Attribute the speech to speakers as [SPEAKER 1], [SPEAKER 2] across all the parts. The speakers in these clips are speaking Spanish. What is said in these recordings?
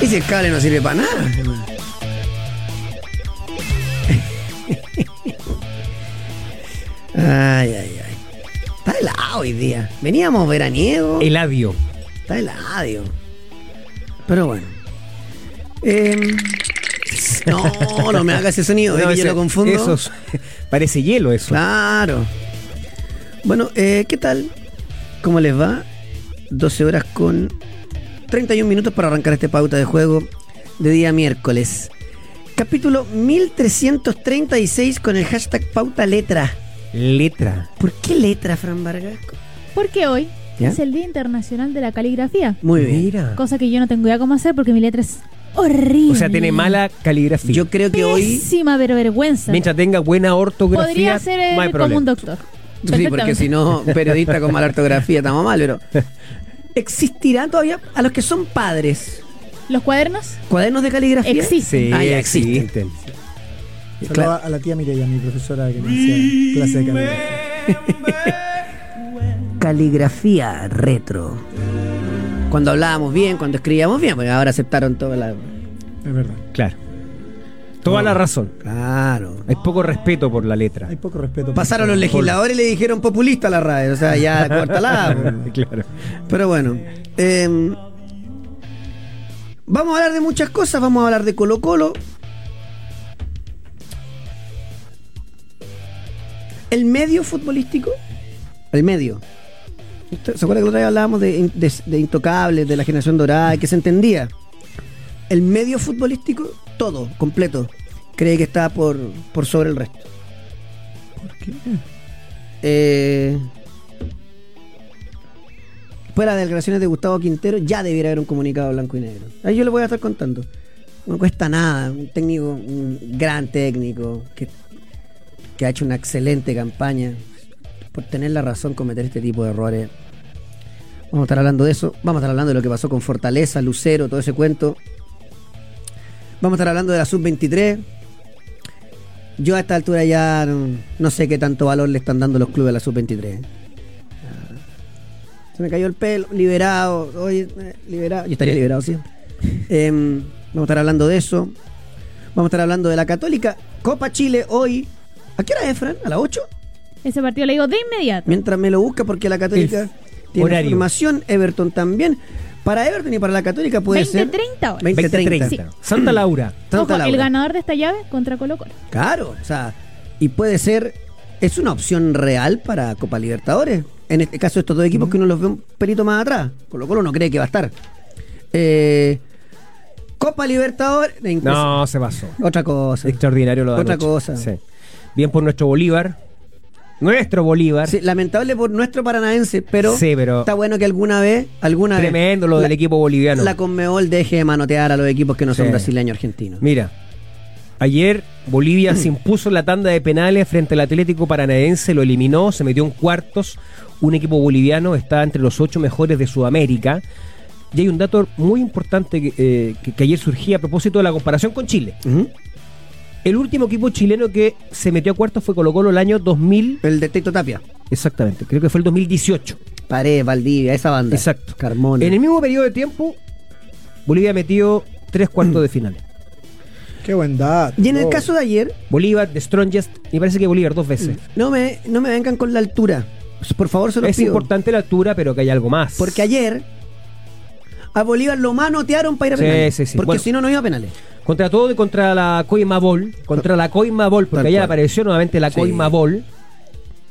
[SPEAKER 1] Ese cable no sirve para nada. Ay, ay, ay. Está helado hoy día. Veníamos veraniego.
[SPEAKER 2] El labio.
[SPEAKER 1] Está helado. digo. Pero bueno. Em, no, no me hagas ese sonido. es que yo lo confundo.
[SPEAKER 2] Eso, es- parece hielo eso.
[SPEAKER 1] Claro. Bueno, eh, ¿qué tal? ¿Cómo les va? 12 horas con 31 minutos para arrancar este pauta de juego de día miércoles. Capítulo 1336 con el hashtag pauta letra.
[SPEAKER 2] Letra.
[SPEAKER 1] ¿Por qué letra, Fran Vargas?
[SPEAKER 3] Porque hoy
[SPEAKER 1] ¿Ya?
[SPEAKER 3] es el Día Internacional de la Caligrafía.
[SPEAKER 1] Muy bien.
[SPEAKER 2] Mira.
[SPEAKER 3] Cosa que yo no tengo idea cómo hacer porque mi letra es horrible.
[SPEAKER 2] O sea, tiene mala caligrafía.
[SPEAKER 1] Yo creo que hoy.
[SPEAKER 3] Pésima, pero vergüenza.
[SPEAKER 2] Mientras tenga buena ortografía,
[SPEAKER 3] Podría ser eh,
[SPEAKER 2] no hay
[SPEAKER 3] como
[SPEAKER 2] problema.
[SPEAKER 3] un doctor.
[SPEAKER 1] Sí, porque
[SPEAKER 3] Perfectamente.
[SPEAKER 1] si no, periodista con mala ortografía, estamos mal, pero. ¿Existirá todavía a los que son padres
[SPEAKER 3] ¿Los cuadernos?
[SPEAKER 1] cuadernos de caligrafía?
[SPEAKER 3] Existen.
[SPEAKER 2] Sí,
[SPEAKER 1] Ah, ya
[SPEAKER 2] existen.
[SPEAKER 1] Claro.
[SPEAKER 4] Saludaba a la tía Mireya, mi profesora que me hacía clase de caligrafía.
[SPEAKER 1] Caligrafía retro. Cuando hablábamos bien, cuando escribíamos bien, porque ahora aceptaron toda la.
[SPEAKER 4] Es verdad.
[SPEAKER 2] Claro. Toda la razón.
[SPEAKER 1] Claro.
[SPEAKER 2] Hay poco respeto por la letra.
[SPEAKER 4] Hay poco respeto. por-
[SPEAKER 1] Pasaron los legisladores y le dijeron populista a la radio, o sea, ya cortalada.
[SPEAKER 2] claro.
[SPEAKER 1] Pero bueno. eh, vamos a hablar de muchas cosas, vamos a hablar de Colo Colo. El medio futbolístico. El medio. ¿Usted ¿Se acuerda que la otra vez hablábamos de, in- de- de intocables, de la generación dorada, que se entendía? El medio futbolístico, todo, completo, cree que está por, por sobre el resto.
[SPEAKER 4] ¿Por qué?
[SPEAKER 1] Eh, después de las declaraciones de Gustavo Quintero, ya debiera haber un comunicado blanco y negro. Ahí yo le voy a estar contando. No cuesta nada. Un técnico, un gran técnico, que, que ha hecho una excelente campaña. Por tener la razón, cometer este tipo de errores. Vamos a estar hablando de eso. Vamos a estar hablando de lo que pasó con Fortaleza, Lucero, todo ese cuento. Vamos a estar hablando de la sub-23. Yo a esta altura ya no, no sé qué tanto valor le están dando los clubes a la sub-23. Ah, Se me cayó el pelo, liberado, oye, eh, liberado. Yo estaría liberado siempre. Em, vamos a estar hablando de eso. Vamos a estar hablando de la Católica. Copa Chile hoy. ¿A qué hora es, Fran? ¿A las 8?
[SPEAKER 3] Ese partido le digo de inmediato.
[SPEAKER 1] Mientras me lo busca, porque la Católica
[SPEAKER 2] El
[SPEAKER 1] tiene
[SPEAKER 2] horario.
[SPEAKER 1] formación, Everton también. Para Everton y para la Católica puede ser.
[SPEAKER 3] 20-30 horas.
[SPEAKER 1] 20, 30.
[SPEAKER 2] 20-30. Santa Laura.
[SPEAKER 1] Santa
[SPEAKER 3] Ojo, el
[SPEAKER 1] Laura.
[SPEAKER 3] ganador de esta llave contra Colo Colo.
[SPEAKER 1] Claro, o sea, y puede ser, es una opción real para Copa Libertadores. En este caso, estos dos equipos que uno los ve un pelito más atrás, con lo cual uno cree que va a estar. Eh, Copa Libertadores. eh,
[SPEAKER 2] No, se pasó.
[SPEAKER 1] Otra cosa.
[SPEAKER 2] Extraordinario lo de
[SPEAKER 1] Otra
[SPEAKER 2] anoche.
[SPEAKER 1] cosa.
[SPEAKER 2] Sí. Bien por nuestro Bolívar. Nuestro Bolívar.
[SPEAKER 1] Sí, lamentable por nuestro paranaense, pero,
[SPEAKER 2] Sí, pero-
[SPEAKER 1] está bueno que alguna vez, alguna vez
[SPEAKER 2] Tremendo lo
[SPEAKER 1] la-
[SPEAKER 2] del equipo boliviano.
[SPEAKER 1] La Conmebol deje de manotear a los equipos que no son
[SPEAKER 2] Sí.
[SPEAKER 1] brasileños argentinos.
[SPEAKER 2] Mira, ayer Bolivia se impuso en la tanda de penales frente al Atlético Paranaense, lo eliminó, se metió en cuartos. Un equipo boliviano está entre los ocho mejores de Sudamérica. Y hay un dato muy importante que, eh, que- que ayer surgía a propósito de la comparación con Chile.
[SPEAKER 1] Ujú.
[SPEAKER 2] El último equipo chileno que se metió a cuartos fue Colo Colo el año 2000.
[SPEAKER 1] El de Tito Tapia.
[SPEAKER 2] Exactamente, creo que fue el 2018.
[SPEAKER 1] Pared, Valdivia, esa banda.
[SPEAKER 2] Exacto.
[SPEAKER 1] Carmona.
[SPEAKER 2] En el mismo periodo de tiempo, Bolivia metió tres cuartos de finales.
[SPEAKER 4] Qué buen dato.
[SPEAKER 1] Y en el
[SPEAKER 4] Oh.
[SPEAKER 1] caso de ayer,
[SPEAKER 2] Bolívar, The Strongest, y parece que Bolívar dos veces.
[SPEAKER 1] No me, no me vengan con la altura. Por favor, se los
[SPEAKER 2] Es
[SPEAKER 1] pido.
[SPEAKER 2] importante la altura, pero que hay algo más.
[SPEAKER 1] Porque ayer a Bolívar lo manotearon para ir a
[SPEAKER 2] Sí,
[SPEAKER 1] penales.
[SPEAKER 2] sí, sí.
[SPEAKER 1] Porque
[SPEAKER 2] Bueno.
[SPEAKER 1] si no, no iba a penales.
[SPEAKER 2] Contra todo y contra la Coimabol. Contra la Coimabol,
[SPEAKER 1] Tal
[SPEAKER 2] porque allá
[SPEAKER 1] cual.
[SPEAKER 2] apareció nuevamente la
[SPEAKER 1] Sí.
[SPEAKER 2] Coimabol.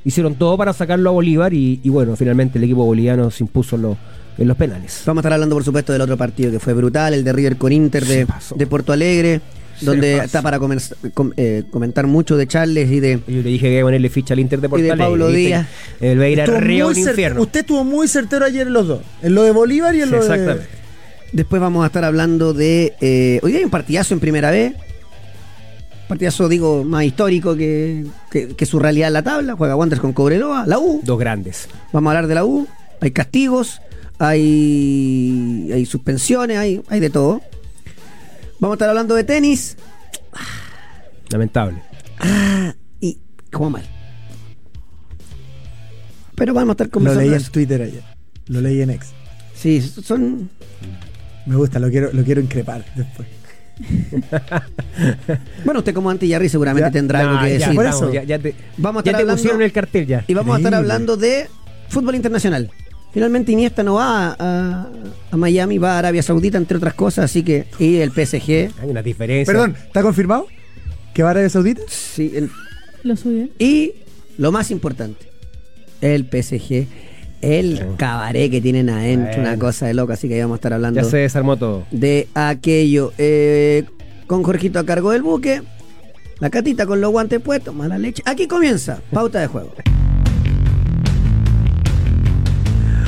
[SPEAKER 2] Hicieron todo para sacarlo a Bolívar y, y bueno, finalmente el equipo boliviano se impuso en, los- en los penales.
[SPEAKER 1] Vamos a estar hablando, por supuesto, del otro partido que fue brutal, el de River con Inter
[SPEAKER 2] Se
[SPEAKER 1] de,
[SPEAKER 2] pasó.
[SPEAKER 1] de Porto Alegre,
[SPEAKER 2] Se
[SPEAKER 1] donde
[SPEAKER 2] pasó.
[SPEAKER 1] está para comenz- com- eh, comentar mucho de Charles y de.
[SPEAKER 2] Yo te dije que iba a ponerle ficha al Inter de Porto
[SPEAKER 1] Y de
[SPEAKER 2] Alegre,
[SPEAKER 1] Pablo
[SPEAKER 2] ¿viste?
[SPEAKER 1] Díaz.
[SPEAKER 2] El va a ir a
[SPEAKER 4] Estuvo
[SPEAKER 2] Río
[SPEAKER 4] muy
[SPEAKER 2] un
[SPEAKER 4] cer-
[SPEAKER 2] infierno.
[SPEAKER 4] Usted estuvo muy certero ayer en los dos. En lo de Bolívar y en
[SPEAKER 2] Sí,
[SPEAKER 4] lo de.
[SPEAKER 2] exactamente.
[SPEAKER 1] Después vamos a estar hablando de. eh, hoy día hay un partidazo en primera vez. Partidazo, digo, más histórico que, que, que su realidad en la tabla. Juega Wanderers con Cobreloa, la U.
[SPEAKER 2] Dos grandes.
[SPEAKER 1] Vamos a hablar de la U. Hay castigos, hay, hay suspensiones, hay, hay de todo. Vamos a estar hablando de tenis.
[SPEAKER 2] Lamentable.
[SPEAKER 1] Y jugó mal. Pero vamos a estar
[SPEAKER 4] Lo
[SPEAKER 1] conversando.
[SPEAKER 4] leí
[SPEAKER 1] de
[SPEAKER 4] en
[SPEAKER 1] eso.
[SPEAKER 4] Twitter ayer. Lo leí en X.
[SPEAKER 1] Sí, son.
[SPEAKER 4] Me gusta, lo quiero, lo quiero increpar después.
[SPEAKER 1] Bueno, usted como anti-Yarri seguramente
[SPEAKER 4] Ya.
[SPEAKER 1] tendrá algo
[SPEAKER 2] Nah,
[SPEAKER 1] que
[SPEAKER 2] ya,
[SPEAKER 1] decir.
[SPEAKER 4] por
[SPEAKER 2] estamos,
[SPEAKER 4] eso.
[SPEAKER 2] ya- ya te,
[SPEAKER 1] Vamos a
[SPEAKER 2] ya
[SPEAKER 1] estar
[SPEAKER 2] te
[SPEAKER 1] hablando-
[SPEAKER 2] pusieron el cartel ya.
[SPEAKER 1] Y vamos a estar
[SPEAKER 4] Increíble.
[SPEAKER 1] hablando de fútbol internacional. Finalmente Iniesta no va a, a Miami, va a Arabia Saudita, entre otras cosas, así que... Y el PSG.
[SPEAKER 2] Hay una diferencia.
[SPEAKER 4] Perdón, ¿está confirmado? ¿Que va a Arabia Saudita?
[SPEAKER 1] Sí, en-
[SPEAKER 3] Lo suben.
[SPEAKER 1] y lo más importante, el PSG. El cabaret que tienen adentro,
[SPEAKER 2] Bueno.
[SPEAKER 1] una cosa de loco, así que ahí vamos a estar hablando
[SPEAKER 2] Ya se desarmó todo.
[SPEAKER 1] de aquello. Eh, con Jorgito a cargo del buque, la catita con los guantes puestos, mala leche. Aquí comienza, pauta de juego.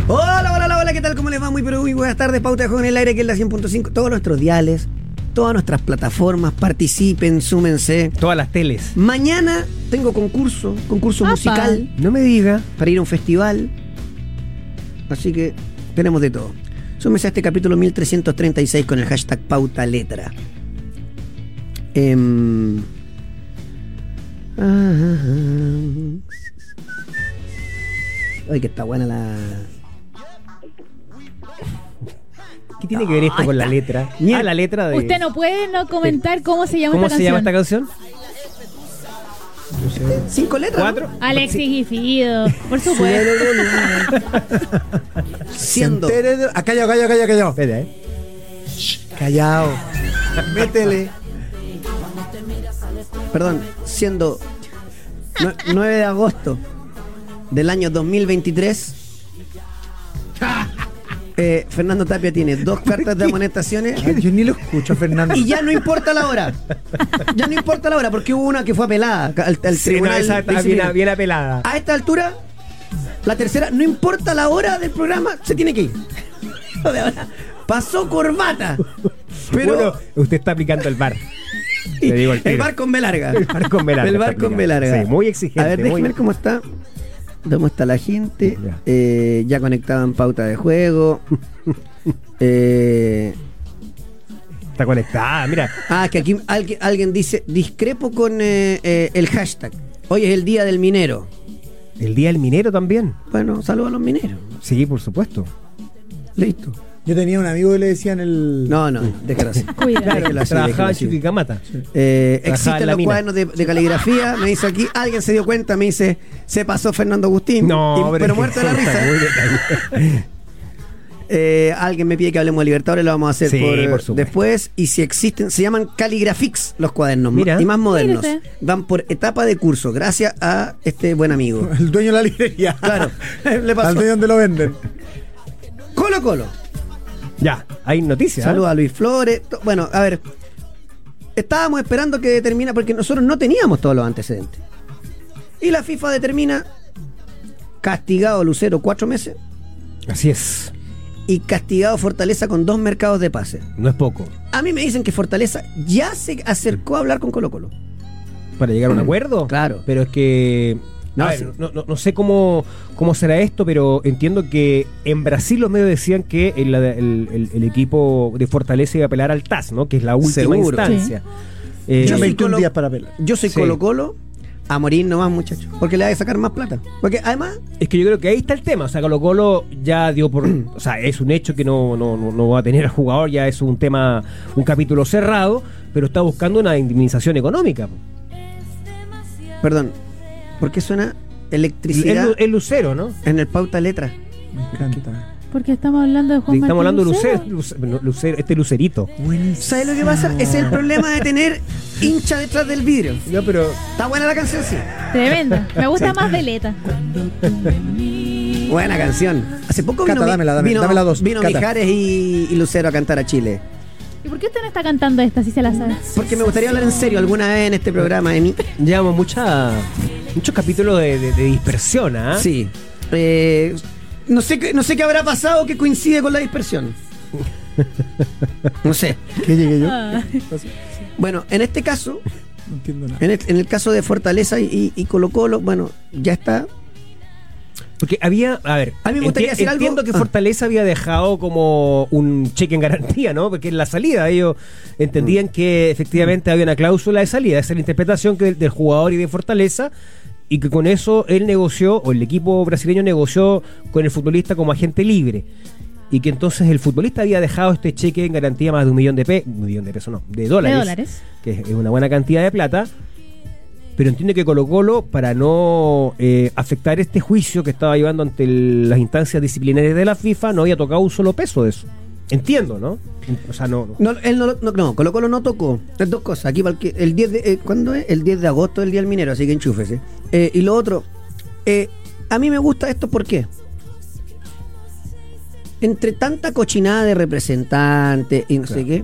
[SPEAKER 1] Hola, hola, hola, hola, ¿qué tal? ¿Cómo les va? Muy, pero muy buenas tardes. Pauta de Juego en el aire, que es la 100.5. Todos nuestros diales, todas nuestras plataformas, participen, súmense.
[SPEAKER 2] Todas las teles.
[SPEAKER 1] Mañana tengo concurso, concurso
[SPEAKER 3] Apa.
[SPEAKER 1] musical
[SPEAKER 2] No me diga.
[SPEAKER 1] para ir a un festival. Así que tenemos de todo. Súmese a este capítulo 1336 con el hashtag pauta letra. Em, ah, Ay, que está buena la.
[SPEAKER 2] ¿Qué tiene que ver esto
[SPEAKER 1] Ay,
[SPEAKER 2] con la
[SPEAKER 1] está.
[SPEAKER 2] letra?
[SPEAKER 1] Mierda.
[SPEAKER 2] Ah, la letra de.
[SPEAKER 3] Usted no puede no comentar cómo se llama
[SPEAKER 2] ¿Cómo
[SPEAKER 3] esta
[SPEAKER 2] se llama esta
[SPEAKER 3] canción.
[SPEAKER 2] canción?
[SPEAKER 1] Cinco letras.
[SPEAKER 2] ¿Cuatro?
[SPEAKER 3] Alexis y Fido, por
[SPEAKER 4] Sube
[SPEAKER 3] supuesto.
[SPEAKER 4] el volumen. Se
[SPEAKER 1] Siendo.
[SPEAKER 4] entere de- Ah, callao, callao, callao, callao.
[SPEAKER 2] Espera, ¿eh?
[SPEAKER 4] Callao. Métele.
[SPEAKER 1] Perdón, siendo nue- 9 de agosto del año 2023. eh, Fernando Tapia tiene dos cartas de amonestaciones
[SPEAKER 4] Yo ni lo escucho, Fernando.
[SPEAKER 1] y ya no importa la hora. Ya no importa la hora porque hubo una que fue apelada al, al
[SPEAKER 2] Sí, no,
[SPEAKER 1] tribunal.
[SPEAKER 2] esa
[SPEAKER 1] de
[SPEAKER 2] está
[SPEAKER 1] disciplina.
[SPEAKER 2] bien, bien apelada.
[SPEAKER 1] A esta altura, la tercera, no importa la hora del programa, se tiene que ir. De ahora, Pasó corbata. Pero
[SPEAKER 2] Bueno, usted está aplicando el bar. Te digo el
[SPEAKER 1] el
[SPEAKER 2] tiro.
[SPEAKER 1] bar con B larga.
[SPEAKER 2] El bar con B larga
[SPEAKER 1] El bar
[SPEAKER 2] está
[SPEAKER 1] con B
[SPEAKER 2] aplicado.
[SPEAKER 1] larga.
[SPEAKER 2] Sí, muy exigente,
[SPEAKER 1] A ver, déjenme
[SPEAKER 2] muy-
[SPEAKER 1] ver cómo está. ¿Cómo está la gente?
[SPEAKER 2] Ya.
[SPEAKER 1] Eh, ya conectaban pauta de juego. Eh,
[SPEAKER 2] Está conectada, mira.
[SPEAKER 1] ah, que aquí alguien, alguien dice, discrepo con eh, eh, el hashtag. Hoy es el día del minero.
[SPEAKER 2] El día del minero también.
[SPEAKER 1] Bueno, saludos a los mineros.
[SPEAKER 2] Sí, por supuesto.
[SPEAKER 1] Listo.
[SPEAKER 4] Yo tenía un amigo que le decían el.
[SPEAKER 1] No, no, déjalo así.
[SPEAKER 3] Cuida.
[SPEAKER 1] Déjalo así, déjalo
[SPEAKER 2] Trabajaba en
[SPEAKER 1] así.
[SPEAKER 2] Chuquicamata.
[SPEAKER 1] Eh,
[SPEAKER 2] Trabajaba en
[SPEAKER 1] existen
[SPEAKER 2] la
[SPEAKER 1] los
[SPEAKER 2] mina.
[SPEAKER 1] cuadernos de, de caligrafía, me dice aquí, alguien se dio cuenta, me dice, se pasó Fernando Agustín, Y-
[SPEAKER 2] No,
[SPEAKER 1] pero
[SPEAKER 2] es
[SPEAKER 1] muerto de
[SPEAKER 2] que
[SPEAKER 1] la
[SPEAKER 2] está
[SPEAKER 1] risa.
[SPEAKER 2] muy detallado.
[SPEAKER 1] Eh, alguien me pide que hablemos de Libertadores, lo vamos a hacer
[SPEAKER 2] Sí,
[SPEAKER 1] por, eh,
[SPEAKER 2] por supuesto.
[SPEAKER 1] después. Y si existen, se llaman Caligrafix los cuadernos
[SPEAKER 2] Mira.
[SPEAKER 1] y más modernos.
[SPEAKER 3] Mire usted.
[SPEAKER 1] Van por etapa de curso, gracias a este buen amigo.
[SPEAKER 4] El dueño de la librería.
[SPEAKER 1] Claro, le
[SPEAKER 4] Al
[SPEAKER 1] pasó.
[SPEAKER 4] dueño donde lo venden.
[SPEAKER 1] Colo Colo.
[SPEAKER 2] ya, hay noticias. ¿eh?
[SPEAKER 1] Saludos a Luis Flores. To- Bueno, a ver. Estábamos esperando que determina, porque nosotros no teníamos todos los antecedentes. Y la FIFA determina castigado a Lucero cuatro meses
[SPEAKER 2] Así es.
[SPEAKER 1] y castigado a Fortaleza con dos mercados de pase.
[SPEAKER 2] No es poco.
[SPEAKER 1] A mí me dicen que Fortaleza ya se acercó a hablar con Colo Colo.
[SPEAKER 2] para llegar a un acuerdo.
[SPEAKER 1] Claro.
[SPEAKER 2] Pero es que.
[SPEAKER 1] No,
[SPEAKER 2] a ver,
[SPEAKER 1] sí.
[SPEAKER 2] no, no- no sé cómo, cómo será esto, pero entiendo que en Brasil los medios decían que el, el- el- el equipo de Fortaleza iba a apelar al TAS, ¿no? Que es la última
[SPEAKER 1] Seguro.
[SPEAKER 2] instancia. Eh,
[SPEAKER 1] Yo
[SPEAKER 4] Yo
[SPEAKER 1] soy
[SPEAKER 4] 21
[SPEAKER 1] colo-
[SPEAKER 4] días para pelar.
[SPEAKER 1] Yo soy
[SPEAKER 2] Sí.
[SPEAKER 1] Colo Colo a morir nomás, muchachos. Porque le va a sacar más plata. Porque además,
[SPEAKER 2] Es que yo creo que ahí está el tema. O sea, Colo Colo ya dio por. O sea, es un hecho que no, no, no- no va a tener al jugador, ya es un tema, un capítulo cerrado, pero está buscando una indemnización económica.
[SPEAKER 1] perdón, ¿por qué suena
[SPEAKER 2] Es,
[SPEAKER 1] electricidad
[SPEAKER 2] Lu- es Lucero, ¿no?
[SPEAKER 1] en el pauta letra?
[SPEAKER 4] Me encanta.
[SPEAKER 3] Porque estamos hablando de Juan
[SPEAKER 2] Estamos
[SPEAKER 3] Martín
[SPEAKER 2] hablando de Lucero, Lucero- no, Lucero, este Lucerito.
[SPEAKER 4] Buenísimo.
[SPEAKER 1] ¿Sabes lo que pasa? Ese es el problema de tener hincha detrás del vidrio.
[SPEAKER 2] No, pero.
[SPEAKER 1] Está buena la canción, sí.
[SPEAKER 3] Tremenda. Me gusta más Veleta.
[SPEAKER 1] Buena canción. Hace poco vino,
[SPEAKER 4] Cata,
[SPEAKER 1] Mi-
[SPEAKER 4] dámela, dámela,
[SPEAKER 1] vino,
[SPEAKER 4] dámela dos,
[SPEAKER 1] vino
[SPEAKER 4] Cata.
[SPEAKER 1] Mijares y, y Lucero a cantar a Chile.
[SPEAKER 3] ¿Y por qué usted no está cantando esta si se la sabe?
[SPEAKER 1] Porque me gustaría hablar en serio alguna vez en este programa de mí.
[SPEAKER 2] Llevamos mucha, muchos capítulos de, de- de dispersión, ¿ah?
[SPEAKER 1] Sí. Eh, no, sé qué, no sé qué habrá pasado que coincide con la dispersión. No sé.
[SPEAKER 4] ¿Qué llegué yo?
[SPEAKER 3] Ah.
[SPEAKER 1] Bueno, en este caso,
[SPEAKER 4] No entiendo nada.
[SPEAKER 1] en el, en el caso de Fortaleza y- y- y Colo Colo, bueno, ya está
[SPEAKER 2] Porque había, a ver,
[SPEAKER 1] A mí me gustaría
[SPEAKER 2] enti-
[SPEAKER 1] decir algo-
[SPEAKER 2] entiendo que
[SPEAKER 1] Ah.
[SPEAKER 2] Fortaleza había dejado como un cheque en garantía, ¿no? Porque en la salida ellos
[SPEAKER 1] Mm.
[SPEAKER 2] entendían que efectivamente había una cláusula de salida, esa es la interpretación que del, del jugador y de Fortaleza, y que con eso él negoció, o el equipo brasileño negoció con el futbolista como agente libre. y que entonces el futbolista había dejado este cheque en garantía más de un millón de, pe un millón de pesos, no, de dólares,
[SPEAKER 3] De dólares.
[SPEAKER 2] que es una buena cantidad de plata. Pero entiendo que Colo Colo, para no eh, afectar este juicio que estaba llevando ante el- las instancias disciplinarias de la FIFA, no había tocado un solo peso de eso. Entiendo, ¿no? O sea, no. no.
[SPEAKER 1] No, él no, lo- no, no, Colo Colo no tocó. Las dos cosas. Aquí, para el que- el 10 de, eh, ¿cuándo es? El 10 de agosto es el Día del Minero, así que enchúfese. Eh, y lo otro, eh, a mí me gusta esto, ¿por qué? Entre tanta cochinada de representantes y no sé qué,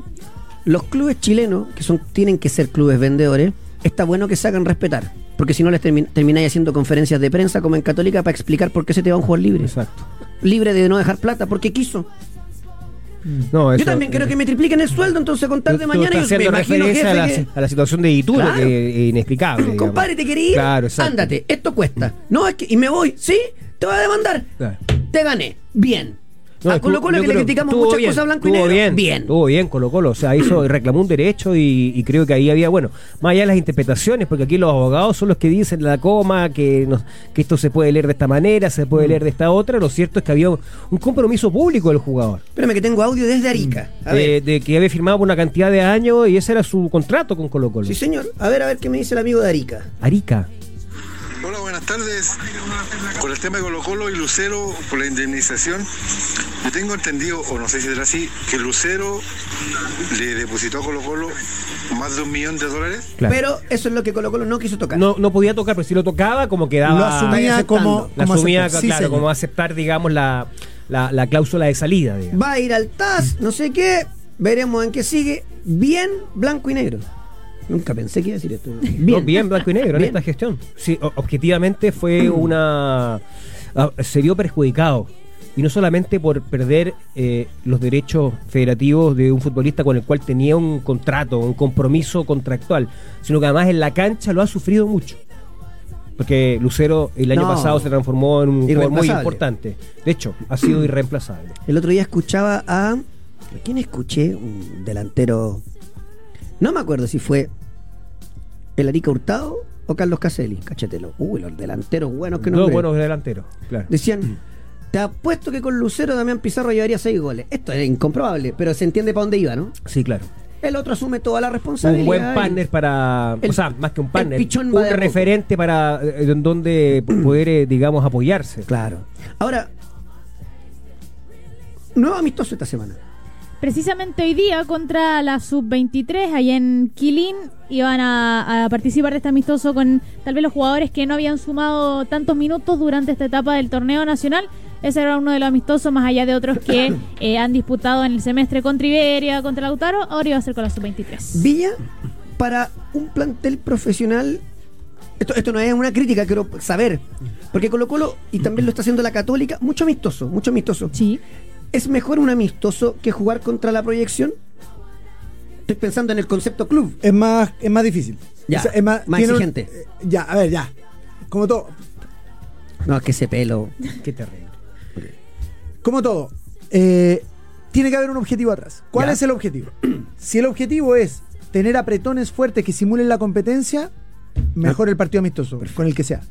[SPEAKER 1] los clubes chilenos, que son tienen que ser clubes vendedores, está bueno que se hagan respetar. Porque si no, les termin- termináis haciendo conferencias de prensa como en Católica para explicar por qué se te va un jugador libre.
[SPEAKER 2] Exacto.
[SPEAKER 1] Libre de no dejar plata, porque quiso.
[SPEAKER 4] Mm.
[SPEAKER 2] No, eh,
[SPEAKER 1] Yo también quiero que me tripliquen el sueldo, entonces con tal de mañana yo me
[SPEAKER 2] haciendo
[SPEAKER 1] imagino
[SPEAKER 2] referencia
[SPEAKER 1] jefe,
[SPEAKER 2] a, la,
[SPEAKER 1] que...
[SPEAKER 2] a la situación de Ituro,
[SPEAKER 1] Claro.
[SPEAKER 2] que es inexplicable. digamos.
[SPEAKER 1] Compadre, ¿te quería ir?
[SPEAKER 2] Claro, exacto.
[SPEAKER 1] Ándate, esto cuesta. No, es que... Y me voy, ¿sí? Te voy a demandar.
[SPEAKER 2] Claro.
[SPEAKER 1] Te gané. Bien.
[SPEAKER 2] No,
[SPEAKER 1] a
[SPEAKER 2] estuvo-
[SPEAKER 1] Colo Colo
[SPEAKER 2] yo
[SPEAKER 1] que le
[SPEAKER 2] creo-
[SPEAKER 1] criticamos
[SPEAKER 2] estuvo
[SPEAKER 1] muchas
[SPEAKER 2] bien,
[SPEAKER 1] cosas blanco y
[SPEAKER 2] estuvo
[SPEAKER 1] negro.
[SPEAKER 2] Bien,
[SPEAKER 1] Bien. Mm.
[SPEAKER 2] Estuvo bien Colo Colo. O sea, hizo, reclamó un derecho y, y creo que ahí había, bueno, más allá de las interpretaciones, porque aquí los abogados son los que dicen la coma, que, no- que esto se puede leer de esta manera, se
[SPEAKER 1] Mm.
[SPEAKER 2] puede leer de esta otra. Lo cierto es que había un, un compromiso público del jugador.
[SPEAKER 1] Espérame que tengo audio desde Arica. A
[SPEAKER 2] De,
[SPEAKER 1] ver.
[SPEAKER 2] de que había firmado por una cantidad de años y ese era su contrato con Colo Colo.
[SPEAKER 1] Sí, señor. A ver, a ver qué me dice el amigo de Arica.
[SPEAKER 2] Arica.
[SPEAKER 5] Hola, buenas tardes. Con el tema de Colo Colo y Lucero por la indemnización, yo tengo entendido, o no sé si será así, que Lucero le depositó a Colo Colo más de un millón de dólares.
[SPEAKER 2] Claro.
[SPEAKER 1] Pero eso es lo que Colo Colo no quiso tocar.
[SPEAKER 2] no, no podía tocar, pero si lo tocaba, como quedaba.
[SPEAKER 4] lo
[SPEAKER 1] estáis
[SPEAKER 4] asumía
[SPEAKER 1] aceptando.
[SPEAKER 4] como,
[SPEAKER 2] la
[SPEAKER 4] como
[SPEAKER 2] asumía,
[SPEAKER 4] aceptar. Sí,
[SPEAKER 2] claro,
[SPEAKER 4] señor.
[SPEAKER 2] como aceptar, digamos, la, la, la cláusula de salida. digamos.
[SPEAKER 1] Va a ir al
[SPEAKER 2] Mm.
[SPEAKER 1] TAS, no sé qué. Veremos en qué sigue. Bien blanco y negro. Nunca pensé que iba a decir esto.
[SPEAKER 2] No, bien blanco y negro en
[SPEAKER 1] Bien. Mm.
[SPEAKER 2] esta gestión. Sí, o- objetivamente fue una. ah, se vio perjudicado. Y no solamente por perder eh, los derechos federativos de un futbolista con el cual tenía un contrato, un compromiso contractual, sino que además en la cancha lo ha sufrido mucho. Porque Lucero el año
[SPEAKER 1] No.
[SPEAKER 2] pasado se transformó en un jugador muy
[SPEAKER 1] Irreemplazable.
[SPEAKER 2] importante. De hecho, ha sido irreemplazable.
[SPEAKER 1] El otro día escuchaba a. ¿A quién escuché? Un delantero. No me acuerdo si fue el Arica Hurtado o Carlos Caselli. Cachetelo. Uy, los delanteros buenos que no.
[SPEAKER 2] Dos buenos delanteros, claro.
[SPEAKER 1] Decían. Te apuesto que con Lucero Damián Pizarro llevaría seis goles. Esto es incomprobable, pero se entiende para dónde iba, ¿no?
[SPEAKER 2] Sí, claro.
[SPEAKER 1] El otro asume toda la responsabilidad.
[SPEAKER 2] Un buen
[SPEAKER 1] y-
[SPEAKER 2] partner para.
[SPEAKER 1] El-
[SPEAKER 2] o sea, más que un
[SPEAKER 1] el
[SPEAKER 2] partner.
[SPEAKER 1] pichón va
[SPEAKER 2] un
[SPEAKER 1] de a poco.
[SPEAKER 2] referente para. eh, en donde poder, eh, digamos, apoyarse.
[SPEAKER 1] Claro. Ahora. Nuevo amistoso esta semana.
[SPEAKER 3] Precisamente hoy día contra la sub-23 allá en Quilín iban a, a participar de este amistoso con tal vez los jugadores que no habían sumado tantos minutos durante esta etapa del torneo nacional. Ese era uno de los amistosos más allá de otros que eh, han disputado en el semestre contra Iberia, contra Lautaro. Ahora iba a ser con la sub-23.
[SPEAKER 1] Villa para un plantel profesional. Esto, esto no es una crítica, quiero saber. Porque Colo Colo, y también lo está haciendo la Católica, mucho amistoso, mucho amistoso.
[SPEAKER 3] Sí.
[SPEAKER 1] ¿Es mejor un amistoso que jugar contra la proyección? Estoy pensando en el concepto club.
[SPEAKER 4] Es más, es más difícil.
[SPEAKER 1] Ya,
[SPEAKER 4] es más,
[SPEAKER 1] más
[SPEAKER 4] tiene un-
[SPEAKER 1] exigente.
[SPEAKER 4] eh, ya, a ver, ya. Como todo,
[SPEAKER 1] No, es que ese pelo.
[SPEAKER 2] Qué terrible.
[SPEAKER 4] como todo, eh, tiene que haber un objetivo atrás. ¿Cuál
[SPEAKER 1] Ya.
[SPEAKER 4] es el objetivo? Si el objetivo es tener apretones fuertes que simulen la competencia, mejor el partido amistoso, con el que sea.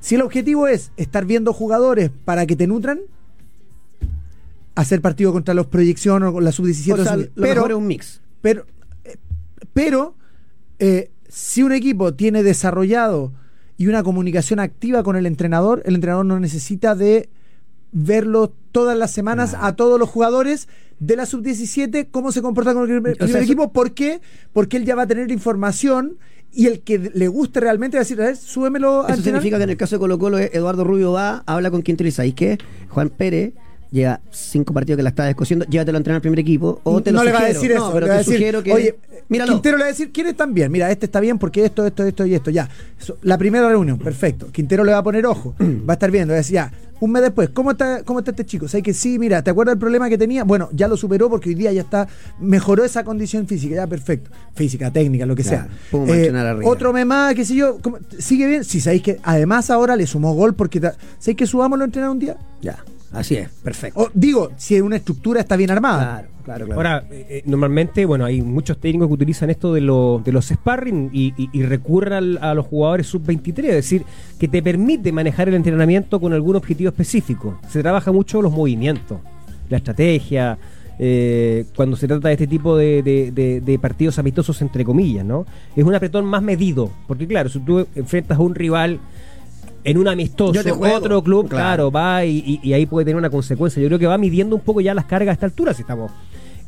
[SPEAKER 4] Si el objetivo es estar viendo jugadores para que te nutran, hacer partido contra los proyección o con la
[SPEAKER 1] O
[SPEAKER 4] sub-17.
[SPEAKER 1] sea,
[SPEAKER 4] sub-
[SPEAKER 1] lo mejor es un mix.
[SPEAKER 4] pero, eh, pero eh, si un equipo tiene desarrollado y una comunicación activa con el entrenador, el entrenador no necesita de verlo todas las semanas a todos los jugadores de la sub-17, cómo se comporta con el primer
[SPEAKER 1] O sea,
[SPEAKER 4] equipo, ¿por qué? Porque él ya va a tener información y el que le guste realmente va a decir, a ver, súbemelo al
[SPEAKER 1] Eso
[SPEAKER 4] final.
[SPEAKER 1] significa que en el caso de Colo Colo, Eduardo Rubio va, habla con Quintero y dice, ¿sabes qué? Juan Pérez lleva cinco partidos que la está descosiendo, llévatelo a entrenar al primer equipo o te lo
[SPEAKER 4] Mm, no le va a
[SPEAKER 1] sugiero".
[SPEAKER 4] decir
[SPEAKER 1] No,
[SPEAKER 4] eso,
[SPEAKER 1] pero
[SPEAKER 4] le
[SPEAKER 1] te
[SPEAKER 4] va a decir,
[SPEAKER 1] sugiero que...
[SPEAKER 4] oye,
[SPEAKER 1] míralo.
[SPEAKER 4] Quintero le va a decir, ¿quién está bien? Mira, este está bien porque esto, esto, esto y esto, ya. So- la primera reunión, perfecto. Quintero le va a poner ojo, va a estar viendo, va a decir, ya, un mes después, ¿cómo está, cómo está este chico? ¿Sabes que sí, mira, ¿te acuerdas del problema que tenía? Bueno, ya lo superó porque hoy día ya está, mejoró esa condición física, ya perfecto. Física, técnica, lo que
[SPEAKER 1] Claro,
[SPEAKER 4] sea. Eh,
[SPEAKER 1] pum, entrenar arriba.
[SPEAKER 4] otro mes más, qué sé yo, ¿cómo- sigue bien. Si sabéis que además ahora le sumó gol porque, ta- ¿sabéis que subámoslo a entrenar un día?
[SPEAKER 1] Ya, así es, perfecto.
[SPEAKER 4] O, digo, si una estructura está bien armada.
[SPEAKER 1] Claro, claro, claro.
[SPEAKER 2] Ahora, eh, eh, normalmente, bueno, hay muchos técnicos que utilizan esto de, lo- de los sparring y, y- y recurren al- a los jugadores sub-23, es decir, que te permite manejar el entrenamiento con algún objetivo específico. Se trabaja mucho los movimientos. la estrategia, eh, cuando se trata de este tipo de, de- de- de partidos amistosos, entre comillas, ¿no? Es un apretón más medido, porque claro, si tú enfrentas a un rival en un amistoso,
[SPEAKER 1] Yo te juego.
[SPEAKER 2] otro club,
[SPEAKER 1] Claro.
[SPEAKER 2] claro, va y, y- y ahí puede tener una consecuencia. Yo creo que va midiendo un poco ya las cargas a esta altura, si estamos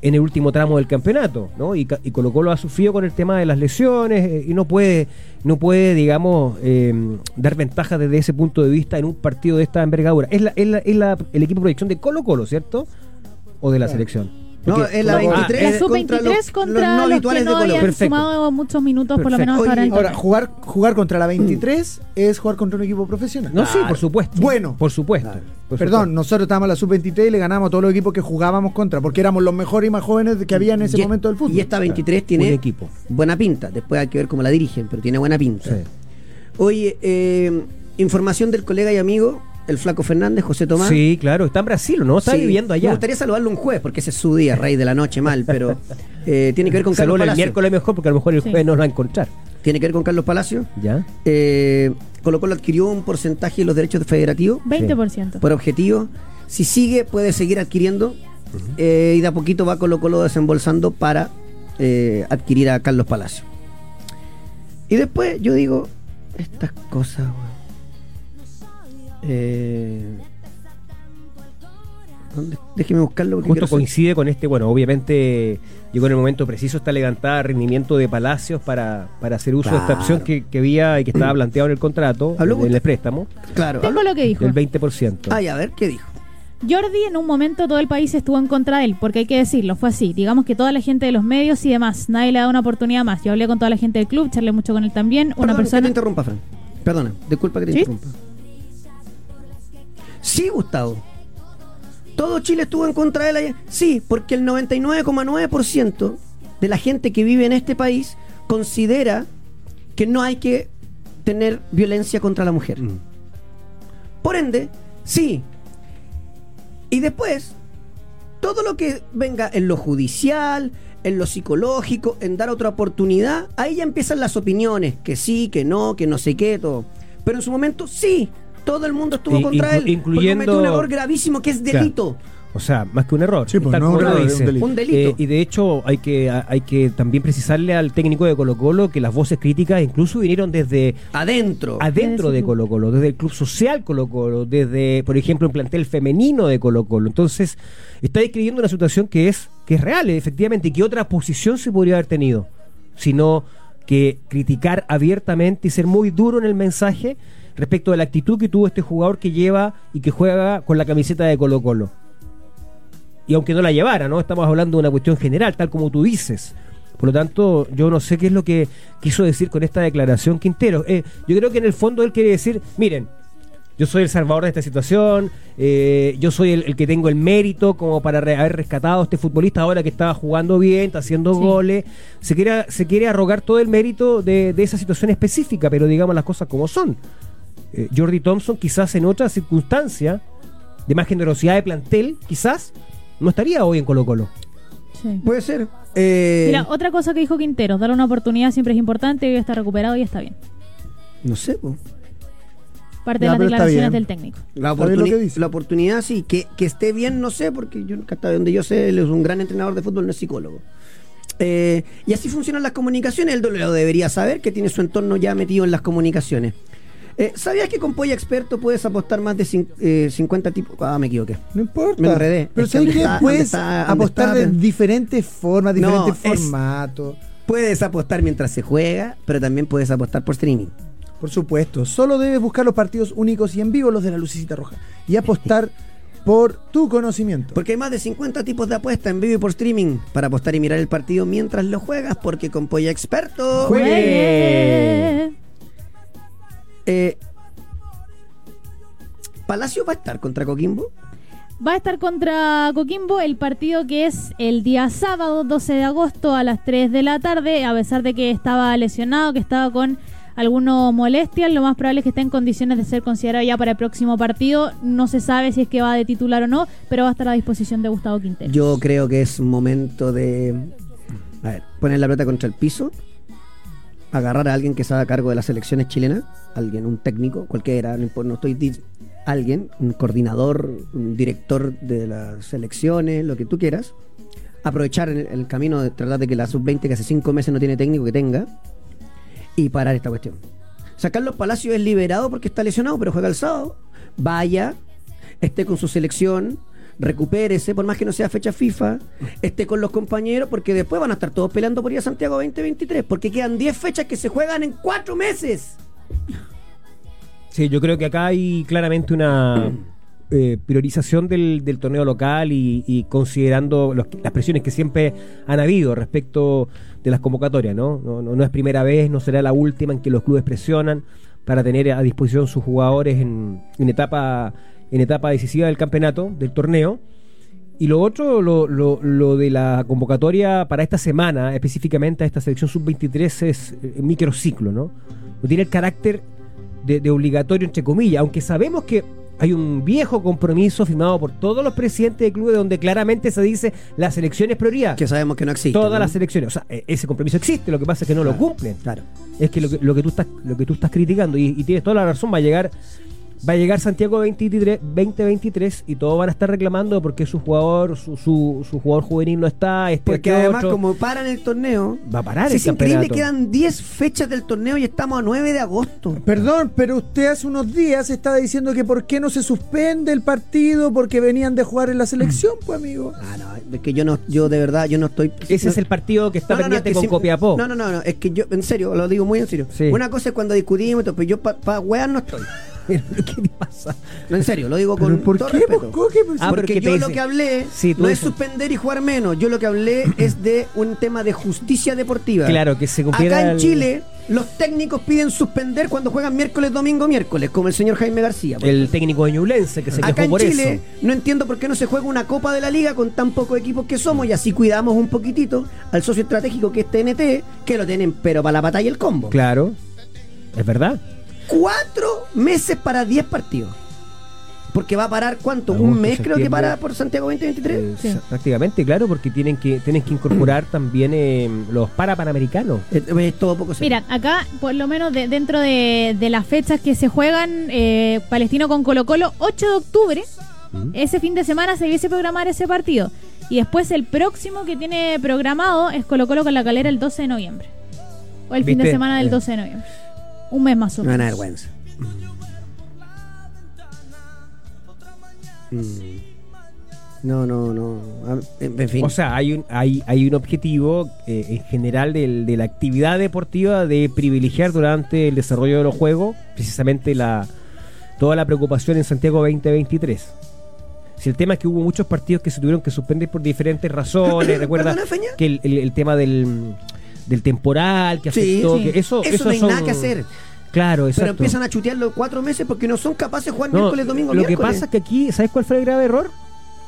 [SPEAKER 2] en el último tramo del campeonato, ¿no? Y, Ca- y Colo Colo ha sufrido con el tema de las lesiones eh, y no puede, no puede, digamos, eh, dar ventaja desde ese punto de vista en un partido de esta envergadura. Es, la, es, la- es la- el equipo de proyección de Colo Colo, ¿cierto? ¿O de la selección?
[SPEAKER 1] No,
[SPEAKER 2] Porque-
[SPEAKER 1] es la
[SPEAKER 2] Ah,
[SPEAKER 1] 23.
[SPEAKER 2] es-
[SPEAKER 3] la sub-23
[SPEAKER 1] Eh, los- los
[SPEAKER 3] contra
[SPEAKER 1] no
[SPEAKER 3] los, que
[SPEAKER 1] habituales de
[SPEAKER 3] no
[SPEAKER 1] Colo.
[SPEAKER 3] habían
[SPEAKER 2] Perfecto.
[SPEAKER 3] sumado muchos minutos, por lo
[SPEAKER 2] Perfecto.
[SPEAKER 3] menos hasta ahora.
[SPEAKER 1] Oye,
[SPEAKER 3] en el
[SPEAKER 4] Ahora,
[SPEAKER 3] torneo.
[SPEAKER 4] jugar, jugar contra la 23 es jugar contra un equipo profesional.
[SPEAKER 2] No, sí, por supuesto.
[SPEAKER 4] Bueno.
[SPEAKER 2] Por supuesto.
[SPEAKER 1] Claro.
[SPEAKER 2] por
[SPEAKER 4] Perdón,
[SPEAKER 2] supuesto.
[SPEAKER 4] nosotros estábamos en la sub-23 y le ganamos a todos los equipos que jugábamos contra, porque éramos los mejores y más jóvenes que había en ese
[SPEAKER 1] Y- e-
[SPEAKER 4] momento del fútbol.
[SPEAKER 1] Y esta 23
[SPEAKER 2] Un
[SPEAKER 1] tiene
[SPEAKER 2] equipo.
[SPEAKER 1] buena pinta. Después hay que ver cómo la dirigen, pero tiene buena pinta.
[SPEAKER 2] Sí.
[SPEAKER 1] Oye, eh, información del colega y amigo, el Flaco Fernández, José Tomás.
[SPEAKER 2] Sí, claro, está en Brasil, ¿no? Está
[SPEAKER 1] Sí.
[SPEAKER 2] viviendo
[SPEAKER 1] Me
[SPEAKER 2] allá.
[SPEAKER 1] gustaría saludarlo un jueves, porque ese es su día, rey de la noche, mal, pero eh, tiene que ver con
[SPEAKER 2] Salud
[SPEAKER 1] Carlos
[SPEAKER 2] el
[SPEAKER 1] Palacio.
[SPEAKER 2] miércoles mejor porque a lo mejor el
[SPEAKER 3] Sí.
[SPEAKER 2] jueves no lo va a encontrar.
[SPEAKER 1] Tiene que ver con Carlos Palacio.
[SPEAKER 2] ¿Ya?
[SPEAKER 1] Eh, Colo Colo adquirió un porcentaje de los derechos federativos
[SPEAKER 3] 20%.
[SPEAKER 1] por objetivo. Si sigue, puede seguir adquiriendo. eh, y de a poquito va Colo Colo desembolsando para eh, adquirir a Carlos Palacio. Y después yo digo, estas cosas, weón. Eh, ¿dónde? Déjeme buscarlo porque
[SPEAKER 2] Justo
[SPEAKER 1] quiero ser-
[SPEAKER 2] coincide con este, bueno, obviamente llegó en el momento preciso esta levantada rendimiento de Palacios para, para hacer uso de
[SPEAKER 1] Claro.
[SPEAKER 2] esta opción que, que había y que estaba planteado en el contrato,
[SPEAKER 1] Habló
[SPEAKER 2] en
[SPEAKER 1] usted.
[SPEAKER 2] el préstamo,
[SPEAKER 1] Claro.
[SPEAKER 3] Tengo lo que dijo.
[SPEAKER 2] del 20%.
[SPEAKER 1] Ay, a ver, ¿qué dijo?
[SPEAKER 3] Jordi en un momento todo el país estuvo en contra de él, porque hay que decirlo, fue así. Digamos que toda la gente de los medios y demás, nadie le da una oportunidad más. Yo hablé con toda la gente del club, charlé mucho con él también. una
[SPEAKER 1] Perdón, que te
[SPEAKER 3] persona...
[SPEAKER 1] interrumpa, Fran. Perdona, disculpa que te
[SPEAKER 3] ¿Sí?
[SPEAKER 1] interrumpa. Sí, Gustavo. Todo Chile estuvo en contra de él allá. Sí, porque el 99,9% de la gente que vive en este país considera que no hay que tener violencia contra la mujer.
[SPEAKER 2] Mm.
[SPEAKER 1] Por ende, sí. Y después, todo lo que venga en lo judicial, en lo psicológico, en dar otra oportunidad, ahí ya empiezan las opiniones, que sí, que no, que no sé qué, todo. Pero en su momento, sí, todo el mundo estuvo
[SPEAKER 2] Y-
[SPEAKER 1] contra
[SPEAKER 2] inclu-
[SPEAKER 1] él,
[SPEAKER 2] incluyendo-
[SPEAKER 1] porque cometió un error gravísimo que es
[SPEAKER 2] Claro.
[SPEAKER 1] delito.
[SPEAKER 2] O sea, más que un error.
[SPEAKER 4] Sí, pues,
[SPEAKER 2] tal
[SPEAKER 4] no es un
[SPEAKER 2] como
[SPEAKER 4] error,
[SPEAKER 2] lo
[SPEAKER 4] es un delito.
[SPEAKER 1] Un delito.
[SPEAKER 2] Eh, y de hecho, hay que, hay que también precisarle al técnico de Colo Colo que las voces críticas incluso vinieron desde
[SPEAKER 1] Adentro.
[SPEAKER 2] adentro
[SPEAKER 3] Desde
[SPEAKER 2] de
[SPEAKER 3] su club.
[SPEAKER 2] Colo Colo, desde el club social Colo Colo, desde, por ejemplo, el plantel femenino de Colo Colo. Entonces, está describiendo una situación que es, que es real, efectivamente, y que otra posición se podría haber tenido, sino que criticar abiertamente y ser muy duro en el mensaje respecto de la actitud que tuvo este jugador que lleva y que juega con la camiseta de Colo Colo y aunque no la llevara, ¿no? Estamos hablando de una cuestión general, tal como tú dices. Por lo tanto, yo no sé qué es lo que quiso decir con esta declaración Quintero. Eh, yo creo que en el fondo él quiere decir, miren, yo soy el salvador de esta situación, eh, yo soy el, el que tengo el mérito como para re- haber rescatado a este futbolista ahora que estaba jugando bien, está haciendo
[SPEAKER 3] Sí.
[SPEAKER 2] goles. Se quiere, se quiere arrogar todo el mérito de, de esa situación específica, pero digamos las cosas como son. Eh, Jordi Thompson quizás en otra circunstancia, de más generosidad de plantel, quizás no estaría hoy en Colo Colo.
[SPEAKER 3] Sí.
[SPEAKER 1] Puede ser. Eh,
[SPEAKER 3] Mira, otra cosa que dijo Quinteros, darle una oportunidad siempre es importante, hoy está recuperado y está bien.
[SPEAKER 1] no sé, po.
[SPEAKER 3] Parte
[SPEAKER 4] Ya,
[SPEAKER 3] de las
[SPEAKER 4] pero está
[SPEAKER 3] declaraciones
[SPEAKER 4] bien.
[SPEAKER 3] del técnico.
[SPEAKER 1] La,
[SPEAKER 4] Está bien lo
[SPEAKER 1] oportuni-
[SPEAKER 4] que dice.
[SPEAKER 1] la oportunidad sí, que, que esté bien, no sé, porque yo nunca hasta donde yo sé, él es un gran entrenador de fútbol, no es psicólogo. Eh, y así funcionan las comunicaciones, él lo debería saber que tiene su entorno ya metido en las comunicaciones. Eh, ¿Sabías que con Polla Experto puedes apostar más de cin- eh, 50 tipos? Ah, me equivoqué.
[SPEAKER 4] No importa.
[SPEAKER 1] Me enredé.
[SPEAKER 4] Pero
[SPEAKER 1] Es que
[SPEAKER 4] ¿sabes
[SPEAKER 1] dónde
[SPEAKER 4] qué?
[SPEAKER 1] está- dónde
[SPEAKER 4] Puedes
[SPEAKER 1] está- dónde
[SPEAKER 4] apostar
[SPEAKER 1] está,
[SPEAKER 4] de
[SPEAKER 1] pero-
[SPEAKER 4] diferentes formas,
[SPEAKER 1] No,
[SPEAKER 4] diferentes
[SPEAKER 1] es-
[SPEAKER 4] formatos.
[SPEAKER 1] Puedes apostar mientras se juega, pero también puedes apostar por streaming.
[SPEAKER 4] Por supuesto. Solo debes buscar los partidos únicos y en vivo, los de la lucecita roja. Y apostar por tu conocimiento.
[SPEAKER 1] Porque hay más de 50 tipos de apuestas en vivo y por streaming para apostar y mirar el partido mientras lo juegas, porque con Polla Experto...
[SPEAKER 4] Jue-
[SPEAKER 2] Juegue.
[SPEAKER 1] Eh, ¿Palacio va a estar contra Coquimbo?
[SPEAKER 3] Va a estar contra Coquimbo el partido que es el día sábado 12 de agosto a las 3 de la tarde, a pesar de que estaba lesionado, que estaba con algunos molestias, lo más probable es que esté en condiciones de ser considerado ya para el próximo partido. No se sabe si es que va de titular o no, pero va a estar a disposición de Gustavo Quintero.
[SPEAKER 1] Yo creo que es momento de. A ver, poner la plata contra el piso, agarrar a alguien que se haga cargo de las elecciones chilenas, alguien, un técnico, cualquiera, no, impo- no estoy di- alguien, un coordinador, un director de las selecciones, lo que tú quieras, aprovechar el, el camino de tratar de que la sub-20 que hace cinco meses no tiene técnico que tenga y parar esta cuestión. O sea, Carlos Palacios es liberado porque está lesionado, pero juega el sábado. Vaya, esté con su selección, recupérese, por más que no sea fecha FIFA, esté con los compañeros, porque después van a estar todos peleando por ir a Santiago 2023, porque quedan 10 fechas que se juegan en 4 meses.
[SPEAKER 2] Sí, yo creo que acá hay claramente una eh, priorización del, del torneo local y, y considerando los- las presiones que siempre han habido respecto de las convocatorias, ¿no? No, no- no es primera vez, no será la última en que los clubes presionan para tener a disposición sus jugadores en, en etapa, en etapa decisiva del campeonato, del torneo. Y lo otro, lo, lo- lo de la convocatoria para esta semana, específicamente a esta selección sub-23, es eh, microciclo, ¿no? No tiene el carácter de, de obligatorio, entre comillas, aunque sabemos que hay un viejo compromiso firmado por todos los presidentes de clubes donde claramente se dice la selección es prioridad.
[SPEAKER 1] Que sabemos que no existe.
[SPEAKER 2] Todas
[SPEAKER 1] ¿no?
[SPEAKER 2] las selecciones. O sea, e- ese compromiso existe, lo que pasa es que no lo
[SPEAKER 1] Claro,
[SPEAKER 2] cumplen.
[SPEAKER 1] Claro.
[SPEAKER 2] Es que lo que, lo que tú estás lo que tú estás criticando y, y tienes toda la razón va a llegar va a llegar Santiago 23 2023 y todos van a estar reclamando porque su jugador su, su, su jugador juvenil no está este
[SPEAKER 1] Porque
[SPEAKER 2] este,
[SPEAKER 1] además,
[SPEAKER 2] otro.
[SPEAKER 1] como paran el torneo.
[SPEAKER 2] va a parar
[SPEAKER 1] sí,
[SPEAKER 2] el
[SPEAKER 1] es increíble,
[SPEAKER 2] campeonato.
[SPEAKER 1] quedan 10 fechas del torneo y estamos a 9 de agosto.
[SPEAKER 4] Perdón, pero usted hace unos días estaba diciendo que por qué no se suspende el partido porque venían de jugar en la selección, pues amigo.
[SPEAKER 1] Ah, no, es que yo no, yo de verdad, yo no estoy.
[SPEAKER 2] ese
[SPEAKER 1] no-
[SPEAKER 2] es el partido que está
[SPEAKER 1] No, no, no,
[SPEAKER 2] pendiente
[SPEAKER 1] es que
[SPEAKER 2] con
[SPEAKER 1] sim-
[SPEAKER 2] Copiapó
[SPEAKER 1] No, no, no, no, es que yo, en serio, lo digo muy en serio.
[SPEAKER 2] Sí.
[SPEAKER 1] Una cosa es cuando discutimos, y todo, pero yo para pa weas no estoy.
[SPEAKER 2] ¿qué te pasa?
[SPEAKER 1] No, en serio, lo digo con
[SPEAKER 4] ¿Pero por
[SPEAKER 1] todo
[SPEAKER 4] qué,
[SPEAKER 1] respeto.
[SPEAKER 4] pues, Coque? Pues,
[SPEAKER 2] Ah,
[SPEAKER 1] porque,
[SPEAKER 2] porque
[SPEAKER 1] yo
[SPEAKER 2] te
[SPEAKER 1] lo
[SPEAKER 2] dice-
[SPEAKER 1] que hablé
[SPEAKER 2] Sí, tú
[SPEAKER 1] no es
[SPEAKER 2] dices.
[SPEAKER 1] suspender y jugar menos. Yo lo que hablé es de un tema de justicia deportiva.
[SPEAKER 2] Claro, que se cumpliera
[SPEAKER 1] Acá en
[SPEAKER 2] el-
[SPEAKER 1] Chile, los técnicos piden suspender cuando juegan miércoles, domingo, miércoles, como el señor Jaime García. por
[SPEAKER 2] el técnico de Ñublense que se
[SPEAKER 1] Acá
[SPEAKER 2] quejó
[SPEAKER 1] en
[SPEAKER 2] por
[SPEAKER 1] Chile
[SPEAKER 2] eso
[SPEAKER 1] no entiendo por qué no se juega una Copa de la Liga con tan pocos equipos que somos y así cuidamos un poquitito al socio estratégico que es TNT, que lo tienen pero para la batalla y el combo.
[SPEAKER 2] claro es verdad
[SPEAKER 1] Cuatro meses para diez partidos. Porque va a parar cuánto? un
[SPEAKER 2] Agosto,
[SPEAKER 1] mes creo que
[SPEAKER 2] septiembre.
[SPEAKER 1] para por Santiago 2023.
[SPEAKER 2] Eh, sa- prácticamente claro porque tienen que tienen que incorporar también eh, los parapanamericanos
[SPEAKER 1] Eh, eh, todo poco serio.
[SPEAKER 3] Mira, acá, por lo menos de- dentro de, de las fechas que se juegan, eh, Palestino con Colo Colo, 8 de octubre, ese fin de semana se debiese programar ese partido. Y después el próximo que tiene programado es Colo Colo con la calera el 12 de noviembre. O el fin de
[SPEAKER 2] ¿Viste?
[SPEAKER 3] semana del
[SPEAKER 2] Eh.
[SPEAKER 3] 12 de noviembre. Un mes más o
[SPEAKER 1] me van a dar
[SPEAKER 3] menos.
[SPEAKER 1] vergüenza. Mm. No, no, no. Ah, En en fin.
[SPEAKER 2] O sea, hay un, hay, hay un objetivo eh, en general del- de la actividad deportiva de privilegiar durante el desarrollo de los juegos precisamente la toda la preocupación en Santiago 2023. Si el tema es que hubo muchos partidos que se tuvieron que suspender por diferentes razones, recuerda
[SPEAKER 1] ¿Perdona, Feña?
[SPEAKER 2] que el, el- el tema del, del temporal que
[SPEAKER 1] Sí,
[SPEAKER 2] afectó,
[SPEAKER 3] sí.
[SPEAKER 2] que eso,
[SPEAKER 1] Eso no hay
[SPEAKER 2] son-
[SPEAKER 1] nada que hacer.
[SPEAKER 2] Claro,
[SPEAKER 1] Pero
[SPEAKER 2] exacto.
[SPEAKER 1] empiezan a chutear los cuatro meses porque no son capaces de jugar
[SPEAKER 2] No,
[SPEAKER 1] miércoles, domingo,
[SPEAKER 2] Lo que
[SPEAKER 1] miércoles.
[SPEAKER 2] pasa es que aquí, ¿sabes cuál fue el grave error?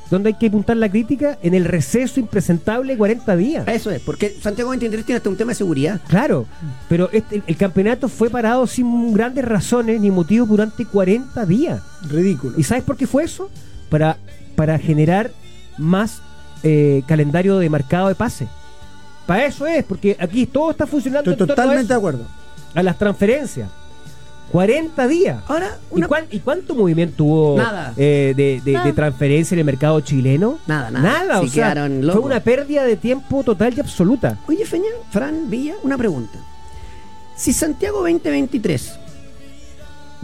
[SPEAKER 2] Donde hay que apuntar la crítica en el receso impresentable de 40 días.
[SPEAKER 1] Eso es, porque Santiago 23 tiene hasta un tema de seguridad.
[SPEAKER 2] Claro, pero este, el, campeonato fue parado sin grandes razones ni motivos durante 40 días.
[SPEAKER 4] Ridículo.
[SPEAKER 2] ¿Y sabes por qué fue eso? Para, para generar más eh, calendario de mercado de pase. Para eso es, porque aquí todo está funcionando
[SPEAKER 4] Estoy
[SPEAKER 2] en torno a
[SPEAKER 4] totalmente de
[SPEAKER 2] eso,
[SPEAKER 4] acuerdo. Ah,
[SPEAKER 2] a las transferencias. 40 días.
[SPEAKER 1] Ahora,
[SPEAKER 2] ¿Y,
[SPEAKER 1] una...
[SPEAKER 2] cuán- y cuánto movimiento hubo
[SPEAKER 1] Nada.
[SPEAKER 2] eh, de, de-
[SPEAKER 3] Nada.
[SPEAKER 2] de transferencia en el mercado chileno?
[SPEAKER 1] Nada, nada.
[SPEAKER 2] o
[SPEAKER 1] Sí,
[SPEAKER 2] sea,
[SPEAKER 1] quedaron
[SPEAKER 2] fue
[SPEAKER 1] locos.
[SPEAKER 2] una pérdida de tiempo total y absoluta.
[SPEAKER 1] Oye, Feña, Fran, Villa, una pregunta. Si Santiago 2023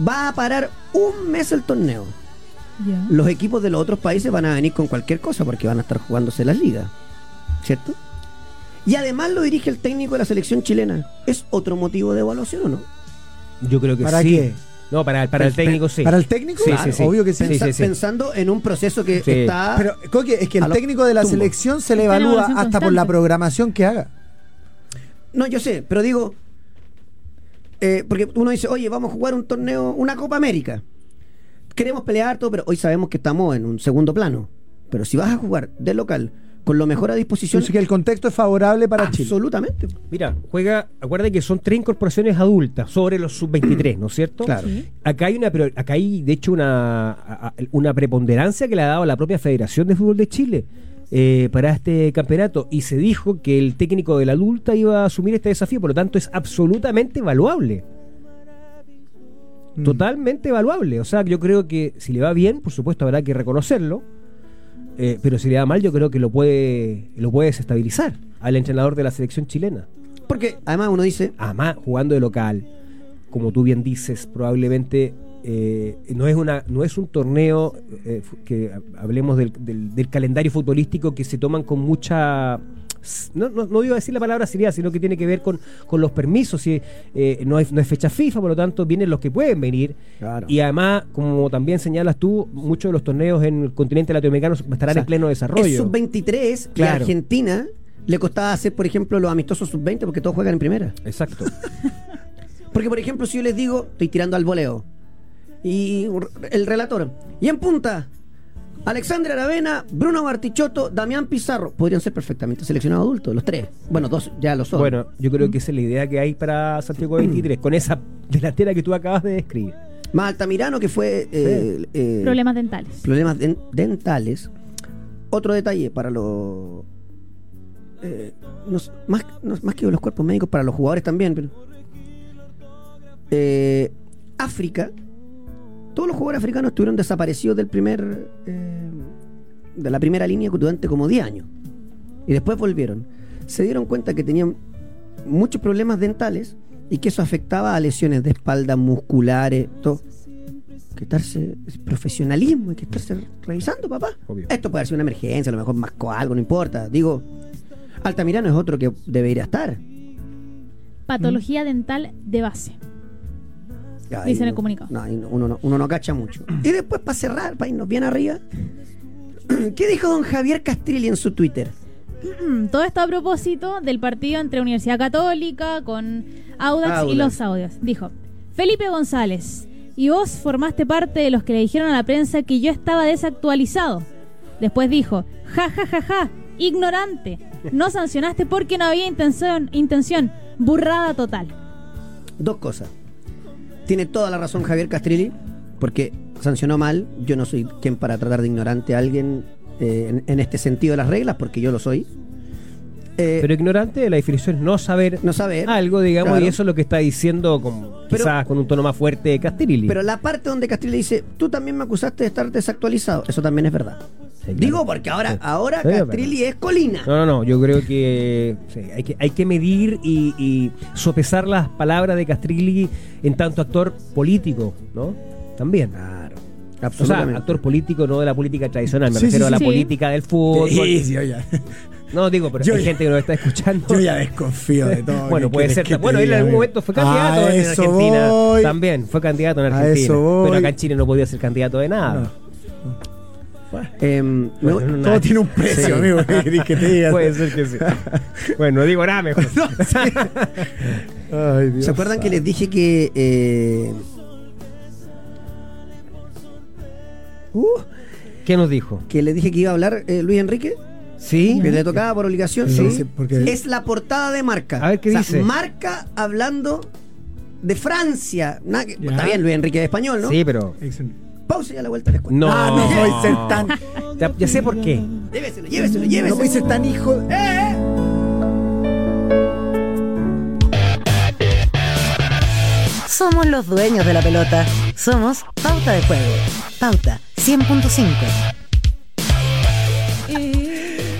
[SPEAKER 1] va a parar un mes el torneo,
[SPEAKER 3] Ya.
[SPEAKER 1] los equipos de los otros países van a venir con cualquier cosa porque van a estar jugándose las ligas, ¿cierto? Y además lo dirige el técnico de la selección chilena. ¿Es otro motivo de evaluación o no?
[SPEAKER 2] Yo creo que
[SPEAKER 4] ¿Para
[SPEAKER 2] sí.
[SPEAKER 4] qué?
[SPEAKER 2] No, para, para el
[SPEAKER 1] Pe-
[SPEAKER 2] técnico sí.
[SPEAKER 4] ¿Para el técnico?
[SPEAKER 2] Sí,
[SPEAKER 4] Claro,
[SPEAKER 2] sí, sí.
[SPEAKER 4] Obvio que sí.
[SPEAKER 2] Sí,
[SPEAKER 1] Pensa-
[SPEAKER 2] sí, sí.
[SPEAKER 1] Pensando en un proceso que
[SPEAKER 2] Sí.
[SPEAKER 1] está...
[SPEAKER 4] Pero, Coque, es que
[SPEAKER 1] A
[SPEAKER 4] el
[SPEAKER 1] lo
[SPEAKER 4] técnico de la
[SPEAKER 1] tumbo.
[SPEAKER 4] selección se le
[SPEAKER 3] Está en
[SPEAKER 4] evalúa
[SPEAKER 3] evaluación
[SPEAKER 4] hasta por
[SPEAKER 3] constante.
[SPEAKER 4] la programación que haga.
[SPEAKER 1] No, yo sé, pero digo. eh, porque uno dice, oye, vamos a jugar un torneo, una Copa América. Queremos pelear todo, pero hoy sabemos que estamos en un segundo plano. Pero si vas a jugar de local, con lo mejor a disposición.
[SPEAKER 4] Entonces, que el contexto es favorable para Chile.
[SPEAKER 1] absolutamente.
[SPEAKER 2] Mira, juega, acuérdate que son tres incorporaciones adultas sobre los sub-23, ¿no es cierto?
[SPEAKER 1] Claro.
[SPEAKER 3] Sí.
[SPEAKER 2] Acá hay, una, prior- acá hay, de hecho, una, a- a- una preponderancia que le ha dado la propia Federación de Fútbol de Chile eh, para este campeonato. Y se dijo que el técnico de la adulta iba a asumir este desafío, por lo tanto es absolutamente evaluable.
[SPEAKER 4] Mm.
[SPEAKER 2] totalmente evaluable. O sea, yo creo que si le va bien, por supuesto habrá que reconocerlo, eh, pero si le va mal, yo creo que lo puede, lo puede desestabilizar al entrenador de la selección chilena.
[SPEAKER 1] Porque además uno dice,
[SPEAKER 2] Además, jugando de local, como tú bien dices, probablemente eh, no, es una, no es un torneo eh, fu- que ha- hablemos del, del- del calendario futbolístico que se toman con mucha. No, no, no iba a decir la palabra seriedad, sino que tiene que ver con, con los permisos. Si, eh, no, es, no es fecha FIFA, por lo tanto, vienen los que pueden venir.
[SPEAKER 1] Claro.
[SPEAKER 2] Y además, como también señalas tú, muchos de los torneos en el continente latinoamericano estarán
[SPEAKER 1] O sea,
[SPEAKER 2] en pleno desarrollo.
[SPEAKER 1] es sub-23 que a
[SPEAKER 2] Claro.
[SPEAKER 1] Argentina le costaba hacer, por ejemplo, los amistosos sub-20 porque todos juegan en primera.
[SPEAKER 2] Exacto.
[SPEAKER 1] Porque, por ejemplo, si yo les digo, estoy tirando al voleo, y el relator, y en punta, Alexandre Aravena, Bruno Bartichotto, Damián Pizarro, podrían ser perfectamente seleccionados adultos, los tres. Bueno, dos ya los son.
[SPEAKER 2] Bueno, yo
[SPEAKER 1] Mm.
[SPEAKER 2] creo que esa es la idea que hay para Santiago 23, con esa delantera que tú acabas de describir.
[SPEAKER 1] Más Altamirano, que fue. eh, eh,
[SPEAKER 3] Problemas dentales.
[SPEAKER 1] problemas den- dentales. Otro detalle para los. eh, no s- más, no- más que los cuerpos médicos, para los jugadores también, pero. eh, África. Todos los jugadores africanos estuvieron desaparecidos del primer. eh, de la primera línea durante como 10 años. Y después volvieron. Se dieron cuenta que tenían muchos problemas dentales y que eso afectaba a lesiones de espalda, musculares, todo que estarse es profesionalismo, hay que estarse revisando, papá.
[SPEAKER 2] Obvio.
[SPEAKER 1] Esto puede ser una emergencia, a lo mejor mascó algo, no importa. Digo, Altamirano es otro que debería estar.
[SPEAKER 3] Patología dental de base.
[SPEAKER 1] Ahí
[SPEAKER 3] Dice en el
[SPEAKER 1] no-
[SPEAKER 3] comunicado.
[SPEAKER 1] no, ahí no- uno, no, uno no cacha mucho. Y después, para cerrar, para irnos bien arriba, ¿qué dijo don Javier Castrilli en su Twitter?
[SPEAKER 3] Mm, Todo esto a propósito del partido entre Universidad Católica con Audax, y
[SPEAKER 1] Audax.
[SPEAKER 3] los Audios. Dijo, Felipe González, y vos formaste parte de los que le dijeron a la prensa que yo estaba desactualizado. Después dijo, ja, ja, ja, ja, ignorante. No sancionaste porque no había intención, intención. Burrada total.
[SPEAKER 1] Dos cosas. Tiene toda la razón Javier Castrilli, porque sancionó mal. Yo no soy quien para tratar de ignorante a alguien eh, en, en este sentido de las reglas, porque yo lo soy. Eh,
[SPEAKER 2] Pero ignorante, la definición es no saber
[SPEAKER 1] no saber.
[SPEAKER 2] algo, digamos,
[SPEAKER 1] Claro.
[SPEAKER 2] y eso es lo que está diciendo con,
[SPEAKER 1] Pero-
[SPEAKER 2] quizás con un tono más fuerte de Castirilli.
[SPEAKER 1] Pero la parte donde Castillo le dice, tú también me acusaste de estar desactualizado, eso también es verdad.
[SPEAKER 2] Sí, claro.
[SPEAKER 1] Digo porque ahora,
[SPEAKER 2] Sí.
[SPEAKER 1] ahora
[SPEAKER 2] Sí, es
[SPEAKER 1] Castrilli es colina.
[SPEAKER 2] No, no, no, yo creo que, sí, hay, que hay que medir y, y sopesar las palabras de Castrilli en tanto actor político, ¿no? También.
[SPEAKER 1] Claro,
[SPEAKER 2] O sea,
[SPEAKER 1] absolutamente.
[SPEAKER 2] actor político no de la política tradicional, me
[SPEAKER 4] Sí, sí,
[SPEAKER 2] refiero a
[SPEAKER 4] sí,
[SPEAKER 2] la
[SPEAKER 3] sí.
[SPEAKER 2] política del fútbol.
[SPEAKER 4] Sí, sí, yo ya,
[SPEAKER 2] No, digo, pero
[SPEAKER 4] Yo
[SPEAKER 2] hay
[SPEAKER 4] ya-
[SPEAKER 2] gente que nos está escuchando.
[SPEAKER 4] yo ya desconfío de todo.
[SPEAKER 2] Bueno,
[SPEAKER 4] ¿Qué
[SPEAKER 2] puede
[SPEAKER 4] quieres
[SPEAKER 2] ser.
[SPEAKER 4] que te
[SPEAKER 2] Bueno, él en
[SPEAKER 4] diga,
[SPEAKER 2] algún
[SPEAKER 4] amigo?
[SPEAKER 2] momento fue
[SPEAKER 4] A
[SPEAKER 2] candidato en
[SPEAKER 4] eso
[SPEAKER 2] Argentina.
[SPEAKER 4] voy.
[SPEAKER 2] También fue candidato en
[SPEAKER 4] A
[SPEAKER 2] Argentina.
[SPEAKER 4] eso voy.
[SPEAKER 2] Pero acá en Chile no podía ser candidato de nada.
[SPEAKER 1] Em, me voy-
[SPEAKER 2] Pues no,
[SPEAKER 4] Todo tiene un precio,
[SPEAKER 2] Sí.
[SPEAKER 4] amigo. ¿Qué querés que te diga?
[SPEAKER 2] Puede ser que sí. bueno, no digo nada mejor.
[SPEAKER 4] Ay, Dios. Ah,
[SPEAKER 1] ¿Se acuerdan que les dije que... eh, uh,
[SPEAKER 2] ¿Qué nos dijo?
[SPEAKER 1] que les dije que iba a hablar eh, Luis Enrique?
[SPEAKER 2] ¿Sí?
[SPEAKER 1] Que le tocaba por obligación,
[SPEAKER 4] Sí,
[SPEAKER 1] sí.
[SPEAKER 4] sí, porque-
[SPEAKER 1] Es la portada de marca.
[SPEAKER 2] A ver, ¿qué dice?
[SPEAKER 1] Marca hablando de Francia. Nada que-
[SPEAKER 4] Ya.
[SPEAKER 1] Está bien, Luis Enrique es español, ¿no?
[SPEAKER 2] Sí, pero.
[SPEAKER 4] Excelente.
[SPEAKER 1] Pausa y a la vuelta les cuento.
[SPEAKER 2] No.
[SPEAKER 4] Ah, no puede ser tan.
[SPEAKER 2] Ya, ya sé por qué.
[SPEAKER 1] Lléveselo, lléveselo, lléveselo. Eh,
[SPEAKER 4] No puede ser tan hijo. de-
[SPEAKER 6] Somos los dueños de la pelota. Somos Pauta de Juego. Pauta 100.5.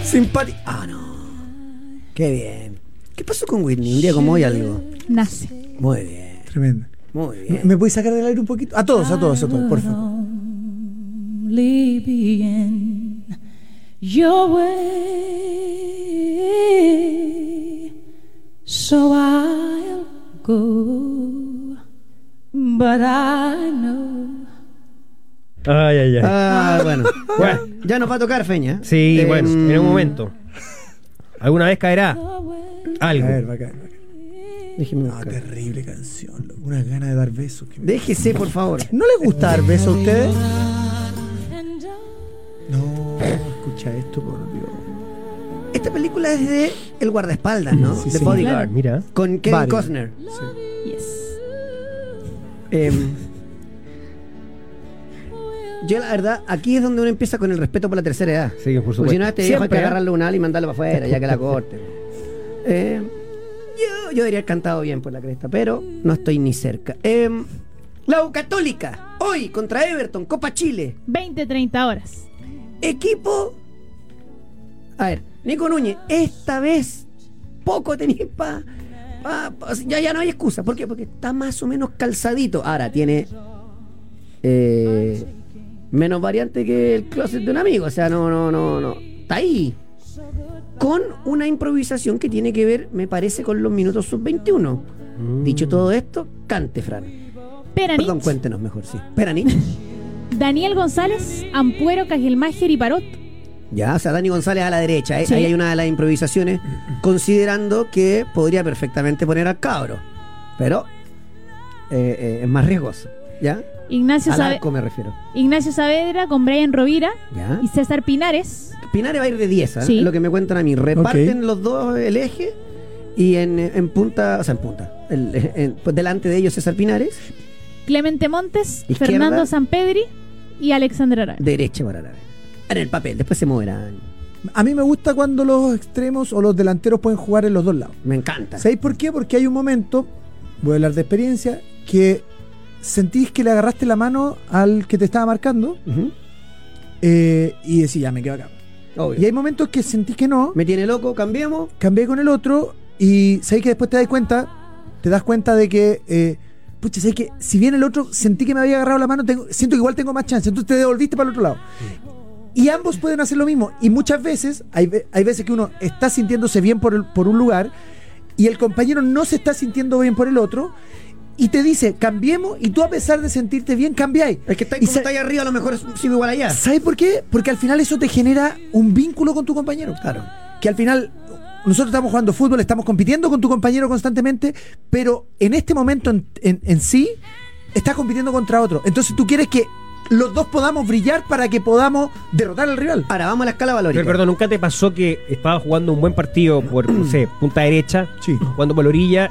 [SPEAKER 1] Simpático. Ah, no. Qué bien. ¿Qué pasó con Whitney? Un día como hoy algo.
[SPEAKER 3] Nace.
[SPEAKER 1] Muy bien,
[SPEAKER 4] Tremendo.
[SPEAKER 1] muy bien.
[SPEAKER 4] ¿Me, me puedes sacar del aire un poquito? A todos, a todos, a todos, por favor.
[SPEAKER 7] only be in your way. So I'll go, but I know.
[SPEAKER 2] Ay, ay, ay.
[SPEAKER 1] Ah, bueno.
[SPEAKER 2] Bueno.
[SPEAKER 1] Ya nos va a tocar, Feña.
[SPEAKER 2] Sí,
[SPEAKER 1] Eh,
[SPEAKER 2] bueno,
[SPEAKER 1] mm,
[SPEAKER 2] en un momento. Alguna vez caerá
[SPEAKER 4] A ver,
[SPEAKER 2] algo.
[SPEAKER 4] bacán. bacán.
[SPEAKER 1] déjeme
[SPEAKER 4] No,
[SPEAKER 1] buscar.
[SPEAKER 4] Ah, terrible canción. loco. Unas ganas de dar besos. que me-
[SPEAKER 1] Déjese, por favor.
[SPEAKER 4] ¿No les gusta dar besos a ustedes? No, escucha esto, por Dios.
[SPEAKER 1] Esta película es de El Guardaespaldas, ¿no?
[SPEAKER 4] Sí,
[SPEAKER 1] de
[SPEAKER 4] sí.
[SPEAKER 1] Bodyguard.
[SPEAKER 2] Mira.
[SPEAKER 1] Con Kevin
[SPEAKER 4] Varios.
[SPEAKER 1] Costner.
[SPEAKER 4] Sí.
[SPEAKER 3] Yes.
[SPEAKER 1] Em, yo, la verdad, aquí es donde uno empieza con el respeto por la tercera edad.
[SPEAKER 2] Sí, por
[SPEAKER 1] Porque si no, a
[SPEAKER 2] supuesto.
[SPEAKER 1] este viejo hay que
[SPEAKER 2] Siempre, ¿eh?
[SPEAKER 1] agarrarle un ala y mandarlo para afuera, ya que la corte. Eh, yo, yo debería haber cantado bien por la cresta, pero no estoy ni cerca. Eh, La U Católica, hoy contra Everton, Copa Chile.
[SPEAKER 3] 20, 30 horas.
[SPEAKER 1] Equipo. A ver, Nico Núñez, esta vez poco tenéis pa. pa- pa- ya, ya no hay excusa. ¿Por qué? Porque está más o menos calzadito. Ahora tiene. eh, menos variante que el closet de un amigo. O sea, no, no, no, no. Está ahí. Con una improvisación que tiene que ver, me parece, con los minutos sub-21. Dicho todo esto, cante, Fran.
[SPEAKER 3] Peranich,
[SPEAKER 1] Perdón, cuéntenos mejor, sí. Peranich.
[SPEAKER 3] Daniel González, Ampuero, Cajelmacher y Parot.
[SPEAKER 1] Ya, o sea, Dani González a la derecha. ¿eh?
[SPEAKER 3] Sí.
[SPEAKER 1] Ahí hay una de las improvisaciones, considerando que podría perfectamente poner al cabro. Pero eh, eh, es más riesgoso. ¿Ya?
[SPEAKER 3] Ignacio,
[SPEAKER 1] Al
[SPEAKER 3] Saavedra-
[SPEAKER 1] arco ¿Ah? me refiero.
[SPEAKER 3] Ignacio Saavedra con Brian Rovira
[SPEAKER 1] ¿Ya?
[SPEAKER 3] y César Pinares.
[SPEAKER 1] Pinares va a ir de 10, ¿eh?
[SPEAKER 3] Sí.
[SPEAKER 1] es lo que me cuentan a mí. Reparten los dos el eje y en, en punta, o sea, en punta. el- en- pues delante de ellos César Pinares,
[SPEAKER 3] Clemente Montes,
[SPEAKER 1] Izquierda.
[SPEAKER 3] Fernando Sampedri y Alexander Araya.
[SPEAKER 1] derecha para la En el papel, después se moverán.
[SPEAKER 4] A mí me gusta cuando los extremos o los delanteros pueden jugar en los dos lados.
[SPEAKER 1] Me encanta.
[SPEAKER 4] ¿Sabéis por qué? Porque hay un momento, voy a hablar de experiencia, que sentís que le agarraste la mano al que te estaba marcando
[SPEAKER 1] Ujú.
[SPEAKER 4] eh, y decís, ya me quedo acá.
[SPEAKER 1] Obvio.
[SPEAKER 4] Y hay momentos que sentís que no,
[SPEAKER 1] Me tiene loco, cambiemos.
[SPEAKER 4] cambié con el otro y sabéis que después te das cuenta, te das cuenta de que, eh, pucha, sabéis que si bien el otro sentí que me había agarrado la mano, tengo- siento que igual tengo más chance, entonces te devolviste para el otro lado. Y ambos pueden hacer lo mismo. Y muchas veces, hay, ve- hay veces que uno está sintiéndose bien por, el- por un lugar y el compañero no se está sintiendo bien por el otro. Y te dice, cambiemos, y tú a pesar de sentirte bien, cambiáis.
[SPEAKER 1] Es que está,
[SPEAKER 4] Y
[SPEAKER 1] como
[SPEAKER 4] sa-
[SPEAKER 1] está ahí arriba, a lo mejor sigo igual allá.
[SPEAKER 4] ¿Sabes por qué? Porque al final eso te genera un vínculo con tu compañero. Claro. Que al final nosotros estamos jugando fútbol, estamos compitiendo con tu compañero constantemente, pero en este momento en, en- en sí estás compitiendo contra otro. Entonces tú quieres que los dos podamos brillar para que podamos derrotar al rival.
[SPEAKER 1] Ahora vamos a la escala valórica.
[SPEAKER 2] Pero, perdón, ¿nunca te pasó que estabas jugando un buen partido por, no sé, punta derecha,
[SPEAKER 4] Sí.
[SPEAKER 2] jugando por la orilla,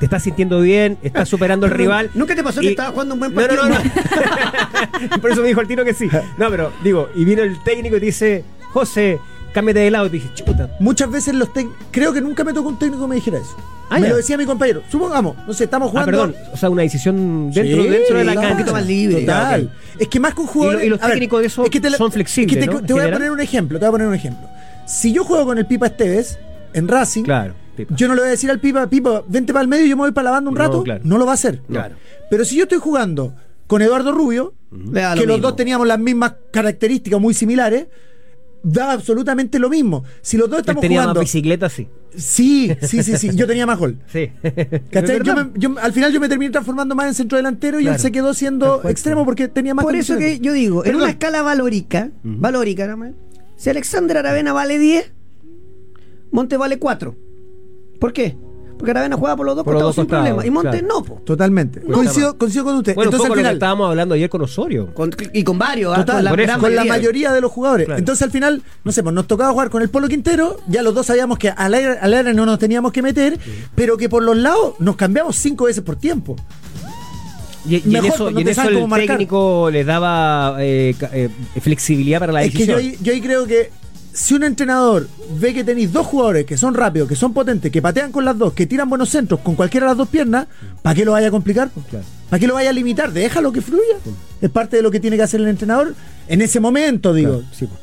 [SPEAKER 2] te estás sintiendo bien, estás superando al rival?
[SPEAKER 1] ¿Nunca te pasó que
[SPEAKER 2] y-
[SPEAKER 1] estabas jugando un buen
[SPEAKER 2] No, no,
[SPEAKER 1] partido?
[SPEAKER 2] no, no. por eso me dijo el tiro que sí. No, pero digo, y vino el técnico y te dice, José, cámbiate de lado. Y te dije, chuta.
[SPEAKER 4] Muchas veces los técnicos... Creo que nunca me tocó un técnico que me dijera eso.
[SPEAKER 2] Ah,
[SPEAKER 4] me
[SPEAKER 2] ya.
[SPEAKER 4] lo decía mi compañero. Supongamos, no sé, estamos
[SPEAKER 2] Ah,
[SPEAKER 4] jugando...
[SPEAKER 2] perdón. O sea, una decisión dentro,
[SPEAKER 4] Sí,
[SPEAKER 2] dentro de la
[SPEAKER 4] claro.
[SPEAKER 2] cancha.
[SPEAKER 1] un poquito más libre.
[SPEAKER 4] Total.
[SPEAKER 2] Ya,
[SPEAKER 4] Es que más con jugadores.
[SPEAKER 2] Y lo- y los
[SPEAKER 4] a ver,
[SPEAKER 2] técnicos de eso son flexibles,
[SPEAKER 4] es que te,
[SPEAKER 2] ¿no?
[SPEAKER 4] te voy a
[SPEAKER 2] En general.
[SPEAKER 4] poner un ejemplo. Te voy a poner un ejemplo. Si yo juego con el Pipa Esteves en Racing,
[SPEAKER 2] Claro. Pipa.
[SPEAKER 4] yo no le voy a decir al Pipa, Pipa, vente para el medio y yo me voy para la banda un
[SPEAKER 2] No,
[SPEAKER 4] rato. No,
[SPEAKER 2] claro.
[SPEAKER 4] lo va a hacer.
[SPEAKER 2] Claro.
[SPEAKER 4] Pero si yo estoy jugando con Eduardo Rubio,
[SPEAKER 1] Le da lo
[SPEAKER 4] que los
[SPEAKER 1] mismo.
[SPEAKER 4] dos teníamos las mismas características muy similares, da absolutamente lo mismo. Si los dos
[SPEAKER 2] Él
[SPEAKER 4] estamos
[SPEAKER 2] tenía
[SPEAKER 4] jugando.
[SPEAKER 2] más bicicleta, sí.
[SPEAKER 4] Sí, sí, sí, sí. Yo tenía más gol.
[SPEAKER 2] Sí.
[SPEAKER 4] ¿Cachai?
[SPEAKER 2] Es
[SPEAKER 4] Yo
[SPEAKER 2] verdad.
[SPEAKER 4] me- yo- al final yo me terminé transformando más en centro delantero y
[SPEAKER 2] Claro.
[SPEAKER 4] él se quedó
[SPEAKER 2] Tal
[SPEAKER 4] siendo
[SPEAKER 2] cual. pues.
[SPEAKER 4] extremo porque tenía más
[SPEAKER 1] Por eso que
[SPEAKER 4] condiciones.
[SPEAKER 1] yo digo, en
[SPEAKER 4] Perdón.
[SPEAKER 1] una escala valórica, valórica nada más, si Alexander Aravena vale 10, Monte vale 4. ¿Por qué? Porque Aravena juega por los dos
[SPEAKER 2] Por los
[SPEAKER 1] costados
[SPEAKER 2] dos
[SPEAKER 1] sin
[SPEAKER 2] costados,
[SPEAKER 1] problema. Y Monte
[SPEAKER 2] claro.
[SPEAKER 1] no, po.
[SPEAKER 4] Totalmente.
[SPEAKER 2] Cuesta más.
[SPEAKER 4] Coincido, coincido con usted.
[SPEAKER 2] Bueno, un poco
[SPEAKER 4] Entonces al
[SPEAKER 2] lo que
[SPEAKER 4] final,
[SPEAKER 2] estábamos hablando ayer con Osorio.
[SPEAKER 1] Con- y con varios, ah,
[SPEAKER 4] total,
[SPEAKER 1] con la,
[SPEAKER 2] por eso,
[SPEAKER 1] gran
[SPEAKER 4] con la
[SPEAKER 1] mayoría.
[SPEAKER 4] mayoría de los jugadores.
[SPEAKER 2] Claro.
[SPEAKER 4] Entonces al final, no sé, pues nos tocaba jugar con el Polo Quintero, ya los dos sabíamos que al aire, al aire no nos teníamos que meter, pero que por los lados nos cambiamos cinco veces por tiempo.
[SPEAKER 2] Y, y en
[SPEAKER 4] Mejor,
[SPEAKER 2] eso,
[SPEAKER 4] pues no
[SPEAKER 2] y en
[SPEAKER 4] te
[SPEAKER 2] eso
[SPEAKER 4] saben
[SPEAKER 2] el
[SPEAKER 4] cómo marcar.
[SPEAKER 2] técnico les daba eh, ca- eh, flexibilidad para la
[SPEAKER 4] es que yo
[SPEAKER 2] decisión.
[SPEAKER 4] ahí, yo ahí creo que si un entrenador ve que tenéis dos jugadores que son rápidos, que son potentes, que patean con las dos, que tiran buenos centros con cualquiera de las dos piernas, ¿para qué lo vaya a complicar? po?
[SPEAKER 2] Pues Claro.
[SPEAKER 4] ¿Para qué lo vaya a limitar? Déjalo que fluya. Es parte de lo que tiene que hacer el entrenador en ese momento, digo.
[SPEAKER 2] Claro, sí, pues.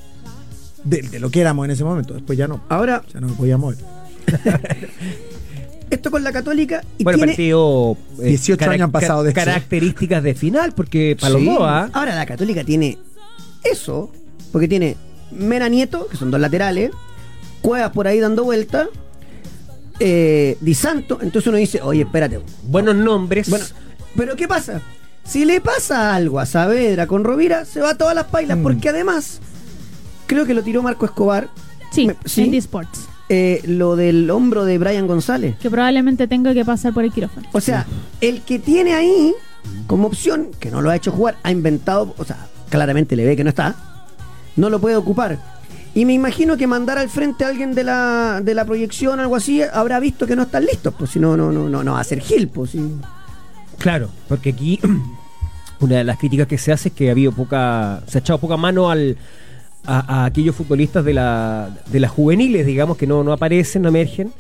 [SPEAKER 4] De, de lo que éramos en ese momento. Después ya no.
[SPEAKER 1] Ahora,
[SPEAKER 4] Ya no me podía mover.
[SPEAKER 1] esto con la Católica y
[SPEAKER 2] Bueno,
[SPEAKER 1] tiene-
[SPEAKER 2] partido. eh,
[SPEAKER 4] 18 años han pasado de eso.
[SPEAKER 2] Características de final, porque para
[SPEAKER 1] Sí.
[SPEAKER 2] los dos, ¿ah?
[SPEAKER 1] Ahora la Católica tiene eso, porque tiene Mena Nieto, que son dos laterales, Cuevas por ahí dando vuelta, eh, Di Santo, entonces uno dice, oye, espérate.
[SPEAKER 2] buenos nombres.
[SPEAKER 1] Bueno, pero ¿qué pasa? Si le pasa algo a Saavedra con Rovira, se va a todas las pailas, porque además, creo que lo tiró Marco Escobar,
[SPEAKER 3] Sí,
[SPEAKER 1] Me- sí.
[SPEAKER 3] en D-Sports.
[SPEAKER 1] eh, lo del hombro de Brian González.
[SPEAKER 3] Que probablemente tenga que pasar por el quirófano.
[SPEAKER 1] O sea, el que tiene ahí como opción, que no lo ha hecho jugar, ha inventado, o sea, claramente le ve que no está, no lo puede ocupar. Y me imagino que mandar al frente a alguien de la, de la proyección o algo así habrá visto que no están listos, pues si no, no, no, no, no va a ser Gil, pues si-
[SPEAKER 2] Mm. Claro, porque aquí una de las críticas que se hace es que ha habido poca. Se ha echado poca mano al. A, a aquellos futbolistas de, la, de las juveniles, digamos, que no, no aparecen, no emergen,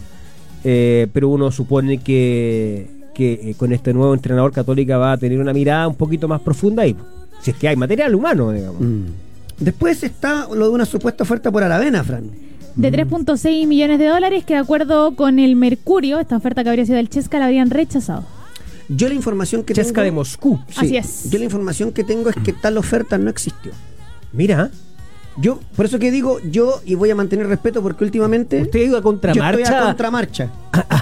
[SPEAKER 2] Eh, pero uno supone que, que eh, con este nuevo entrenador católica va a tener una mirada un poquito más profunda ahí. Si es que hay material humano, digamos.
[SPEAKER 1] Mm. Después está lo de una supuesta oferta por Aravena, Fran. Mm.
[SPEAKER 3] de 3.6 millones de dólares que de acuerdo con el Mercurio, esta oferta que habría sido del Chesca la habrían rechazado.
[SPEAKER 1] Yo la información que
[SPEAKER 2] Chesca de
[SPEAKER 1] tengo.
[SPEAKER 2] Moscú.
[SPEAKER 3] Así es.
[SPEAKER 1] Yo la información que tengo es que tal oferta no existió.
[SPEAKER 2] Mira,
[SPEAKER 1] Yo, por eso que digo yo, y voy a mantener respeto porque últimamente.
[SPEAKER 2] usted ha ido a contramarcha.
[SPEAKER 1] Yo estoy a contramarcha.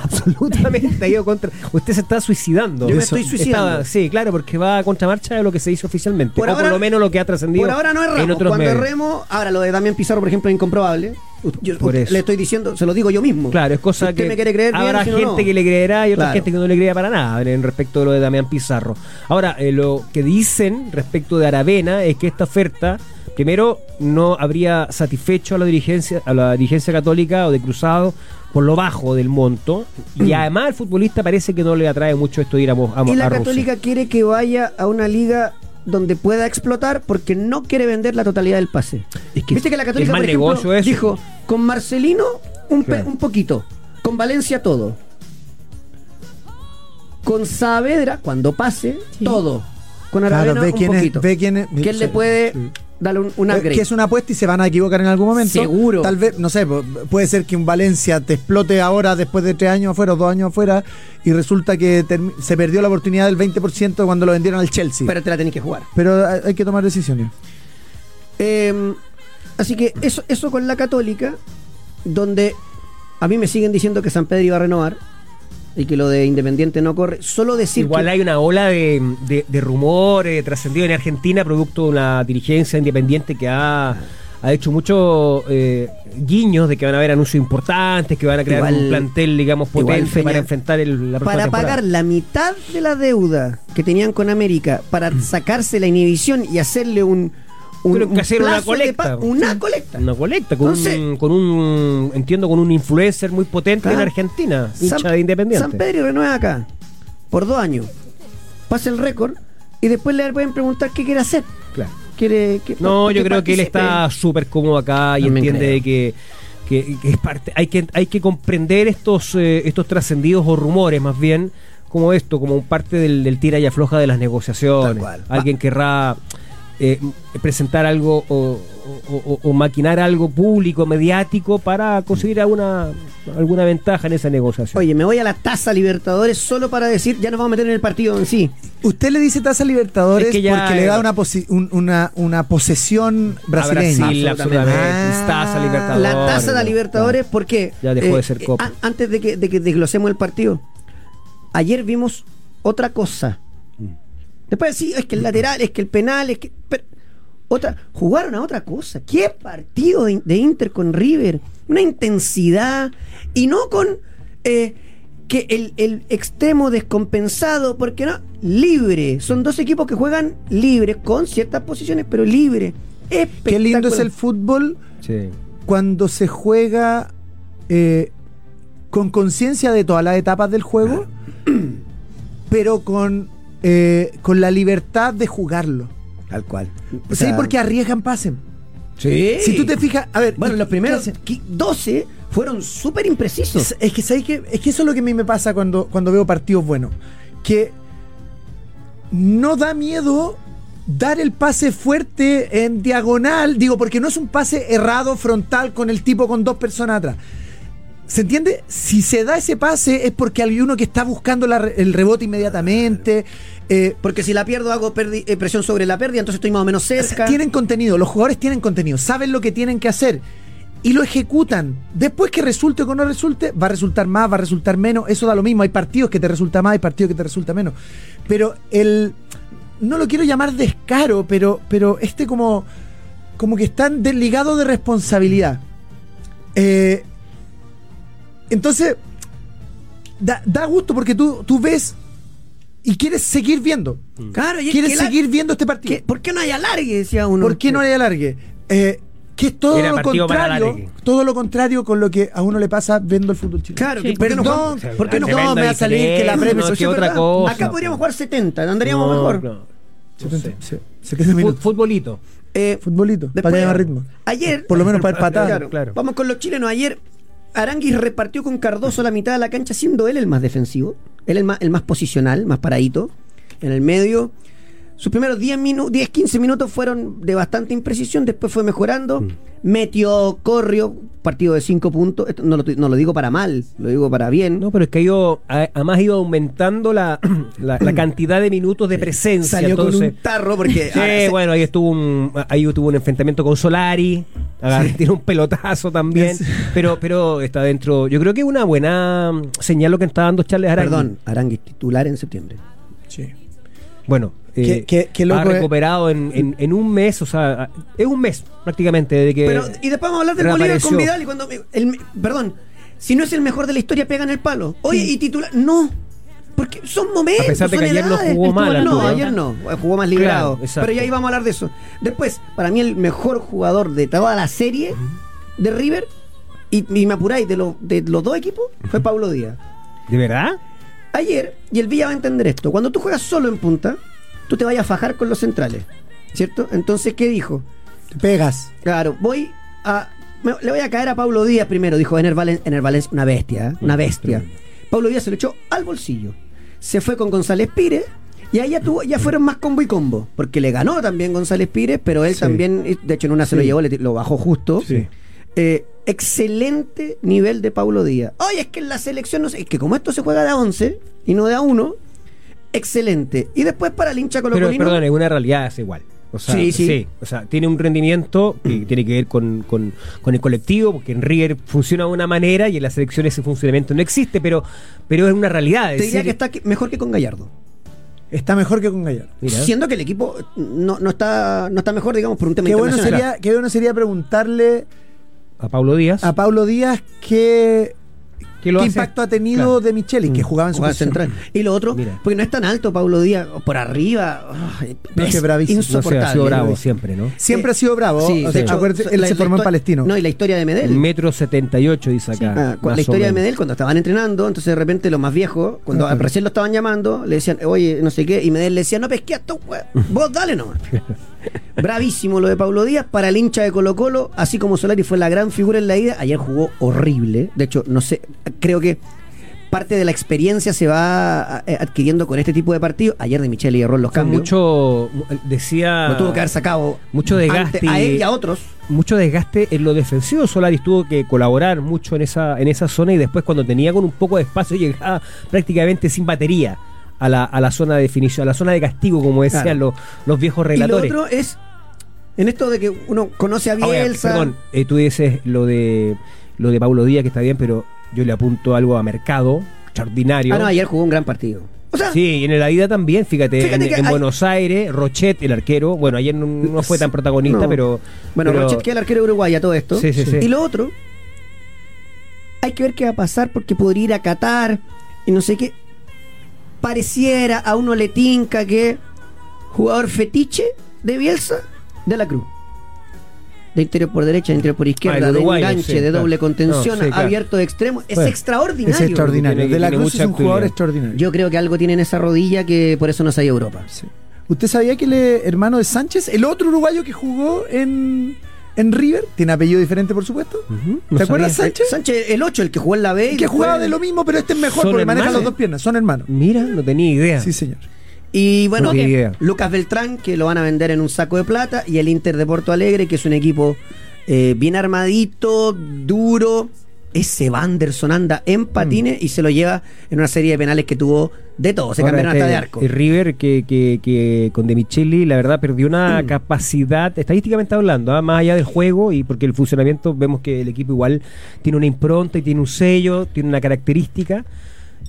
[SPEAKER 2] Absolutamente, ha ido contra. Usted se está suicidando.
[SPEAKER 1] Yo me
[SPEAKER 2] Eso.
[SPEAKER 1] estoy suicidando.
[SPEAKER 2] Estaba- sí, claro, porque va a contramarcha de lo que se hizo oficialmente.
[SPEAKER 1] Por
[SPEAKER 2] o
[SPEAKER 1] ahora-
[SPEAKER 2] por lo menos lo que ha trascendido.
[SPEAKER 1] Por ahora no es
[SPEAKER 2] En
[SPEAKER 1] remo.
[SPEAKER 2] otros
[SPEAKER 1] Cuando
[SPEAKER 2] medios.
[SPEAKER 1] erremos, ahora lo de Damián Pizarro, por ejemplo, es incomprobable. U- yo-
[SPEAKER 2] Por
[SPEAKER 1] u-
[SPEAKER 2] eso.
[SPEAKER 1] Le estoy diciendo, se lo digo yo mismo.
[SPEAKER 2] Claro, es cosa
[SPEAKER 1] Si usted
[SPEAKER 2] que
[SPEAKER 1] me quiere creer bien,
[SPEAKER 2] habrá
[SPEAKER 1] si no,
[SPEAKER 2] gente
[SPEAKER 1] no.
[SPEAKER 2] que le creerá y otra
[SPEAKER 1] Claro.
[SPEAKER 2] gente que no le crea para nada en respecto de lo de Damián Pizarro. Ahora, eh, lo que dicen respecto de Aravena es que esta oferta, primero, no habría satisfecho a la dirigencia, a la dirigencia católica o de Cruzado por lo bajo del monto. Y además al futbolista parece que no le atrae mucho esto de ir a, Mo- a, Mo-
[SPEAKER 1] Mm. Y la
[SPEAKER 2] a Rusia.
[SPEAKER 1] Católica quiere que vaya a una liga donde pueda explotar porque no quiere vender la totalidad del pase.
[SPEAKER 2] Es que
[SPEAKER 1] Viste que la
[SPEAKER 2] es
[SPEAKER 1] Católica
[SPEAKER 2] mal
[SPEAKER 1] por ejemplo,
[SPEAKER 2] negocio eso.
[SPEAKER 1] dijo, con Marcelino un, pe-
[SPEAKER 2] Claro.
[SPEAKER 1] un poquito, con Valencia todo. Con Saavedra, cuando pase, todo. Con
[SPEAKER 4] Claro,
[SPEAKER 1] Aravena
[SPEAKER 4] ve
[SPEAKER 1] un
[SPEAKER 4] quién es-
[SPEAKER 1] poquito.
[SPEAKER 4] ve quién es-
[SPEAKER 1] le
[SPEAKER 4] sí,
[SPEAKER 1] puede
[SPEAKER 4] sí.
[SPEAKER 1] darle un, un
[SPEAKER 4] Eh,
[SPEAKER 1] upgrade?
[SPEAKER 4] Que es una apuesta y se van a equivocar en algún momento.
[SPEAKER 1] Seguro.
[SPEAKER 4] Tal vez, no sé, pu- puede ser que un Valencia te explote ahora después de tres años afuera o dos años afuera y resulta que termi- se perdió la oportunidad del 20% cuando lo vendieron al Chelsea. Pero,
[SPEAKER 1] Pero te la tenés que jugar.
[SPEAKER 4] hay hay que tomar decisiones.
[SPEAKER 1] Eh, así que eso, eso con la Católica, donde a mí me siguen diciendo que San Pedro iba a renovar y que lo de Independiente no corre. Solo decir
[SPEAKER 2] Igual
[SPEAKER 1] que-
[SPEAKER 2] hay una ola de, de- de rumores trascendido en Argentina, producto de una dirigencia independiente que ha, ha hecho muchos eh, guiños de que van a haber anuncios importantes, que van a crear
[SPEAKER 1] Igual-
[SPEAKER 2] un plantel, digamos,
[SPEAKER 1] igual,
[SPEAKER 2] potente
[SPEAKER 1] Feña,
[SPEAKER 2] para enfrentar el, la próxima
[SPEAKER 1] para
[SPEAKER 2] temporada.
[SPEAKER 1] pagar la mitad de la deuda que tenían con América, para sacarse la inhibición y hacerle un, un,
[SPEAKER 2] Tuvieron Mm. que
[SPEAKER 1] un
[SPEAKER 2] hacer una
[SPEAKER 1] plazo de
[SPEAKER 2] colecta.
[SPEAKER 1] pa- una colecta.
[SPEAKER 2] Una colecta con, un,
[SPEAKER 1] Entonces-
[SPEAKER 2] con un, entiendo, con un influencer muy potente
[SPEAKER 1] Claro.
[SPEAKER 2] en Argentina, hincha
[SPEAKER 1] Ah, San-
[SPEAKER 2] de Independiente.
[SPEAKER 1] San Pedro renueva acá por dos años. Pasa el récord y después le pueden preguntar qué quiere hacer.
[SPEAKER 2] Claro.
[SPEAKER 1] Quiere, que-
[SPEAKER 2] No,
[SPEAKER 1] que
[SPEAKER 2] yo creo que él
[SPEAKER 1] participe.
[SPEAKER 2] está súper cómodo acá y
[SPEAKER 1] También
[SPEAKER 2] entiende
[SPEAKER 1] creo.
[SPEAKER 2] que, que- que es parte, hay que hay que comprender estos eh, estos trascendidos o rumores más bien como esto, como parte del, del tira y afloja de las
[SPEAKER 1] Tal
[SPEAKER 2] negociaciones.
[SPEAKER 1] cual.
[SPEAKER 2] Alguien querrá eh, presentar algo o, o- o- o maquinar algo público, mediático para conseguir alguna alguna ventaja en esa negociación.
[SPEAKER 1] Oye, me voy a la taza Libertadores solo para decir, ya nos vamos a meter en el partido en sí.
[SPEAKER 4] Usted le dice tasa Libertadores
[SPEAKER 2] Es que ya
[SPEAKER 4] porque le da
[SPEAKER 2] era-
[SPEAKER 4] una, posi- un- una, una posesión
[SPEAKER 2] A
[SPEAKER 4] brasileña.
[SPEAKER 2] Brasil, absolutamente.
[SPEAKER 4] Ah,
[SPEAKER 2] Taza Libertadores.
[SPEAKER 1] La taza de Libertadores, ¿por qué?
[SPEAKER 2] Ya dejó de ser copa.
[SPEAKER 1] a- antes de que, de que desglosemos el partido, ayer vimos otra cosa. Después sí, es que el lateral, es que el penal, es que. pero- otra, jugaron a otra cosa. ¿Qué partido de, de Inter con River? Una intensidad. Y no con eh, que el, el extremo descompensado, porque no, libre. Son dos equipos que juegan libres, con ciertas posiciones, pero libre.
[SPEAKER 4] Qué lindo es
[SPEAKER 1] Espectacular.
[SPEAKER 4] el fútbol
[SPEAKER 2] Sí.
[SPEAKER 4] cuando se juega eh, con conciencia de todas las etapas del juego, pero con, eh, con la libertad de jugarlo.
[SPEAKER 1] Tal cual.
[SPEAKER 4] sí, porque arriesgan, pasen.
[SPEAKER 1] Sí.
[SPEAKER 4] Si tú te fijas, a ver,
[SPEAKER 1] Bueno,
[SPEAKER 4] ¿y
[SPEAKER 1] los primeros
[SPEAKER 4] qué hacen?
[SPEAKER 1] qui- 12 fueron súper imprecisos.
[SPEAKER 4] Es, es que ¿sabes qué? es que eso es lo que a mí me pasa cuando, cuando veo partidos buenos. Que no da miedo dar el pase fuerte en diagonal. Digo, porque no es un pase errado frontal con el tipo con dos personas atrás. ¿Se entiende? Si se da ese pase es porque hay uno que está buscando la re- el rebote inmediatamente. eh,
[SPEAKER 1] Porque si la pierdo hago perdi- eh, presión sobre la pérdida, entonces estoy más o menos
[SPEAKER 4] o sea,
[SPEAKER 1] cerca.
[SPEAKER 4] tienen contenido, los jugadores tienen contenido, saben lo que tienen que hacer y lo ejecutan. Después que resulte o que no resulte, va a resultar más, va a resultar menos, eso da lo mismo. Hay partidos que te resulta más, hay partidos que te resulta menos. Pero el. No lo quiero llamar descaro, pero, pero este como. Como que están desligados de responsabilidad. Eh, entonces. Da, da gusto porque tú, tú ves y quieres seguir viendo.
[SPEAKER 1] Claro, y es
[SPEAKER 4] Quieres
[SPEAKER 1] que la-
[SPEAKER 4] seguir viendo este partido.
[SPEAKER 1] ¿Qué- ¿Por qué no hay alargue? Decía uno.
[SPEAKER 4] ¿Por qué no hay alargue? Eh, que es todo
[SPEAKER 2] Era
[SPEAKER 4] lo
[SPEAKER 2] partido para
[SPEAKER 4] contrario,
[SPEAKER 2] alargue.
[SPEAKER 4] todo lo contrario con lo que a uno le pasa viendo el fútbol chileno.
[SPEAKER 1] Claro,
[SPEAKER 3] Sí.
[SPEAKER 1] que ¿por qué no
[SPEAKER 4] Perdón,
[SPEAKER 1] jugamos-
[SPEAKER 4] ¿por qué no?
[SPEAKER 2] Tremenda
[SPEAKER 4] No, me va a salir que la
[SPEAKER 2] diferencia,
[SPEAKER 4] premio,
[SPEAKER 2] no,
[SPEAKER 4] eso
[SPEAKER 2] que
[SPEAKER 4] es
[SPEAKER 2] otra
[SPEAKER 4] verdad.
[SPEAKER 2] cosa.
[SPEAKER 1] Acá podríamos jugar 70, andaríamos
[SPEAKER 2] No,
[SPEAKER 1] mejor.
[SPEAKER 2] no, no sé.
[SPEAKER 4] 70, se- 70
[SPEAKER 2] Fut-
[SPEAKER 4] minutos.
[SPEAKER 2] Futbolito.
[SPEAKER 1] Eh,
[SPEAKER 4] Futbolito,
[SPEAKER 1] después-
[SPEAKER 4] para que haya más ritmo.
[SPEAKER 1] Ayer.
[SPEAKER 4] Por lo menos para el patada.
[SPEAKER 1] Claro,
[SPEAKER 2] Claro.
[SPEAKER 1] Vamos con los chilenos. Ayer Aranguis repartió con Cardoso la mitad de la cancha siendo él el más defensivo. Él es el más, el más posicional, más paradito. En el medio. Sus primeros 10, minu 10, 15 minutos fueron de bastante imprecisión. Después fue mejorando.
[SPEAKER 2] Mm.
[SPEAKER 1] Metió, corrió. Partido de 5 puntos. Esto no lo, no lo digo para mal, lo digo para bien.
[SPEAKER 2] No, pero es que ha ido, ha- además ha ido aumentando la, la- la cantidad de minutos de presencia.
[SPEAKER 1] Salió con
[SPEAKER 2] entonces, ah,
[SPEAKER 1] un tarro porque.
[SPEAKER 2] Sí,
[SPEAKER 1] ahora se-
[SPEAKER 2] bueno, ahí estuvo un, ahí tuvo un enfrentamiento con Solari, agar- tiene un pelotazo también, pero, pero está dentro. Yo creo que es una buena señal lo que está dando Charles Arangui.
[SPEAKER 1] Perdón, Arangui, titular en septiembre.
[SPEAKER 4] Sí.
[SPEAKER 2] Bueno, eh,
[SPEAKER 4] Qué- qué- qué loco
[SPEAKER 2] ha
[SPEAKER 4] es.
[SPEAKER 2] recuperado en, en- en un mes, o sea, es un mes prácticamente desde que.
[SPEAKER 1] Pero, y después vamos a hablar del Bolívar
[SPEAKER 2] reapareció.
[SPEAKER 1] con Vidal y cuando. el- perdón, si no es el mejor de la historia, pegan el palo. Oye, y titular. No. Porque son momentos.
[SPEAKER 2] A pesar de
[SPEAKER 1] son
[SPEAKER 2] que ayer no
[SPEAKER 1] edades.
[SPEAKER 2] jugó
[SPEAKER 1] Estuvo-
[SPEAKER 2] mal,
[SPEAKER 1] No,
[SPEAKER 2] Arturo.
[SPEAKER 1] ayer no. Jugó más librado.
[SPEAKER 2] Claro, exacto.
[SPEAKER 1] pero ya ahí vamos a hablar de eso. Después, para mí, el mejor jugador de toda la serie de River. Y, y me apuráis, de, los- de los dos equipos, fue Pablo Díaz.
[SPEAKER 2] ¿De verdad?
[SPEAKER 1] Ayer, y el Villa va a entender esto, cuando tú juegas solo en punta, tú te vayas a fajar con los centrales, ¿cierto? Entonces, ¿qué dijo?
[SPEAKER 4] Te pegas.
[SPEAKER 1] Claro, voy a. me- le voy a caer a Pablo Díaz primero, dijo Ener Valen- Ener Valencia, una bestia, ¿eh? una bestia. Pablo Díaz se lo echó al bolsillo. Se fue con González Pires y ahí ya, tuvo, ya fueron más combo y combo, porque le ganó también González Pires, pero él también, de hecho en una se lo llevó, le- lo bajó justo.
[SPEAKER 4] Sí.
[SPEAKER 1] Eh, excelente nivel de Pablo Díaz. Oye, es que en la selección, no sé, es que como esto se juega de a 11 y no de a 1, excelente. Y después para el hincha
[SPEAKER 2] Pero,
[SPEAKER 1] colocolino...
[SPEAKER 2] perdón, es una realidad, es igual. O sea,
[SPEAKER 1] Sí, Mm.
[SPEAKER 2] sí,
[SPEAKER 1] sí.
[SPEAKER 2] O sea, tiene un rendimiento que tiene que ver con, con- con el colectivo, porque en River funciona de una manera y en las selecciones ese funcionamiento no existe, pero, pero es una realidad. es
[SPEAKER 1] te diría
[SPEAKER 2] decir,
[SPEAKER 1] que está que- mejor que con Gallardo.
[SPEAKER 4] Está mejor que con Gallardo.
[SPEAKER 2] mira,
[SPEAKER 1] Siendo que el equipo no, no está no está mejor, digamos, por un tema
[SPEAKER 4] Qué bueno,
[SPEAKER 1] internacional.
[SPEAKER 4] sería, qué bueno sería preguntarle
[SPEAKER 2] a Pablo Díaz.
[SPEAKER 4] a Pablo Díaz qué,
[SPEAKER 2] que lo
[SPEAKER 4] qué
[SPEAKER 2] hace-
[SPEAKER 4] impacto ha tenido
[SPEAKER 2] Claro.
[SPEAKER 4] de Micheli, que jugaba en su
[SPEAKER 1] Juega
[SPEAKER 4] posición.
[SPEAKER 1] central. Y lo otro,
[SPEAKER 2] Mira.
[SPEAKER 1] porque no es tan alto Pablo Díaz, por arriba, ay,
[SPEAKER 4] No,
[SPEAKER 1] es
[SPEAKER 4] que bravísimo.
[SPEAKER 2] No sé, ha
[SPEAKER 1] insoportable.
[SPEAKER 2] sido bravo siempre, ¿no?
[SPEAKER 4] Siempre
[SPEAKER 1] Eh,
[SPEAKER 4] ha sido bravo.
[SPEAKER 1] Sí,
[SPEAKER 4] o
[SPEAKER 1] de
[SPEAKER 4] sea,
[SPEAKER 1] hecho,
[SPEAKER 4] acuérdate, él
[SPEAKER 1] la-
[SPEAKER 4] se
[SPEAKER 1] la
[SPEAKER 4] formó en
[SPEAKER 1] histo-
[SPEAKER 4] Palestino.
[SPEAKER 1] No, y la historia de Medel.
[SPEAKER 2] Metro 78, dice acá.
[SPEAKER 1] Ah, cu-
[SPEAKER 2] más
[SPEAKER 1] la
[SPEAKER 2] o
[SPEAKER 1] historia de
[SPEAKER 2] menos.
[SPEAKER 1] Medel cuando estaban entrenando, entonces de repente los más viejos, cuando recién lo estaban llamando, le decían, oye, no sé qué, y Medel le decía, no pesqué a estos hue- vos dale nomás. Bravísimo lo de Pablo Díaz para el hincha de Colo Colo, así como Solari fue la gran figura en la ida, ayer jugó horrible, de hecho, no sé, creo que parte de la experiencia se va eh, adquiriendo con este tipo de partidos, ayer de Michelle erró en los
[SPEAKER 2] Fue
[SPEAKER 1] cambios,
[SPEAKER 2] mucho. mu- Decía.
[SPEAKER 1] lo tuvo que haber sacado
[SPEAKER 2] mucho desgaste
[SPEAKER 1] ante- a él y a
[SPEAKER 2] y-
[SPEAKER 1] otros.
[SPEAKER 2] mucho desgaste en lo defensivo. Solaris tuvo que colaborar mucho en esa, en esa zona y después cuando tenía con un poco de espacio llegaba prácticamente sin batería a la, a la zona de definición, a la zona de castigo, como decían
[SPEAKER 1] Claro.
[SPEAKER 2] los, los viejos relatores.
[SPEAKER 1] Y lo otro es, en esto de que uno conoce a
[SPEAKER 2] Ahora,
[SPEAKER 1] Bielsa...
[SPEAKER 2] perdón, eh, tú dices lo de lo de Pablo Díaz, que está bien, pero yo le apunto algo a Mercado, extraordinario.
[SPEAKER 1] Ah, no, ayer jugó un gran partido. O sea,
[SPEAKER 2] Sí, y en el Aida también, fíjate,
[SPEAKER 1] Fíjate
[SPEAKER 2] en,
[SPEAKER 1] que
[SPEAKER 2] en
[SPEAKER 1] hay-
[SPEAKER 2] Buenos Aires, Rochet, el arquero, bueno, ayer no, no fue tan protagonista,
[SPEAKER 1] No.
[SPEAKER 2] pero...
[SPEAKER 1] bueno,
[SPEAKER 2] pero-
[SPEAKER 1] Rochet que es el arquero uruguayo a todo esto.
[SPEAKER 2] Sí, sí, sí.
[SPEAKER 1] Y lo otro, hay que ver qué va a pasar porque podría ir a Qatar y no sé qué. Pareciera, a uno le tinca que jugador fetiche de Bielsa de la Cruz. De interior por derecha, de interior por izquierda,
[SPEAKER 2] Ah, el
[SPEAKER 1] de
[SPEAKER 2] uruguayo,
[SPEAKER 1] enganche,
[SPEAKER 2] sí,
[SPEAKER 1] de
[SPEAKER 2] claro.
[SPEAKER 1] doble contención,
[SPEAKER 2] No, sí, claro.
[SPEAKER 1] abierto de extremo. Es
[SPEAKER 2] Bueno,
[SPEAKER 1] extraordinario.
[SPEAKER 4] Es extraordinario.
[SPEAKER 2] Tiene-
[SPEAKER 4] De la
[SPEAKER 2] tiene
[SPEAKER 4] Cruz
[SPEAKER 2] mucha
[SPEAKER 4] es un jugador
[SPEAKER 2] actividad.
[SPEAKER 4] extraordinario.
[SPEAKER 1] Yo creo que algo tiene en esa rodilla que por eso no se ha ido a Europa.
[SPEAKER 4] ¿Usted sabía que el eh, hermano de Sánchez, el otro uruguayo que jugó en, en River, tiene apellido diferente, por supuesto?
[SPEAKER 2] Ujú,
[SPEAKER 4] ¿Te
[SPEAKER 2] no
[SPEAKER 4] acuerdas,
[SPEAKER 2] sabía. Eh,
[SPEAKER 4] Sánchez?
[SPEAKER 1] eh, Sánchez, el 8, el que jugó en la B. y
[SPEAKER 4] que
[SPEAKER 1] después-
[SPEAKER 4] jugaba de lo mismo, pero este es mejor
[SPEAKER 2] Son
[SPEAKER 4] porque maneja
[SPEAKER 2] hermanos.
[SPEAKER 4] las dos piernas. Son hermanos.
[SPEAKER 2] Mira, no tenía idea.
[SPEAKER 4] Sí, señor.
[SPEAKER 1] Y bueno,
[SPEAKER 2] No tenía idea.
[SPEAKER 1] Lucas Beltrán, que lo van a vender en un saco de plata, y el Inter de Porto Alegre, que es un equipo eh, bien armadito, duro. Ese Vanderson anda en patines y se lo lleva en una serie de penales que tuvo de todo. Se
[SPEAKER 2] Ahora
[SPEAKER 1] cambiaron hasta
[SPEAKER 2] este-
[SPEAKER 1] de arco.
[SPEAKER 2] el River que, que, que con De Micheli, la verdad, perdió una capacidad, estadísticamente hablando, ah, más allá del juego y porque el funcionamiento, vemos que el equipo igual tiene una impronta y tiene un sello, tiene una característica.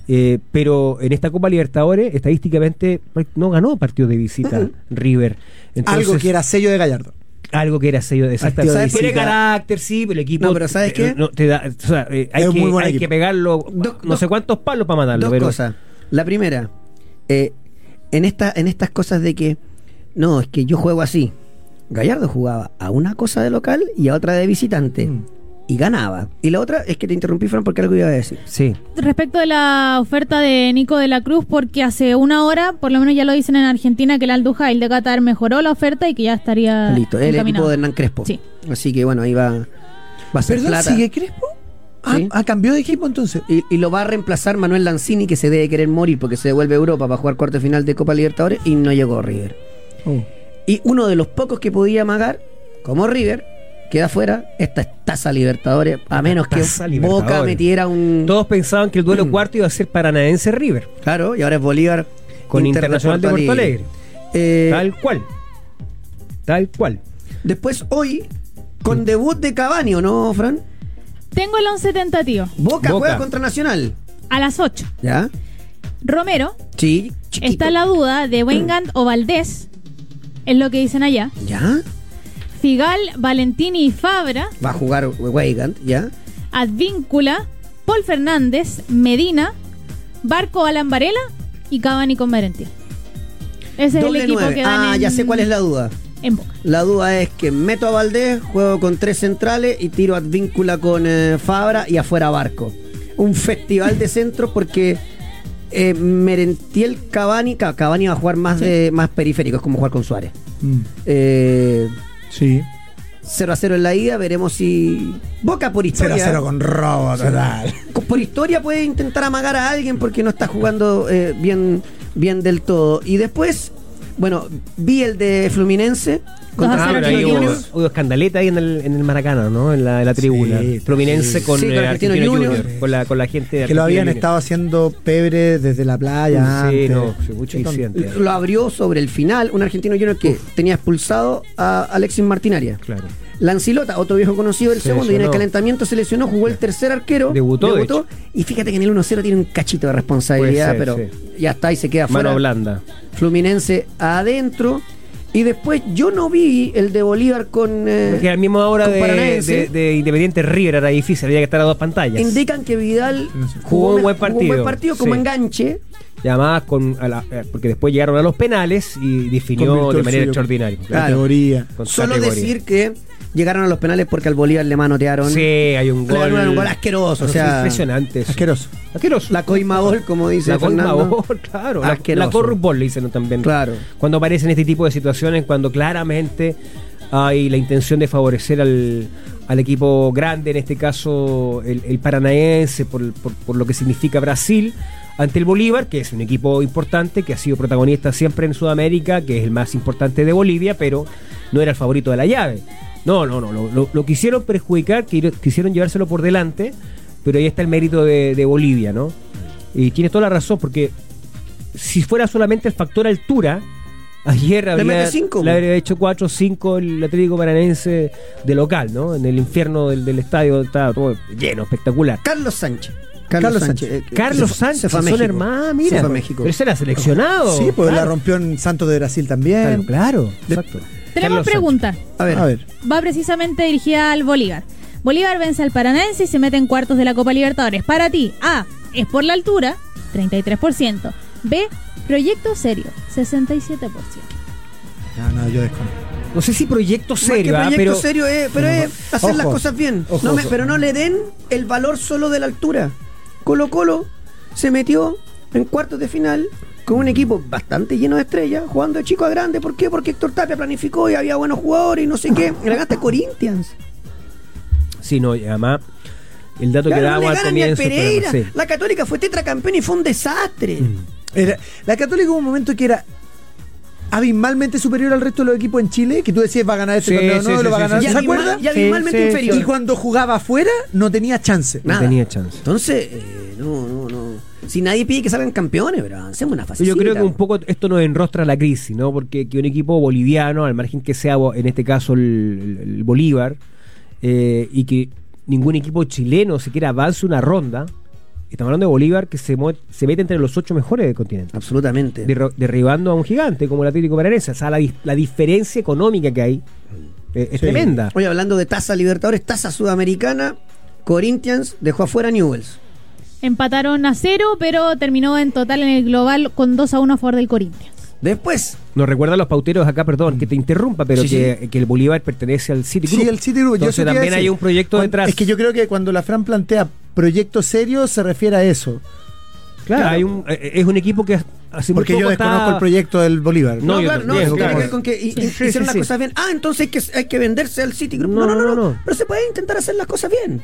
[SPEAKER 2] eh, pero en esta Copa Libertadores, estadísticamente, pues, no ganó partidos de visita River. Entonces,
[SPEAKER 4] Algo que era sello de Gallardo.
[SPEAKER 2] Algo que era sello de
[SPEAKER 4] Partido de
[SPEAKER 2] exactamente. Tiene
[SPEAKER 4] visita.
[SPEAKER 2] carácter, sí, pero el equipo.
[SPEAKER 1] No, pero ¿sabes qué?
[SPEAKER 2] eh, no te da- o sea, eh, hay,
[SPEAKER 4] Es
[SPEAKER 2] que,
[SPEAKER 4] muy buen
[SPEAKER 2] hay
[SPEAKER 4] equipo.
[SPEAKER 2] que pegarlo
[SPEAKER 1] Dos-
[SPEAKER 2] no
[SPEAKER 1] dos-
[SPEAKER 2] sé cuántos palos para matarlo.
[SPEAKER 1] Dos
[SPEAKER 2] pero-
[SPEAKER 1] cosas. La primera, eh, en, esta, en estas cosas de que, no, es que yo juego así. Gallardo jugaba a una cosa de local y a otra de visitante.
[SPEAKER 2] Mm.
[SPEAKER 1] Y ganaba. Y la otra es que te interrumpí, Fran, porque algo iba a decir.
[SPEAKER 2] Sí.
[SPEAKER 3] Respecto de la oferta de Nico de la Cruz, porque hace una hora, por lo menos ya lo dicen en Argentina, que el Aldujail de Qatar mejoró la oferta y que ya estaría.
[SPEAKER 1] Listo, el
[SPEAKER 3] Ah, encaminado.
[SPEAKER 1] equipo de Hernán Crespo.
[SPEAKER 3] Sí.
[SPEAKER 1] Así que bueno, ahí va, va a ser
[SPEAKER 4] Perdón,
[SPEAKER 1] plata.
[SPEAKER 4] ¿sigue Crespo? Ah,
[SPEAKER 1] Sí.
[SPEAKER 4] ah, cambió de equipo entonces.
[SPEAKER 1] Y, y lo va a reemplazar Manuel Lanzini, que se debe querer morir porque se devuelve a Europa para jugar cuarto de final de Copa Libertadores y no llegó River.
[SPEAKER 2] Oh.
[SPEAKER 1] Y uno de los pocos que podía amagar, como River, queda fuera esta estaza Libertadores, a menos que
[SPEAKER 2] Taza
[SPEAKER 1] Boca
[SPEAKER 2] Libertadores.
[SPEAKER 1] metiera un. Mm.
[SPEAKER 2] Todos pensaban que el duelo cuarto iba a ser Paranaense River,
[SPEAKER 1] Claro, y ahora es Bolívar
[SPEAKER 2] con
[SPEAKER 1] Inter
[SPEAKER 2] Internacional de Porto Alegre.
[SPEAKER 1] Eh,
[SPEAKER 2] Tal cual. Tal cual.
[SPEAKER 1] después hoy, con debut de Cavani, ¿o no, Fran?
[SPEAKER 3] Tengo el 11 tentativo.
[SPEAKER 1] Boca,
[SPEAKER 2] Boca.
[SPEAKER 1] juega contra Nacional.
[SPEAKER 3] A las 8.
[SPEAKER 1] ¿Ya?
[SPEAKER 3] Romero,
[SPEAKER 1] Sí, chiquito.
[SPEAKER 3] está la duda de Weingand o Valdés. Es lo que dicen allá.
[SPEAKER 1] ¿Ya?
[SPEAKER 3] Figal, Valentini y Fabra.
[SPEAKER 1] Va a jugar Weigand, ¿ya?
[SPEAKER 3] Advíncula, Paul Fernández, Medina, Barco Alan Varela y Cavani con Merentiel. Ese
[SPEAKER 1] Doble
[SPEAKER 3] es el equipo
[SPEAKER 1] nueve.
[SPEAKER 3] que dan
[SPEAKER 1] Ah,
[SPEAKER 3] en,
[SPEAKER 1] ya sé cuál es la duda.
[SPEAKER 3] en Boca.
[SPEAKER 1] La duda es que meto a Valdés, juego con tres centrales y tiro a Advíncula con eh, Fabra y afuera Barco. Un festival de centros porque eh, Merentiel Cavani, Ca- Cavani va a jugar más, de, más periférico, es como jugar con Suárez.
[SPEAKER 4] Mm,
[SPEAKER 1] Eh,
[SPEAKER 4] sí.
[SPEAKER 1] 0 a 0 en la ida, veremos si Boca por
[SPEAKER 4] 0
[SPEAKER 1] historia.
[SPEAKER 4] a 0 con robo total.
[SPEAKER 1] Co- Por historia puede intentar amagar a alguien porque no está jugando eh, bien, bien del todo. Y después, bueno, vi el de Fluminense
[SPEAKER 3] Dos a
[SPEAKER 1] contra
[SPEAKER 2] Ah,
[SPEAKER 3] cero
[SPEAKER 2] pero ahí
[SPEAKER 1] Argentino
[SPEAKER 2] hubo,
[SPEAKER 1] Junior.
[SPEAKER 3] Juniors.
[SPEAKER 2] hubo escandaleta ahí en el, en el Maracaná, ¿no? En la, en la tribuna.
[SPEAKER 4] Sí,
[SPEAKER 2] Prominense
[SPEAKER 4] sí.
[SPEAKER 2] con,
[SPEAKER 1] Sí, con
[SPEAKER 2] eh,
[SPEAKER 1] Argentino
[SPEAKER 2] Argentino Junior,
[SPEAKER 1] Junior.
[SPEAKER 2] con, la, con la gente de
[SPEAKER 4] Que lo
[SPEAKER 2] Argentino
[SPEAKER 4] habían
[SPEAKER 2] Junior.
[SPEAKER 4] estado haciendo Pebre desde la playa.
[SPEAKER 2] Sí,
[SPEAKER 4] antes.
[SPEAKER 2] no, sí, mucho incidente.
[SPEAKER 1] Lo abrió sobre el final un argentino junior que tenía expulsado a Alexis Martinaria.
[SPEAKER 2] Claro.
[SPEAKER 1] Lancilota, otro viejo conocido del
[SPEAKER 2] Se
[SPEAKER 1] segundo, y en el
[SPEAKER 2] lesionó.
[SPEAKER 1] calentamiento se lesionó, jugó el tercer arquero.
[SPEAKER 2] Debutó, de hecho.
[SPEAKER 1] y fíjate que en el 1-0 tiene un cachito de responsabilidad,
[SPEAKER 2] Puede ser,
[SPEAKER 1] pero ya está y se queda fuera.
[SPEAKER 2] Mano blanda.
[SPEAKER 1] Fluminense adentro. Y después yo no vi el de Bolívar con. eh,
[SPEAKER 2] Porque al mismo hora
[SPEAKER 1] con
[SPEAKER 2] de,
[SPEAKER 1] Paranaense.
[SPEAKER 2] de, de Independiente River era difícil, había que estar a dos pantallas.
[SPEAKER 1] Indican que Vidal
[SPEAKER 2] Jugó un
[SPEAKER 1] me-
[SPEAKER 2] buen
[SPEAKER 1] un buen
[SPEAKER 2] partido,
[SPEAKER 1] partido como
[SPEAKER 2] sí.
[SPEAKER 1] enganche.
[SPEAKER 2] Llamadas con. a la- eh, porque después llegaron a los penales y definió
[SPEAKER 4] Convirtió
[SPEAKER 2] de
[SPEAKER 4] el
[SPEAKER 2] manera
[SPEAKER 4] suyo.
[SPEAKER 2] extraordinaria.
[SPEAKER 1] Claro.
[SPEAKER 4] Categoría.
[SPEAKER 2] Con
[SPEAKER 1] Solo
[SPEAKER 2] categoría.
[SPEAKER 1] decir que llegaron a los penales porque al Bolívar le manotearon.
[SPEAKER 2] Sí, hay un
[SPEAKER 1] Le
[SPEAKER 2] gol.
[SPEAKER 1] anularon un gol asqueroso, o
[SPEAKER 2] Es
[SPEAKER 1] sea,
[SPEAKER 2] impresionante. eso.
[SPEAKER 4] Asqueroso.
[SPEAKER 2] Asqueroso.
[SPEAKER 1] La coimabol, como dice
[SPEAKER 2] La
[SPEAKER 1] Fernando.
[SPEAKER 2] Conmebol, claro. La,
[SPEAKER 1] Asqueroso.
[SPEAKER 2] la Corrupt Ball, le dicen también.
[SPEAKER 1] Claro.
[SPEAKER 2] Cuando aparecen este tipo de situaciones, cuando claramente hay la intención de favorecer al, al equipo grande, en este caso el, el paranaense, por, por- por lo que significa Brasil, ante el Bolívar, que es un equipo importante, que ha sido protagonista siempre en Sudamérica, que es el más importante de Bolivia, pero no era el favorito de la llave. No, no, no, lo, lo- lo quisieron perjudicar, quir- quisieron llevárselo por delante, pero ahí está el mérito de- de Bolivia, ¿no? Y tienes toda la razón, porque si fuera solamente el factor altura, ayer habría,
[SPEAKER 1] mete cinco,
[SPEAKER 2] le
[SPEAKER 1] po.
[SPEAKER 2] habría hecho 4 o 5 el Atlético Paranense de local, ¿no? En el infierno del, del estadio estaba todo lleno, espectacular.
[SPEAKER 1] Carlos Sánchez.
[SPEAKER 4] Carlos Sánchez.
[SPEAKER 1] eh,
[SPEAKER 2] Carlos
[SPEAKER 1] se fue-
[SPEAKER 2] Sánchez,
[SPEAKER 1] se fue a
[SPEAKER 2] son
[SPEAKER 1] México.
[SPEAKER 2] hermanos, mira.
[SPEAKER 1] Se fue a México.
[SPEAKER 2] Pero ese era seleccionado.
[SPEAKER 4] Sí, pues la
[SPEAKER 2] Claro,
[SPEAKER 4] rompió en Santos de Brasil
[SPEAKER 2] Claro,
[SPEAKER 4] también.
[SPEAKER 2] claro.
[SPEAKER 4] De-
[SPEAKER 2] Exacto.
[SPEAKER 3] Tenemos
[SPEAKER 2] Carlos
[SPEAKER 3] pregunta.
[SPEAKER 1] A ver,
[SPEAKER 4] A ver.
[SPEAKER 3] Va precisamente dirigida al Bolívar. Bolívar vence al Paranaense y se mete en cuartos de la Copa Libertadores. Para ti, A, es por la altura, 33%. B, proyecto serio, 67%.
[SPEAKER 4] No, no, yo desconozco.
[SPEAKER 2] Sánchez. No sé si proyecto
[SPEAKER 1] más que
[SPEAKER 2] serio, ah,
[SPEAKER 1] proyecto
[SPEAKER 2] pero
[SPEAKER 1] serio es, pero es hacer las
[SPEAKER 4] Ojo.
[SPEAKER 1] cosas bien.
[SPEAKER 4] Ojo,
[SPEAKER 1] No me-
[SPEAKER 4] ojo.
[SPEAKER 1] pero no le den el valor solo de la altura. Colo Colo se metió en cuartos de final con un equipo bastante lleno de estrellas, jugando de chico a grande. ¿Por qué? Porque Héctor Tapia planificó y había buenos jugadores y no sé qué. Y le ganaste a Corinthians.
[SPEAKER 2] sí, no, y además el dato que
[SPEAKER 1] Claro, no
[SPEAKER 2] dábamos
[SPEAKER 1] le
[SPEAKER 2] al
[SPEAKER 1] ganan ni al
[SPEAKER 2] comienzo del
[SPEAKER 1] Pereira.
[SPEAKER 2] programa, sí. Mm.
[SPEAKER 1] La Católica fue tetracampeón y fue un desastre.
[SPEAKER 4] Era- la Católica hubo un momento que era abismalmente superior al resto de los equipos en Chile, que tú decías va a ganar este
[SPEAKER 2] Sí,
[SPEAKER 4] torneo,
[SPEAKER 2] sí,
[SPEAKER 4] no,
[SPEAKER 2] sí,
[SPEAKER 4] lo va a
[SPEAKER 2] sí,
[SPEAKER 4] ganar.
[SPEAKER 2] sí.
[SPEAKER 1] Y,
[SPEAKER 4] ¿Se
[SPEAKER 1] abisma-
[SPEAKER 4] acuerda?
[SPEAKER 1] y abismalmente
[SPEAKER 2] Sí, sí,
[SPEAKER 1] inferior.
[SPEAKER 4] Y cuando jugaba afuera no tenía chance.
[SPEAKER 2] No
[SPEAKER 1] Nada.
[SPEAKER 2] tenía chance.
[SPEAKER 1] Entonces, eh, no, no, no. Si nadie pide que salgan campeones, pero avancemos una fase.
[SPEAKER 2] Yo creo que un poco esto nos enrostra la crisis, ¿no? Porque que un equipo boliviano, al margen que sea bo- en este caso el, el- el Bolívar, eh, y que ningún equipo chileno siquiera avance una ronda, estamos hablando de Bolívar que se, mue- se mete entre los ocho mejores del continente,
[SPEAKER 1] Absolutamente.
[SPEAKER 2] derro- derribando a un gigante como el Atlético Paranense. O sea, la, dis- la diferencia económica que hay eh, es
[SPEAKER 4] Sí.
[SPEAKER 2] tremenda.
[SPEAKER 1] Oye, hablando de taza Libertadores, taza sudamericana, Corinthians dejó afuera a Newells.
[SPEAKER 3] Empataron a cero, pero terminó en total en el global con 2 a 1 a favor del Corinthians.
[SPEAKER 1] Después,
[SPEAKER 2] Nos recuerdan los pauteros acá, perdón, que te interrumpa, pero
[SPEAKER 1] Sí,
[SPEAKER 2] que, que el Bolívar pertenece al City Group.
[SPEAKER 4] Sí, el City Group. yo
[SPEAKER 2] Entonces
[SPEAKER 4] eso te iba a
[SPEAKER 2] también
[SPEAKER 4] decir.
[SPEAKER 2] hay un proyecto
[SPEAKER 4] Cuando-
[SPEAKER 2] detrás.
[SPEAKER 4] Es que yo creo que cuando la Fran plantea proyecto serio se refiere a eso.
[SPEAKER 2] Claro, hay un, eh, es un equipo que hace muy
[SPEAKER 4] Porque yo
[SPEAKER 2] poco
[SPEAKER 4] desconozco
[SPEAKER 2] estaba-
[SPEAKER 4] el proyecto del Bolívar.
[SPEAKER 2] No,
[SPEAKER 1] no,
[SPEAKER 2] yo
[SPEAKER 1] claro, no,
[SPEAKER 2] también,
[SPEAKER 1] eso tiene
[SPEAKER 2] claro.
[SPEAKER 1] que ver con que hi-
[SPEAKER 2] Sí,
[SPEAKER 1] hi-
[SPEAKER 2] sí,
[SPEAKER 1] hicieron
[SPEAKER 2] sí,
[SPEAKER 1] las
[SPEAKER 2] sí.
[SPEAKER 1] cosas bien. Ah, entonces hay que, hay que venderse al Citigroup.
[SPEAKER 2] No,
[SPEAKER 1] No no no,
[SPEAKER 2] no, no.
[SPEAKER 1] Pero se puede intentar hacer las cosas bien.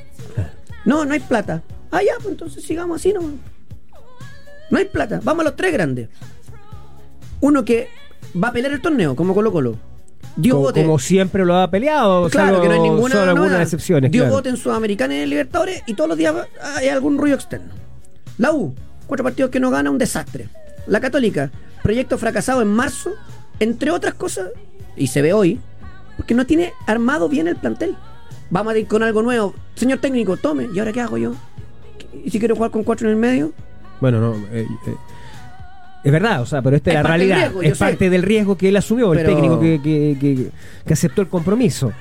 [SPEAKER 1] No, no hay plata. Ah, ya, pues entonces sigamos así, ¿no? No hay plata. Vamos a los tres grandes. Uno que va a pelear el torneo, como Colo Colo. Dio
[SPEAKER 2] Co-
[SPEAKER 1] bote.
[SPEAKER 2] como siempre lo ha peleado,
[SPEAKER 1] Claro,
[SPEAKER 2] solo,
[SPEAKER 1] que no hay ninguna.
[SPEAKER 2] solo algunas
[SPEAKER 1] novedad.
[SPEAKER 2] excepciones.
[SPEAKER 1] Dio
[SPEAKER 2] claro.
[SPEAKER 1] voto en Sudamericana y en Libertadores y todos los días hay algún ruido externo. La U, cuatro partidos que no gana, un desastre. La Católica, proyecto fracasado en marzo, entre otras cosas, y se ve hoy, porque no tiene armado bien el plantel. Vamos a ir con algo nuevo. Señor técnico, tome. ¿Y ahora qué hago yo? ¿Y si quiero jugar con cuatro en el medio?
[SPEAKER 2] Bueno, no. eh, eh, es verdad, o sea, pero esta es
[SPEAKER 1] Es
[SPEAKER 2] la
[SPEAKER 1] parte del
[SPEAKER 2] realidad.
[SPEAKER 1] riesgo, yo
[SPEAKER 2] es
[SPEAKER 1] sé.
[SPEAKER 2] parte del riesgo que él asumió, el
[SPEAKER 1] Pero-
[SPEAKER 2] técnico que, que- que- que aceptó el compromiso.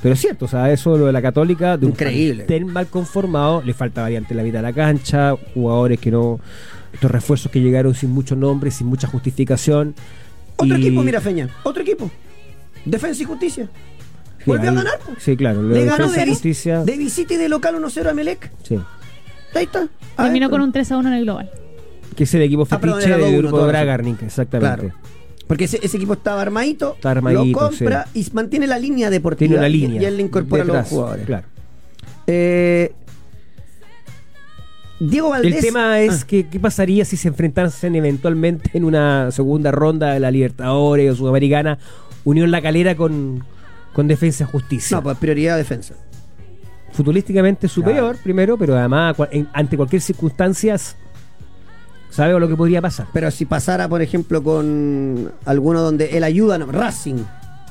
[SPEAKER 2] Pero es cierto, o sea, eso lo de la Católica, de un
[SPEAKER 1] Increíble.
[SPEAKER 2] plantel mal conformado, le falta variante en la vida a la cancha, jugadores que no. Estos refuerzos que llegaron sin muchos nombres, sin mucha justificación.
[SPEAKER 1] Otro
[SPEAKER 2] Y-
[SPEAKER 1] equipo, mira, Feña. Otro equipo. Defensa y justicia.
[SPEAKER 2] Sí,
[SPEAKER 1] Volvió a
[SPEAKER 2] ahí-
[SPEAKER 1] ganar. po.
[SPEAKER 2] Sí, claro. lo
[SPEAKER 1] Le
[SPEAKER 2] de
[SPEAKER 1] ganó
[SPEAKER 2] Defensa
[SPEAKER 1] de,
[SPEAKER 2] y Justicia.
[SPEAKER 1] de visita y de local 1-0 a Melec.
[SPEAKER 2] sí.
[SPEAKER 1] Ahí está.
[SPEAKER 3] Terminó
[SPEAKER 1] Adentro.
[SPEAKER 3] con un 3 a 1 en el global.
[SPEAKER 2] Que es el equipo
[SPEAKER 1] Ah, perdón,
[SPEAKER 2] fetiche
[SPEAKER 1] era
[SPEAKER 2] del
[SPEAKER 1] 2-1,
[SPEAKER 2] grupo
[SPEAKER 1] toda
[SPEAKER 2] de
[SPEAKER 1] razón.
[SPEAKER 2] Bragarnik, exactamente.
[SPEAKER 1] Claro. Porque ese, ese equipo estaba armadito,
[SPEAKER 2] Está armadito,
[SPEAKER 1] lo compra y mantiene la línea deportiva.
[SPEAKER 2] Tiene una
[SPEAKER 1] y-
[SPEAKER 2] línea.
[SPEAKER 1] Y, él le incorpora a
[SPEAKER 2] detrás,
[SPEAKER 1] los jugadores.
[SPEAKER 2] Claro.
[SPEAKER 1] Eh, Diego Valdés. Ah,
[SPEAKER 2] El tema es que qué pasaría si se enfrentasen eventualmente en una segunda ronda de la Libertadores o Sudamericana Unión La Calera con, con Defensa y
[SPEAKER 1] Ah,
[SPEAKER 2] Justicia.
[SPEAKER 1] no, pues prioridad defensa.
[SPEAKER 2] Futbolísticamente superior primero, pero además cua- en- ante cualquier circunstancia sabe lo que podría pasar.
[SPEAKER 1] Pero si pasara, por ejemplo, con alguno donde él ayuda, no, Racing.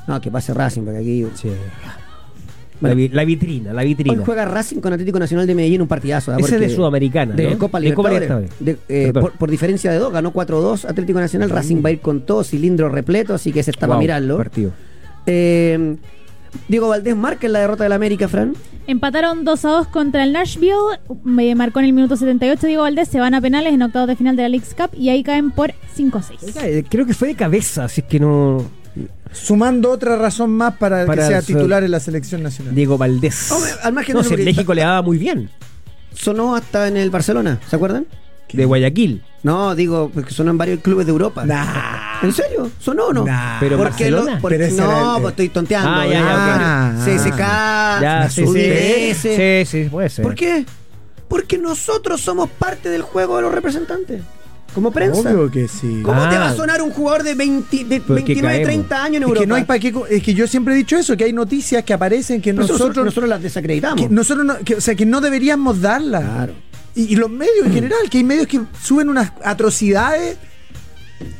[SPEAKER 1] No, que pase Racing, porque aquí.
[SPEAKER 2] La, vi- la vitrina, la
[SPEAKER 1] Hoy
[SPEAKER 2] vitrina.
[SPEAKER 1] juega Racing con Atlético Nacional de Medellín un partidazo. ¿ah?
[SPEAKER 2] Ese es de
[SPEAKER 1] Porque-
[SPEAKER 2] Sudamericana,
[SPEAKER 1] De
[SPEAKER 2] ¿no?
[SPEAKER 1] Copa
[SPEAKER 2] De Copa
[SPEAKER 1] Libertadores.
[SPEAKER 2] Libertadores.
[SPEAKER 1] De- eh,
[SPEAKER 2] Perdón.
[SPEAKER 1] por, por diferencia de dos, ganó 4-2 Atlético Nacional. Racing va a ir con todo, cilindro repleto, así que se está para
[SPEAKER 2] Wow,
[SPEAKER 1] mirarlo.
[SPEAKER 2] Partido.
[SPEAKER 1] Eh, Diego Valdés marca en la derrota del América, Fran.
[SPEAKER 3] Empataron 2 a 2 contra el Nashville. Me marcó en el minuto 78 Diego Valdés. Se van a penales en octavos de final de la League's Cup y ahí caen por 5 a 6.
[SPEAKER 2] Eh, Creo que fue de cabeza, así es que no.
[SPEAKER 4] Sumando otra razón más para,
[SPEAKER 2] Para
[SPEAKER 4] que sea
[SPEAKER 2] su-
[SPEAKER 4] titular en la selección nacional.
[SPEAKER 2] Diego Valdés.
[SPEAKER 1] Hombre, Oh, eh, al margen
[SPEAKER 2] no,
[SPEAKER 1] de lo
[SPEAKER 2] si en
[SPEAKER 1] que-
[SPEAKER 2] México le daba muy bien.
[SPEAKER 1] Sonó hasta en el Barcelona, ¿se acuerdan?
[SPEAKER 2] De Guayaquil.
[SPEAKER 1] No, digo, porque sonó en varios clubes de Europa.
[SPEAKER 4] Nah.
[SPEAKER 1] ¿En serio? ¿Sonó o no?
[SPEAKER 4] Nah.
[SPEAKER 2] Pero
[SPEAKER 1] porque
[SPEAKER 2] Barcelona.
[SPEAKER 1] lo- porque-
[SPEAKER 4] Pero ese era
[SPEAKER 1] no,
[SPEAKER 4] el-
[SPEAKER 1] pues estoy tonteando.
[SPEAKER 2] Ah, ya, Ah.
[SPEAKER 4] ya, ok.
[SPEAKER 1] CSK,
[SPEAKER 2] Ya, sí, sí,
[SPEAKER 1] UDS.
[SPEAKER 2] sí, sí, puede ser.
[SPEAKER 1] ¿Por qué? Porque nosotros somos parte del juego de los representantes. Como prensa.
[SPEAKER 4] Obvio que sí.
[SPEAKER 1] ¿Cómo
[SPEAKER 2] Ah.
[SPEAKER 1] te va a sonar un jugador de, 20 de
[SPEAKER 2] Porque
[SPEAKER 1] 29,
[SPEAKER 2] caemos.
[SPEAKER 1] 30 años en
[SPEAKER 4] Es
[SPEAKER 1] Europa?
[SPEAKER 4] que no hay pa' qué co- es que yo siempre he dicho eso, que hay noticias que aparecen que
[SPEAKER 1] Por eso
[SPEAKER 4] nosotros,
[SPEAKER 1] nosotros, nosotros las desacreditamos.
[SPEAKER 4] que nosotros no- que- o sea, que no deberíamos darlas.
[SPEAKER 1] Claro.
[SPEAKER 4] Y, y los medios en general, que hay medios que suben unas atrocidades.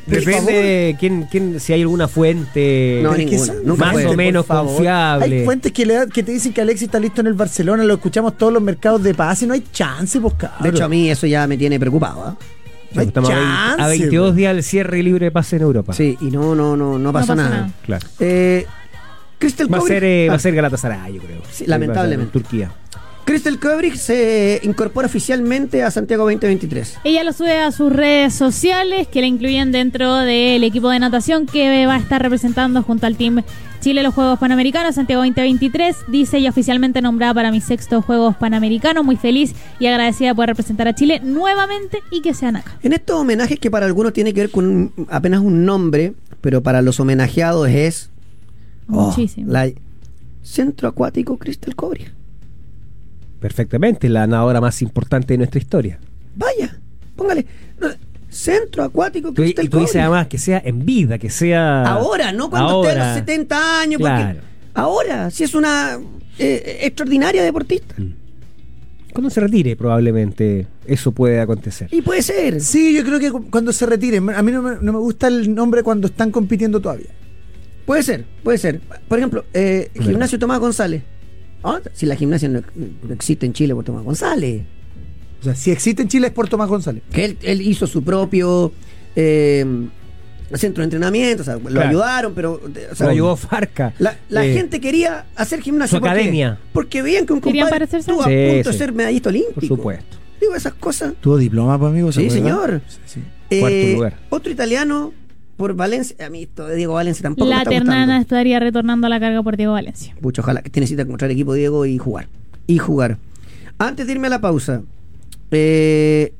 [SPEAKER 2] Depende de quién, quién, si hay alguna fuente.
[SPEAKER 1] No,
[SPEAKER 4] Pero es que
[SPEAKER 1] ninguna.
[SPEAKER 4] son
[SPEAKER 1] Nunca
[SPEAKER 2] más
[SPEAKER 1] fue.
[SPEAKER 2] o
[SPEAKER 4] fuentes,
[SPEAKER 2] menos
[SPEAKER 4] por favor.
[SPEAKER 2] confiable.
[SPEAKER 4] Hay fuentes que, le da- que te dicen que Alexis está listo en el Barcelona, lo escuchamos todos los mercados de pase, no hay chance, pues cabrón.
[SPEAKER 1] De hecho, a mí eso ya me tiene preocupado. ¿ah?
[SPEAKER 4] no hay
[SPEAKER 2] Estamos a vein-
[SPEAKER 4] chance,
[SPEAKER 2] a 22
[SPEAKER 4] pues.
[SPEAKER 2] días del cierre libre de pase en Europa.
[SPEAKER 1] Sí, y no, no, no, no pasa,
[SPEAKER 3] pasa
[SPEAKER 1] nada.
[SPEAKER 3] nada.
[SPEAKER 2] Claro.
[SPEAKER 1] Eh, Crystal
[SPEAKER 2] Va a
[SPEAKER 1] Kubrick-
[SPEAKER 2] ser, eh, va
[SPEAKER 1] Ah,
[SPEAKER 2] a ser Galatasaray, yo creo.
[SPEAKER 1] Sí, lamentablemente.
[SPEAKER 2] Va a ser Turquía.
[SPEAKER 1] Crystal Kubrick se incorpora oficialmente a Santiago 2023.
[SPEAKER 3] Ella lo sube a sus redes sociales que la incluyen dentro del equipo de natación que va a estar representando junto al Team Chile los Juegos Panamericanos Santiago 2023. Dice ella oficialmente nombrada para mi sexto Juegos Panamericano. Muy feliz y agradecida por representar a Chile nuevamente y que sean acá.
[SPEAKER 1] En estos homenajes que para algunos tiene que ver con un- apenas un nombre, pero para los homenajeados es oh,
[SPEAKER 3] Muchísimo.
[SPEAKER 1] la- Centro Acuático Crystal Kubrick.
[SPEAKER 2] Perfectamente, la nadadora más importante de nuestra historia.
[SPEAKER 1] Vaya, póngale. no, Centro Acuático
[SPEAKER 2] Tú, y
[SPEAKER 1] Crystal
[SPEAKER 2] tú dices
[SPEAKER 1] Kubrick.
[SPEAKER 2] además que sea en vida, que sea.
[SPEAKER 1] Ahora, no cuando esté a
[SPEAKER 2] ahora.
[SPEAKER 1] los 70 años. porque-
[SPEAKER 2] Claro.
[SPEAKER 1] ahora, si es una eh, extraordinaria deportista.
[SPEAKER 2] Cuando se retire, probablemente eso puede acontecer.
[SPEAKER 1] Y puede ser.
[SPEAKER 4] Sí, yo creo que cu- cuando se retiren, a mí no me, no me gusta el nombre cuando están compitiendo todavía.
[SPEAKER 1] Puede ser, puede ser. Por ejemplo, eh, Gimnasio Tomás González. Ah, Si la gimnasia no, no existe en Chile por Tomás González.
[SPEAKER 4] O sea, si existe en Chile es por Tomás González.
[SPEAKER 1] Que él, él hizo su propio eh, centro de entrenamiento, o sea, lo
[SPEAKER 2] Claro.
[SPEAKER 1] ayudaron, pero. o sea,
[SPEAKER 2] Lo ayudó Farca.
[SPEAKER 1] La, la
[SPEAKER 2] Eh,
[SPEAKER 1] gente quería hacer gimnasia.
[SPEAKER 2] su
[SPEAKER 1] ¿por qué?
[SPEAKER 2] academia.
[SPEAKER 1] Porque veían que un
[SPEAKER 3] Querían
[SPEAKER 1] compadre
[SPEAKER 3] parecerse.
[SPEAKER 1] estuvo a
[SPEAKER 2] Sí,
[SPEAKER 1] punto de
[SPEAKER 2] sí.
[SPEAKER 1] ser medallista olímpico.
[SPEAKER 2] Por supuesto.
[SPEAKER 1] Digo, esas cosas.
[SPEAKER 4] ¿Tuvo diploma, pues, amigo?
[SPEAKER 1] ¿se Sí, acuerda? señor.
[SPEAKER 2] Cuarto
[SPEAKER 1] Eh,
[SPEAKER 2] lugar.
[SPEAKER 1] Otro italiano por Valencia. A mí esto de Diego Valencia tampoco me
[SPEAKER 3] La
[SPEAKER 1] está
[SPEAKER 3] ternana
[SPEAKER 1] gustando.
[SPEAKER 3] estaría retornando a la carga por Diego Valencia.
[SPEAKER 1] Pucha, ojalá que necesita encontrar equipo Diego y jugar. Y jugar. Antes de irme a la pausa, eh,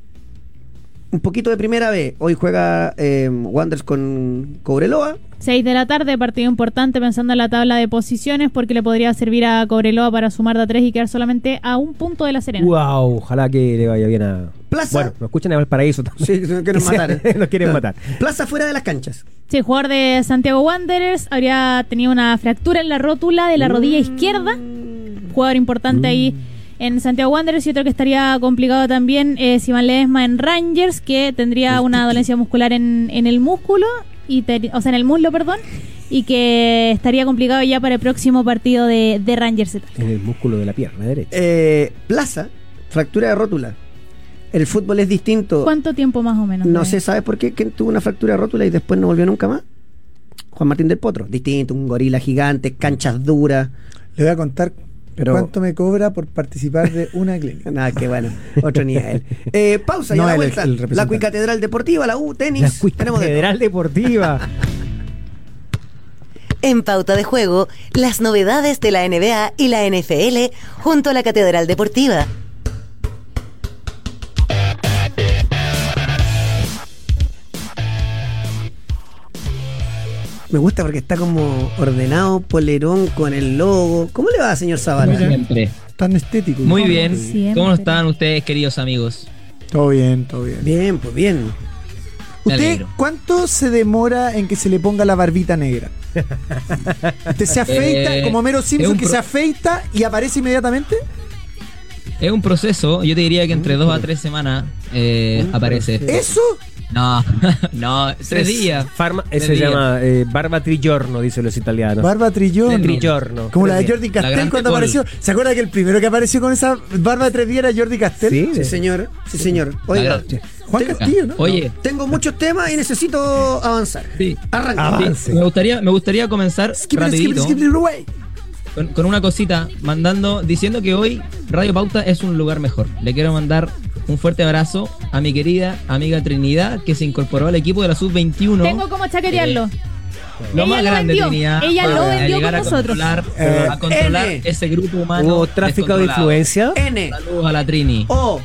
[SPEAKER 1] un poquito de primera B. Hoy juega eh, Wanderers con Cobreloa.
[SPEAKER 3] 6 de la tarde, partido importante pensando en la tabla de posiciones porque le podría servir a Cobreloa para sumar de a 3 y quedar solamente a un punto de la Serena.
[SPEAKER 2] Wow, ojalá que le vaya bien a.
[SPEAKER 1] Plaza.
[SPEAKER 2] Bueno, nos escuchan a Valparaíso también.
[SPEAKER 1] Sí, nos quieren matar. eh.
[SPEAKER 2] nos quieren matar.
[SPEAKER 1] Plaza fuera de las canchas.
[SPEAKER 3] Sí, jugador de Santiago Wanderers habría tenido una fractura en la rótula de la rodilla
[SPEAKER 1] Mm.
[SPEAKER 3] izquierda. Jugador importante ahí en Santiago Wanderers y otro que estaría complicado también es Iván Ledesma en Rangers, que tendría una dolencia muscular en, en el músculo, y te- o sea, en el muslo, perdón, y que estaría complicado ya para el próximo partido de, de Rangers.
[SPEAKER 2] En el músculo de la pierna derecha.
[SPEAKER 1] Eh, plaza, fractura de rótula. El fútbol es distinto.
[SPEAKER 3] ¿Cuánto tiempo más o menos?
[SPEAKER 1] No
[SPEAKER 3] Debe?
[SPEAKER 1] sé, ¿sabes por qué? ¿Quién tuvo una fractura de rótula y después no volvió nunca más? Juan Martín del Potro. Distinto, un gorila gigante, canchas duras.
[SPEAKER 4] Le voy a contar
[SPEAKER 1] Pero-
[SPEAKER 4] cuánto me cobra por participar de una clínica.
[SPEAKER 1] Nada, que Ah, bueno, otro nivel. Eh, pausa,
[SPEAKER 4] No,
[SPEAKER 1] ya la
[SPEAKER 4] el-
[SPEAKER 1] vuelta.
[SPEAKER 4] el
[SPEAKER 1] la
[SPEAKER 4] representante.
[SPEAKER 1] Cuicatedral Deportiva, la U,
[SPEAKER 2] La
[SPEAKER 1] tenis. tenemos de-
[SPEAKER 2] Federal Deportiva.
[SPEAKER 6] En Pauta de Juego, las novedades de la NBA y la NFL junto a la Catedral Deportiva.
[SPEAKER 1] Me gusta porque está como ordenado, polerón con el logo. ¿Cómo le va, señor Zavala?
[SPEAKER 8] Como siempre.
[SPEAKER 4] Tan estético.
[SPEAKER 8] Muy
[SPEAKER 4] ¿no?
[SPEAKER 8] bien.
[SPEAKER 3] siempre.
[SPEAKER 8] ¿Cómo están ustedes, queridos amigos?
[SPEAKER 4] Todo bien, todo bien.
[SPEAKER 1] Bien, pues bien.
[SPEAKER 8] Me
[SPEAKER 4] ¿Usted
[SPEAKER 8] alegro.
[SPEAKER 4] cuánto se demora en que se le ponga la barbita negra? ¿Usted se afeita
[SPEAKER 8] Eh,
[SPEAKER 4] como Mero
[SPEAKER 8] es
[SPEAKER 4] Simpson
[SPEAKER 8] un
[SPEAKER 4] que
[SPEAKER 8] pro-
[SPEAKER 4] se afeita y aparece inmediatamente?
[SPEAKER 8] Es un proceso, yo te diría que entre
[SPEAKER 3] Mm.
[SPEAKER 8] dos a tres semanas eh, aparece.
[SPEAKER 4] ¿Eso?
[SPEAKER 8] No, no, tres días.
[SPEAKER 2] Farma- eh,
[SPEAKER 8] Tres
[SPEAKER 2] se
[SPEAKER 8] días.
[SPEAKER 2] llama eh, Barba Trigiorno, dicen los italianos.
[SPEAKER 4] Barba trillón.
[SPEAKER 8] Del
[SPEAKER 2] Trigiorno.
[SPEAKER 4] Como la de
[SPEAKER 2] Tres
[SPEAKER 4] Jordi
[SPEAKER 8] La
[SPEAKER 4] Castell
[SPEAKER 8] grande
[SPEAKER 4] cuando
[SPEAKER 8] Paul.
[SPEAKER 4] apareció. ¿Se acuerda que el primero que apareció con esa barba de tres días era Jordi Castell?
[SPEAKER 2] días.
[SPEAKER 1] Sí,
[SPEAKER 2] Sí,
[SPEAKER 1] señor. Sí, señor. Oiga,
[SPEAKER 8] gran-
[SPEAKER 4] Juan
[SPEAKER 1] tengo,
[SPEAKER 4] Castillo, ¿no?
[SPEAKER 8] Oye,
[SPEAKER 1] tengo muchos temas y necesito avanzar.
[SPEAKER 8] sí,
[SPEAKER 1] Arranca.
[SPEAKER 8] sí, me gustaría, me gustaría comenzar
[SPEAKER 4] Skip it, skip it,
[SPEAKER 8] rapidito
[SPEAKER 4] skip it, Uruguay.
[SPEAKER 8] con, con una cosita, mandando, diciendo que hoy Radio Pauta es un lugar mejor. Le quiero mandar un fuerte abrazo a mi querida amiga Trinidad que se incorporó al equipo de la sub 21.
[SPEAKER 3] Tengo como chaquetearlo.
[SPEAKER 8] Lo
[SPEAKER 3] Ella
[SPEAKER 8] más
[SPEAKER 3] lo
[SPEAKER 8] grande
[SPEAKER 3] vendió.
[SPEAKER 8] tenía
[SPEAKER 3] Ella lo
[SPEAKER 8] para
[SPEAKER 3] vendió
[SPEAKER 8] llegar
[SPEAKER 3] con
[SPEAKER 8] a
[SPEAKER 3] nosotros.
[SPEAKER 8] controlar,
[SPEAKER 4] Eh,
[SPEAKER 8] a controlar
[SPEAKER 1] N.
[SPEAKER 8] ese grupo humano.
[SPEAKER 2] Hubo tráfico de
[SPEAKER 8] descontrolado.
[SPEAKER 2] influencia.
[SPEAKER 1] N,
[SPEAKER 8] Saludos a la Trini,
[SPEAKER 1] O,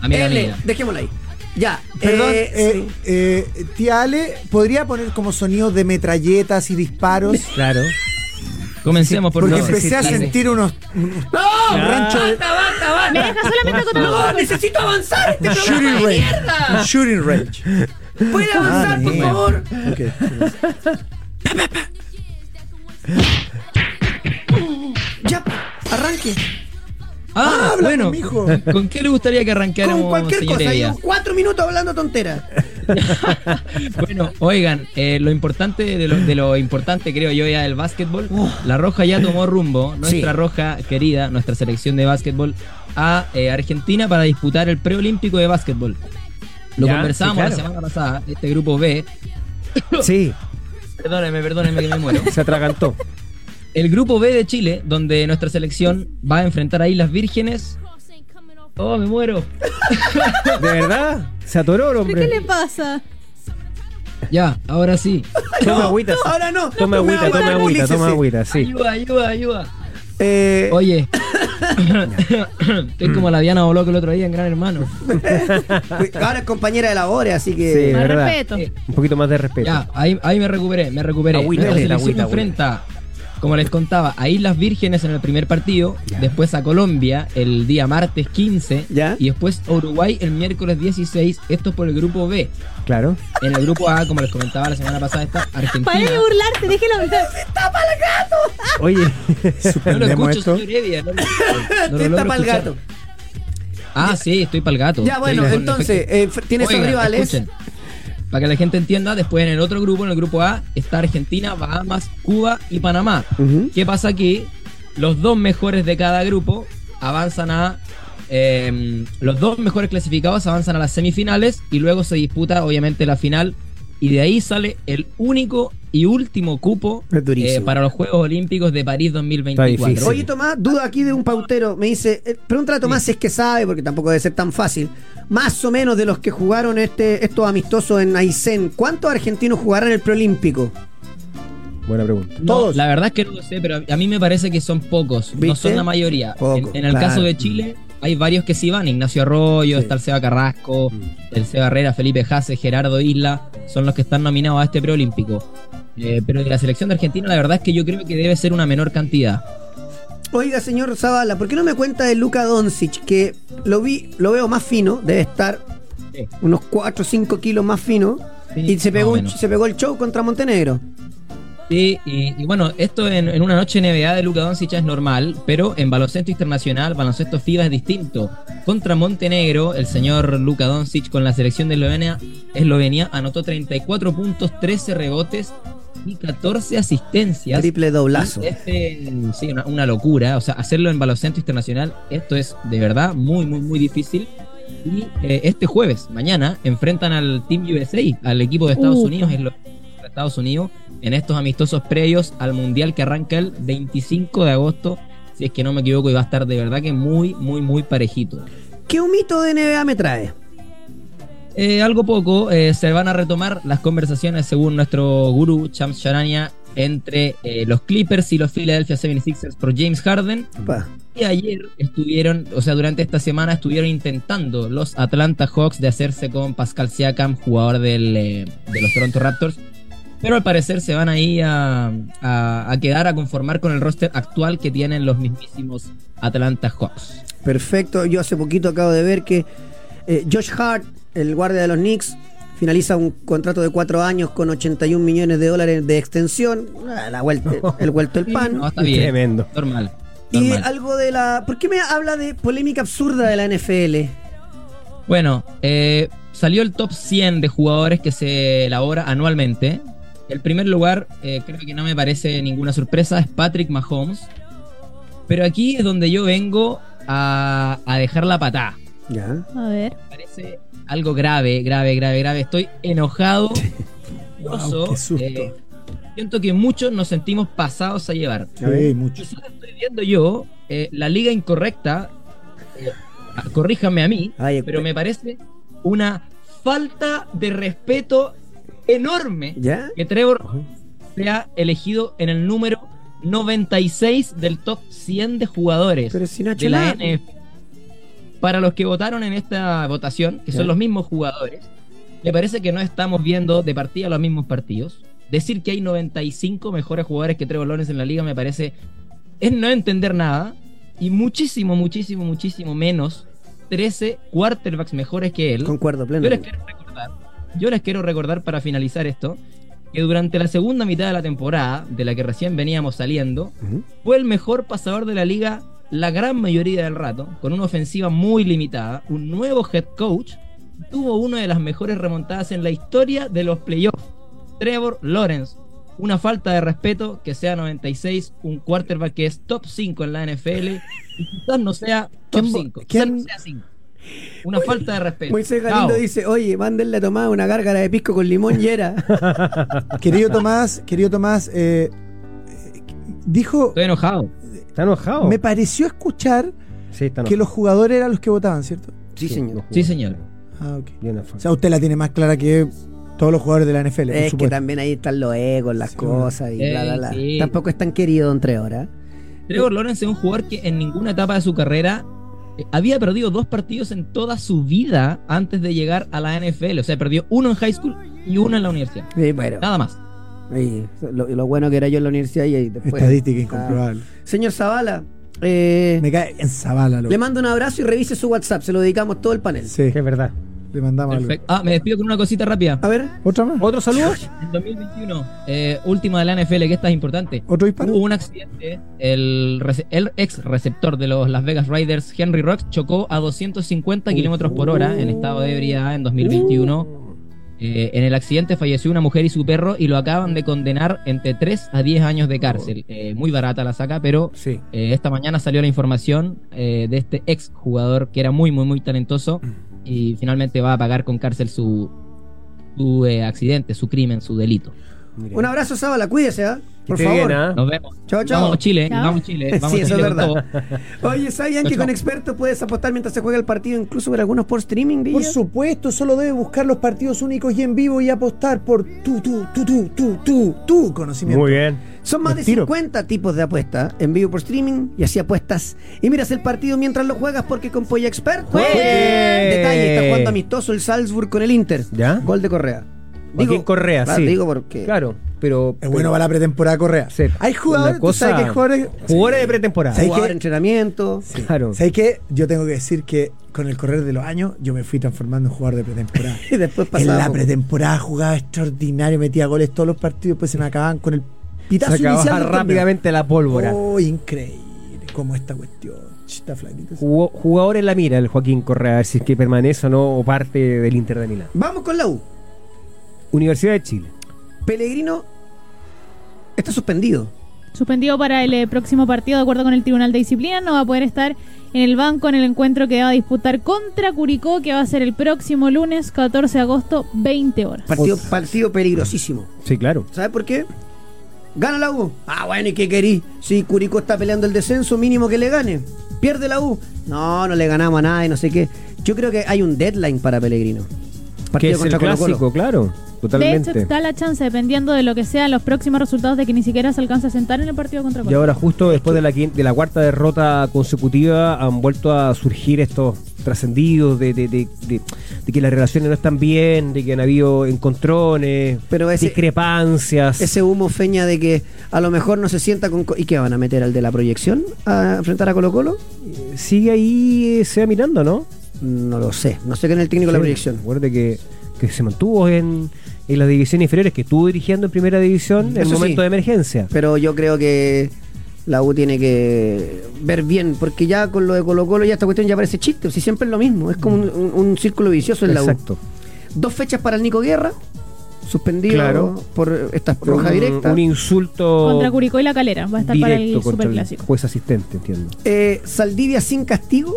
[SPEAKER 8] amiga
[SPEAKER 1] L.
[SPEAKER 8] mía.
[SPEAKER 1] Dejémosla ahí. Ya.
[SPEAKER 4] Perdón,
[SPEAKER 1] eh,
[SPEAKER 4] eh,
[SPEAKER 1] sí.
[SPEAKER 4] eh, tía Ale, ¿podría poner como sonidos de metralletas y disparos?
[SPEAKER 2] Claro.
[SPEAKER 8] Comencemos por
[SPEAKER 4] Porque
[SPEAKER 8] favor.
[SPEAKER 4] empecé a
[SPEAKER 8] Sí, sí,
[SPEAKER 4] sentir unos.
[SPEAKER 1] ¡No!
[SPEAKER 4] Un rancho de-
[SPEAKER 1] ¡Basta, basta, basta!
[SPEAKER 3] Me deja solamente con el
[SPEAKER 1] ¡No!
[SPEAKER 3] ojo.
[SPEAKER 1] ¡Necesito avanzar este
[SPEAKER 4] un
[SPEAKER 1] programa
[SPEAKER 4] shooting
[SPEAKER 1] de
[SPEAKER 4] range. Un
[SPEAKER 1] mierda!
[SPEAKER 4] shooting range.
[SPEAKER 1] ¿Puede
[SPEAKER 4] Ah,
[SPEAKER 1] avanzar, por
[SPEAKER 4] mierda.
[SPEAKER 1] favor?
[SPEAKER 4] Ok.
[SPEAKER 1] Ya, arranque.
[SPEAKER 8] Ah,
[SPEAKER 4] Háblame,
[SPEAKER 8] bueno.
[SPEAKER 4] mijo.
[SPEAKER 8] ¿Con qué le gustaría que arranquemos,
[SPEAKER 1] Con cualquier
[SPEAKER 8] señor
[SPEAKER 1] cosa.
[SPEAKER 8] Heredia?
[SPEAKER 1] Llevo cuatro minutos hablando tontera.
[SPEAKER 8] Bueno, oigan, eh, lo importante de lo, de lo importante, creo yo, ya del básquetbol, la roja ya tomó rumbo, nuestra roja querida, nuestra selección de básquetbol, a eh, Argentina para disputar el preolímpico de básquetbol. Lo
[SPEAKER 2] Ya,
[SPEAKER 8] conversamos
[SPEAKER 2] sí, claro.
[SPEAKER 8] la semana pasada, este grupo B.
[SPEAKER 2] Sí,
[SPEAKER 8] Perdónenme, perdónenme que me muero.
[SPEAKER 2] se atragantó.
[SPEAKER 8] El grupo B de Chile, donde nuestra selección va a enfrentar a Islas Vírgenes. Oh, me muero.
[SPEAKER 2] ¿De verdad? Se atoró el
[SPEAKER 3] ¿Qué le
[SPEAKER 2] hombre.
[SPEAKER 3] pasa?
[SPEAKER 8] Ya, ahora sí.
[SPEAKER 2] Toma agüita.
[SPEAKER 1] Ahora no.
[SPEAKER 2] Toma agüita, toma agüita, toma agüita, sí.
[SPEAKER 8] Ayuda, ayuda, ayuda.
[SPEAKER 1] Eh,
[SPEAKER 8] Oye, estoy como la Diana Boloco el otro día en Gran Hermano.
[SPEAKER 1] ahora es compañera de labores, así
[SPEAKER 2] Sí,
[SPEAKER 1] que.
[SPEAKER 3] Más
[SPEAKER 2] verdad.
[SPEAKER 3] respeto.
[SPEAKER 8] Eh,
[SPEAKER 2] Un poquito más de respeto.
[SPEAKER 8] Ya, ahí, ahí me recuperé, me recuperé.
[SPEAKER 2] Agüita,
[SPEAKER 8] Nuestra
[SPEAKER 2] agüita,
[SPEAKER 8] selección
[SPEAKER 2] agüita,
[SPEAKER 8] enfrenta, como les contaba, a Islas Vírgenes en el primer partido, después a Colombia el día martes 15
[SPEAKER 1] Ya.
[SPEAKER 8] y después a Uruguay el miércoles 16. Esto es por el grupo B.
[SPEAKER 2] Claro.
[SPEAKER 8] En el grupo A, como les comentaba la semana pasada, está
[SPEAKER 3] Para
[SPEAKER 8] Argentina.
[SPEAKER 3] de burlarte, déjelo hablar.
[SPEAKER 2] Oye,
[SPEAKER 8] No lo
[SPEAKER 4] Suspendemos
[SPEAKER 8] escucho,
[SPEAKER 4] esto.
[SPEAKER 8] señor Evia. No, lo- no lo
[SPEAKER 1] Usted está
[SPEAKER 8] logro
[SPEAKER 1] pa'l
[SPEAKER 8] escuchar.
[SPEAKER 1] gato.
[SPEAKER 8] Ah, sí, estoy para el gato.
[SPEAKER 1] Ya, bueno,
[SPEAKER 8] Estoy con
[SPEAKER 1] entonces,
[SPEAKER 8] efecto.
[SPEAKER 1] eh, f- tiene sus
[SPEAKER 8] Oigan,
[SPEAKER 1] rivales.
[SPEAKER 8] escuchen, para que la gente entienda, después en el otro grupo, en el grupo A, está Argentina, Bahamas, Cuba y Panamá.
[SPEAKER 1] Ujú.
[SPEAKER 8] ¿Qué pasa aquí? Los dos mejores de cada grupo avanzan a. eh, los dos mejores clasificados avanzan a las semifinales y luego se disputa, obviamente, la final. Y de ahí sale el único y último cupo eh,
[SPEAKER 1] Es durísimo.
[SPEAKER 8] para los Juegos Olímpicos de París 2024.
[SPEAKER 2] difícil.
[SPEAKER 1] Oye, Tomás, duda aquí de un pautero. Me dice, eh, pregúntale a Tomás si es que sabe, porque tampoco debe ser tan fácil. Más o menos de los que jugaron este, estos amistosos en Aysén, ¿cuántos argentinos jugarán el preolímpico?
[SPEAKER 2] buena pregunta.
[SPEAKER 8] No,
[SPEAKER 1] Todos.
[SPEAKER 8] La verdad es que no lo sé, pero a mí me parece que son pocos,
[SPEAKER 1] ¿Viste?
[SPEAKER 8] no son la mayoría.
[SPEAKER 1] Poco,
[SPEAKER 8] en en el
[SPEAKER 1] claro.
[SPEAKER 8] caso de Chile, hay varios que sí van. Ignacio
[SPEAKER 1] Sí.
[SPEAKER 8] Arroyo,
[SPEAKER 1] Mm.
[SPEAKER 8] está el Seba Carrasco, el Seba Herrera, Felipe Jase, Gerardo Isla, son los que están nominados a este preolímpico. Eh, pero de la selección de Argentina, la verdad es que yo creo que debe ser una menor cantidad.
[SPEAKER 1] Oiga, señor Zavala, ¿por qué no me cuenta de Luka Doncic? Que lo vi, lo veo más fino, debe estar
[SPEAKER 8] Sí.
[SPEAKER 1] unos 4 o 5 kilos más fino.
[SPEAKER 8] Sí,
[SPEAKER 1] y se
[SPEAKER 8] más
[SPEAKER 1] pegó,
[SPEAKER 8] o
[SPEAKER 1] un-
[SPEAKER 8] menos.
[SPEAKER 1] se pegó el show contra Montenegro.
[SPEAKER 8] Sí, y, y bueno, esto en, en una noche NBA de Luka Doncic es normal, pero en baloncesto internacional, baloncesto FIBA es distinto. Contra Montenegro, el señor Luka Doncic con la selección de Eslovenia, Eslovenia anotó 34 puntos, 13 rebotes y 14 asistencias.
[SPEAKER 1] Triple doblazo.
[SPEAKER 8] Y este, sí, una, una locura. O sea, hacerlo en baloncesto internacional, esto es de verdad muy, muy, muy difícil. Y eh, este jueves, mañana, enfrentan al Team USA, al equipo de Estados
[SPEAKER 3] Uh.
[SPEAKER 8] Unidos, es lo- Estados Unidos, en estos amistosos previos al Mundial que arranca el 25 de agosto, si es que no me equivoco, y va a estar de verdad que muy, muy, muy parejito.
[SPEAKER 1] ¿Qué humito de NBA me trae?
[SPEAKER 8] Eh, algo poco, eh, se van a retomar las conversaciones según nuestro gurú Champs Charania entre eh, los Clippers y los Philadelphia 76ers por James Harden.
[SPEAKER 1] Pa.
[SPEAKER 8] Y ayer estuvieron, o sea, durante esta semana estuvieron intentando los Atlanta Hawks de hacerse con Pascal Siakam, jugador del, eh, de los Toronto Raptors. Pero al parecer se van ahí a, a- a quedar a conformar con el roster actual que tienen los mismísimos Atlanta Hawks.
[SPEAKER 1] Perfecto, yo hace poquito acabo de ver que eh, Josh Hart, el guardia de los Knicks, finaliza un contrato de 4 años con 81 millones de dólares de extensión. Ah, La vuelta, el vuelto el pan.
[SPEAKER 8] No, está bien.
[SPEAKER 2] Tremendo.
[SPEAKER 8] Normal.
[SPEAKER 1] Ah, Y
[SPEAKER 8] normal.
[SPEAKER 1] algo de la. ¿Por qué me habla de polémica absurda de la NFL?
[SPEAKER 8] Bueno, eh, salió el top 100 de jugadores que se elabora anualmente. El primer lugar, eh, creo que no me parece ninguna sorpresa, es Patrick Mahomes. Pero aquí es donde yo vengo a, a dejar la patada.
[SPEAKER 1] Ya.
[SPEAKER 3] A ver.
[SPEAKER 8] Me Parece algo grave, grave, grave, grave. Estoy enojado. furioso,
[SPEAKER 4] Wow, qué susto.
[SPEAKER 8] eh, siento que muchos nos sentimos pasados a llevar.
[SPEAKER 4] Sí, mucho.
[SPEAKER 8] Incluso estoy viendo yo eh, la liga incorrecta. eh, corríjame a mí,
[SPEAKER 1] Ay,
[SPEAKER 8] pero
[SPEAKER 1] espe-
[SPEAKER 8] me parece una falta de respeto enorme
[SPEAKER 1] ¿Ya?
[SPEAKER 8] que Trevor sea elegido en el número 96 del top 100 de jugadores
[SPEAKER 1] Pero si no ha hecho
[SPEAKER 8] de la
[SPEAKER 1] nada.
[SPEAKER 8] NFL. Para los que votaron en esta votación, que
[SPEAKER 1] Ya.
[SPEAKER 8] son los mismos jugadores, me parece que no estamos viendo de partida los mismos partidos. Decir que hay 95 mejores jugadores que Trevor Lawrence en la liga me parece es no entender nada y muchísimo, muchísimo, muchísimo menos 13 quarterbacks mejores que él.
[SPEAKER 1] Concuerdo
[SPEAKER 8] Yo les
[SPEAKER 1] plenamente.
[SPEAKER 8] quiero recordar, yo les quiero recordar para finalizar esto, que durante la segunda mitad de la temporada, de la que recién veníamos saliendo,
[SPEAKER 1] Ujú.
[SPEAKER 8] fue el mejor pasador de la liga la gran mayoría del rato, con una ofensiva muy limitada, un nuevo head coach, tuvo una de las mejores remontadas en la historia de los playoffs. Trevor Lawrence. Una falta de respeto que sea 96, un quarterback que es top 5 en la NFL y quizás no sea top
[SPEAKER 4] ¿Quién vo-
[SPEAKER 8] 5, quizás
[SPEAKER 4] quién-
[SPEAKER 8] no sea 5. Una falta de respeto.
[SPEAKER 1] Moisés Galindo
[SPEAKER 8] Chao.
[SPEAKER 1] dice: Oye, mándenle a tomar una gárgara de pisco con limón y era.
[SPEAKER 4] Querido Tomás, querido Tomás, eh, eh, dijo,
[SPEAKER 8] Estoy enojado.
[SPEAKER 2] Está enojado.
[SPEAKER 4] me pareció escuchar
[SPEAKER 2] Sí, está
[SPEAKER 4] que
[SPEAKER 2] enojado.
[SPEAKER 4] los jugadores eran los que votaban, ¿cierto?
[SPEAKER 1] Sí, señor.
[SPEAKER 8] Sí, señor.
[SPEAKER 4] Ah, ok.
[SPEAKER 2] Yo no-
[SPEAKER 4] O sea, usted la tiene más clara que todos los jugadores de la NFL, por
[SPEAKER 1] Es que
[SPEAKER 4] supuesto.
[SPEAKER 1] también ahí están los egos, las
[SPEAKER 4] Sí.
[SPEAKER 1] cosas y
[SPEAKER 8] Eh,
[SPEAKER 1] bla, bla, bla.
[SPEAKER 8] sí.
[SPEAKER 1] Tampoco es tan querido entre horas.
[SPEAKER 8] Trevor Lawrence es un jugador que en ninguna etapa de su carrera eh, había perdido dos partidos en toda su vida antes de llegar a la NFL. O sea, perdió uno en high school y uno en la universidad.
[SPEAKER 1] Sí, bueno.
[SPEAKER 8] Nada más.
[SPEAKER 1] Y lo, lo bueno que era yo en la universidad y ahí después.
[SPEAKER 4] Estadística incomprobable.
[SPEAKER 1] pues. Ah. Señor Zavala, eh,
[SPEAKER 4] Me cae en Zavala, loco.
[SPEAKER 1] le mando un abrazo y revise su WhatsApp. Se lo dedicamos todo el panel.
[SPEAKER 4] Sí,
[SPEAKER 2] Que es verdad.
[SPEAKER 4] le mandamos algo.
[SPEAKER 8] Perfecto. Ah, me despido con una cosita rápida.
[SPEAKER 1] A ver,
[SPEAKER 4] ¿Otra más?
[SPEAKER 2] ¿Otro saludo?
[SPEAKER 8] En 2021, eh, última de la NFL, que esta es importante.
[SPEAKER 4] ¿Otro disparo?
[SPEAKER 8] Hubo un accidente. El, rece- el ex receptor de los Las Vegas Raiders, Henry Rocks, chocó a 250 kilómetros por hora en estado de ebriedad en 2021. Eh, en el accidente falleció una mujer y su perro y lo acaban de condenar entre 3 a 10 años de cárcel. Eh, muy barata la saca, pero
[SPEAKER 2] Sí.
[SPEAKER 8] eh, esta mañana salió la información eh, de este ex jugador que era muy, muy, muy talentoso y finalmente va a pagar con cárcel su, su eh, accidente, su crimen, su delito.
[SPEAKER 2] Mira.
[SPEAKER 1] un abrazo, Zavala. Cuídese, ¿ah?
[SPEAKER 2] Que
[SPEAKER 1] Por
[SPEAKER 2] esté
[SPEAKER 1] favor.
[SPEAKER 2] bien, ¿ah?
[SPEAKER 8] Nos vemos.
[SPEAKER 1] Chao, chao.
[SPEAKER 8] Vamos Chile,
[SPEAKER 3] Chao.
[SPEAKER 8] vamos Chile. Vamos
[SPEAKER 1] Sí, eso es
[SPEAKER 8] Chile con
[SPEAKER 1] verdad.
[SPEAKER 8] todo.
[SPEAKER 1] Oye, ¿sabían
[SPEAKER 8] Chao,
[SPEAKER 1] que con
[SPEAKER 8] chao.
[SPEAKER 1] expertos puedes apostar mientras se juega el partido, incluso ver algunos por streaming, Villa?
[SPEAKER 4] Por supuesto, solo debe buscar los partidos únicos y en vivo y apostar por tú, tú, tú, tú, tú, tú, tú conocimiento.
[SPEAKER 2] Muy bien.
[SPEAKER 1] Son más
[SPEAKER 4] Los
[SPEAKER 1] de
[SPEAKER 4] tiro.
[SPEAKER 1] 50 tipos de apuestas en vivo por streaming y así apuestas. Y miras el partido mientras lo juegas porque con Polla Expert.
[SPEAKER 2] ¡Juegue!
[SPEAKER 1] Detalle, está jugando amistoso el Salzburg con el Inter.
[SPEAKER 2] ¿Ya?
[SPEAKER 1] Gol de Correa.
[SPEAKER 2] Joaquín Correa,
[SPEAKER 1] claro,
[SPEAKER 2] sí.
[SPEAKER 1] Digo porque.
[SPEAKER 2] Claro, pero.
[SPEAKER 4] Es bueno para la pretemporada Correa.
[SPEAKER 2] Sí.
[SPEAKER 4] Hay jugadores,
[SPEAKER 2] Una
[SPEAKER 4] tú sabes que hay jugadores.
[SPEAKER 2] jugadores de pretemporada.
[SPEAKER 4] Sí. ¿Sabes
[SPEAKER 1] jugador
[SPEAKER 4] qué?
[SPEAKER 1] entrenamiento.
[SPEAKER 2] Claro.
[SPEAKER 4] ¿Sabes qué? Yo tengo que decir que con el correr de los años yo me fui transformando en jugador de pretemporada.
[SPEAKER 1] Y después
[SPEAKER 4] en
[SPEAKER 1] pasaba.
[SPEAKER 4] la
[SPEAKER 1] por-
[SPEAKER 4] pretemporada jugaba extraordinario, metía goles todos los partidos, después se me acababan con el pitazo
[SPEAKER 2] Se acababa
[SPEAKER 4] inicial del torneo.
[SPEAKER 2] rápidamente la pólvora.
[SPEAKER 4] Oh, increíble. Como esta cuestión. Ch, Está flaquito.
[SPEAKER 2] Jugó- jugador en la mira el Joaquín Correa, a ver si es que permanece o no o parte del Inter de Milán.
[SPEAKER 1] Vamos con la U.
[SPEAKER 2] Universidad de Chile.
[SPEAKER 1] Pellegrino está suspendido.
[SPEAKER 3] Suspendido para el eh, próximo partido, de acuerdo con el Tribunal de Disciplina, no va a poder estar en el banco en el encuentro que va a disputar contra Curicó, que va a ser el próximo lunes 14 de agosto, 20 horas.
[SPEAKER 1] Partido, partido peligrosísimo.
[SPEAKER 2] Sí, claro.
[SPEAKER 1] ¿Sabes por qué? Gana la U. Ah, bueno, ¿y qué querís? Si Curicó está peleando el descenso, mínimo que le gane. Pierde la U. No, no le ganamos a nadie, no sé qué. Yo creo que hay un deadline para Pellegrino.
[SPEAKER 2] Que es el
[SPEAKER 1] Colo-Colo.
[SPEAKER 2] clásico, claro.
[SPEAKER 3] De hecho,
[SPEAKER 2] Totalmente.
[SPEAKER 3] está la chance, dependiendo de lo que sean los próximos resultados, de que ni siquiera se alcance a sentar en el partido contra
[SPEAKER 2] Y
[SPEAKER 3] Colo.
[SPEAKER 2] ahora justo después de la, quin- de la cuarta derrota consecutiva han vuelto a surgir estos trascendidos de, de- de- de- de que las relaciones no están bien, de que han habido encontrones,
[SPEAKER 1] Pero ese-
[SPEAKER 2] discrepancias.
[SPEAKER 1] Ese humo feña de que a lo mejor no se sienta con. Co- ¿Y qué van a meter al de la proyección a enfrentar a Colo Colo?
[SPEAKER 2] Sigue ahí, eh, se va mirando, ¿no?
[SPEAKER 1] No lo sé. No sé qué en el técnico de la
[SPEAKER 2] Sí,
[SPEAKER 1] proyección.
[SPEAKER 2] Recuerde que, que se mantuvo en, en las divisiones inferiores, que estuvo dirigiendo en primera división en
[SPEAKER 1] Eso sí.
[SPEAKER 2] momentos de emergencia.
[SPEAKER 1] Pero yo creo que la U tiene que ver bien, porque ya con lo de Colo Colo ya esta cuestión ya parece chiste, si siempre es lo mismo, es como un, un- un círculo vicioso en la
[SPEAKER 2] Exacto.
[SPEAKER 1] U. Dos fechas para el Nico Guerra, suspendido
[SPEAKER 2] Claro.
[SPEAKER 1] por esta roja
[SPEAKER 2] un,
[SPEAKER 1] directa.
[SPEAKER 2] un insulto
[SPEAKER 3] Contra Curicó y la Calera, va a estar para el
[SPEAKER 2] directo contra el
[SPEAKER 3] Superclásico.
[SPEAKER 2] juez asistente, entiendo.
[SPEAKER 1] Eh, Saldivia sin castigo,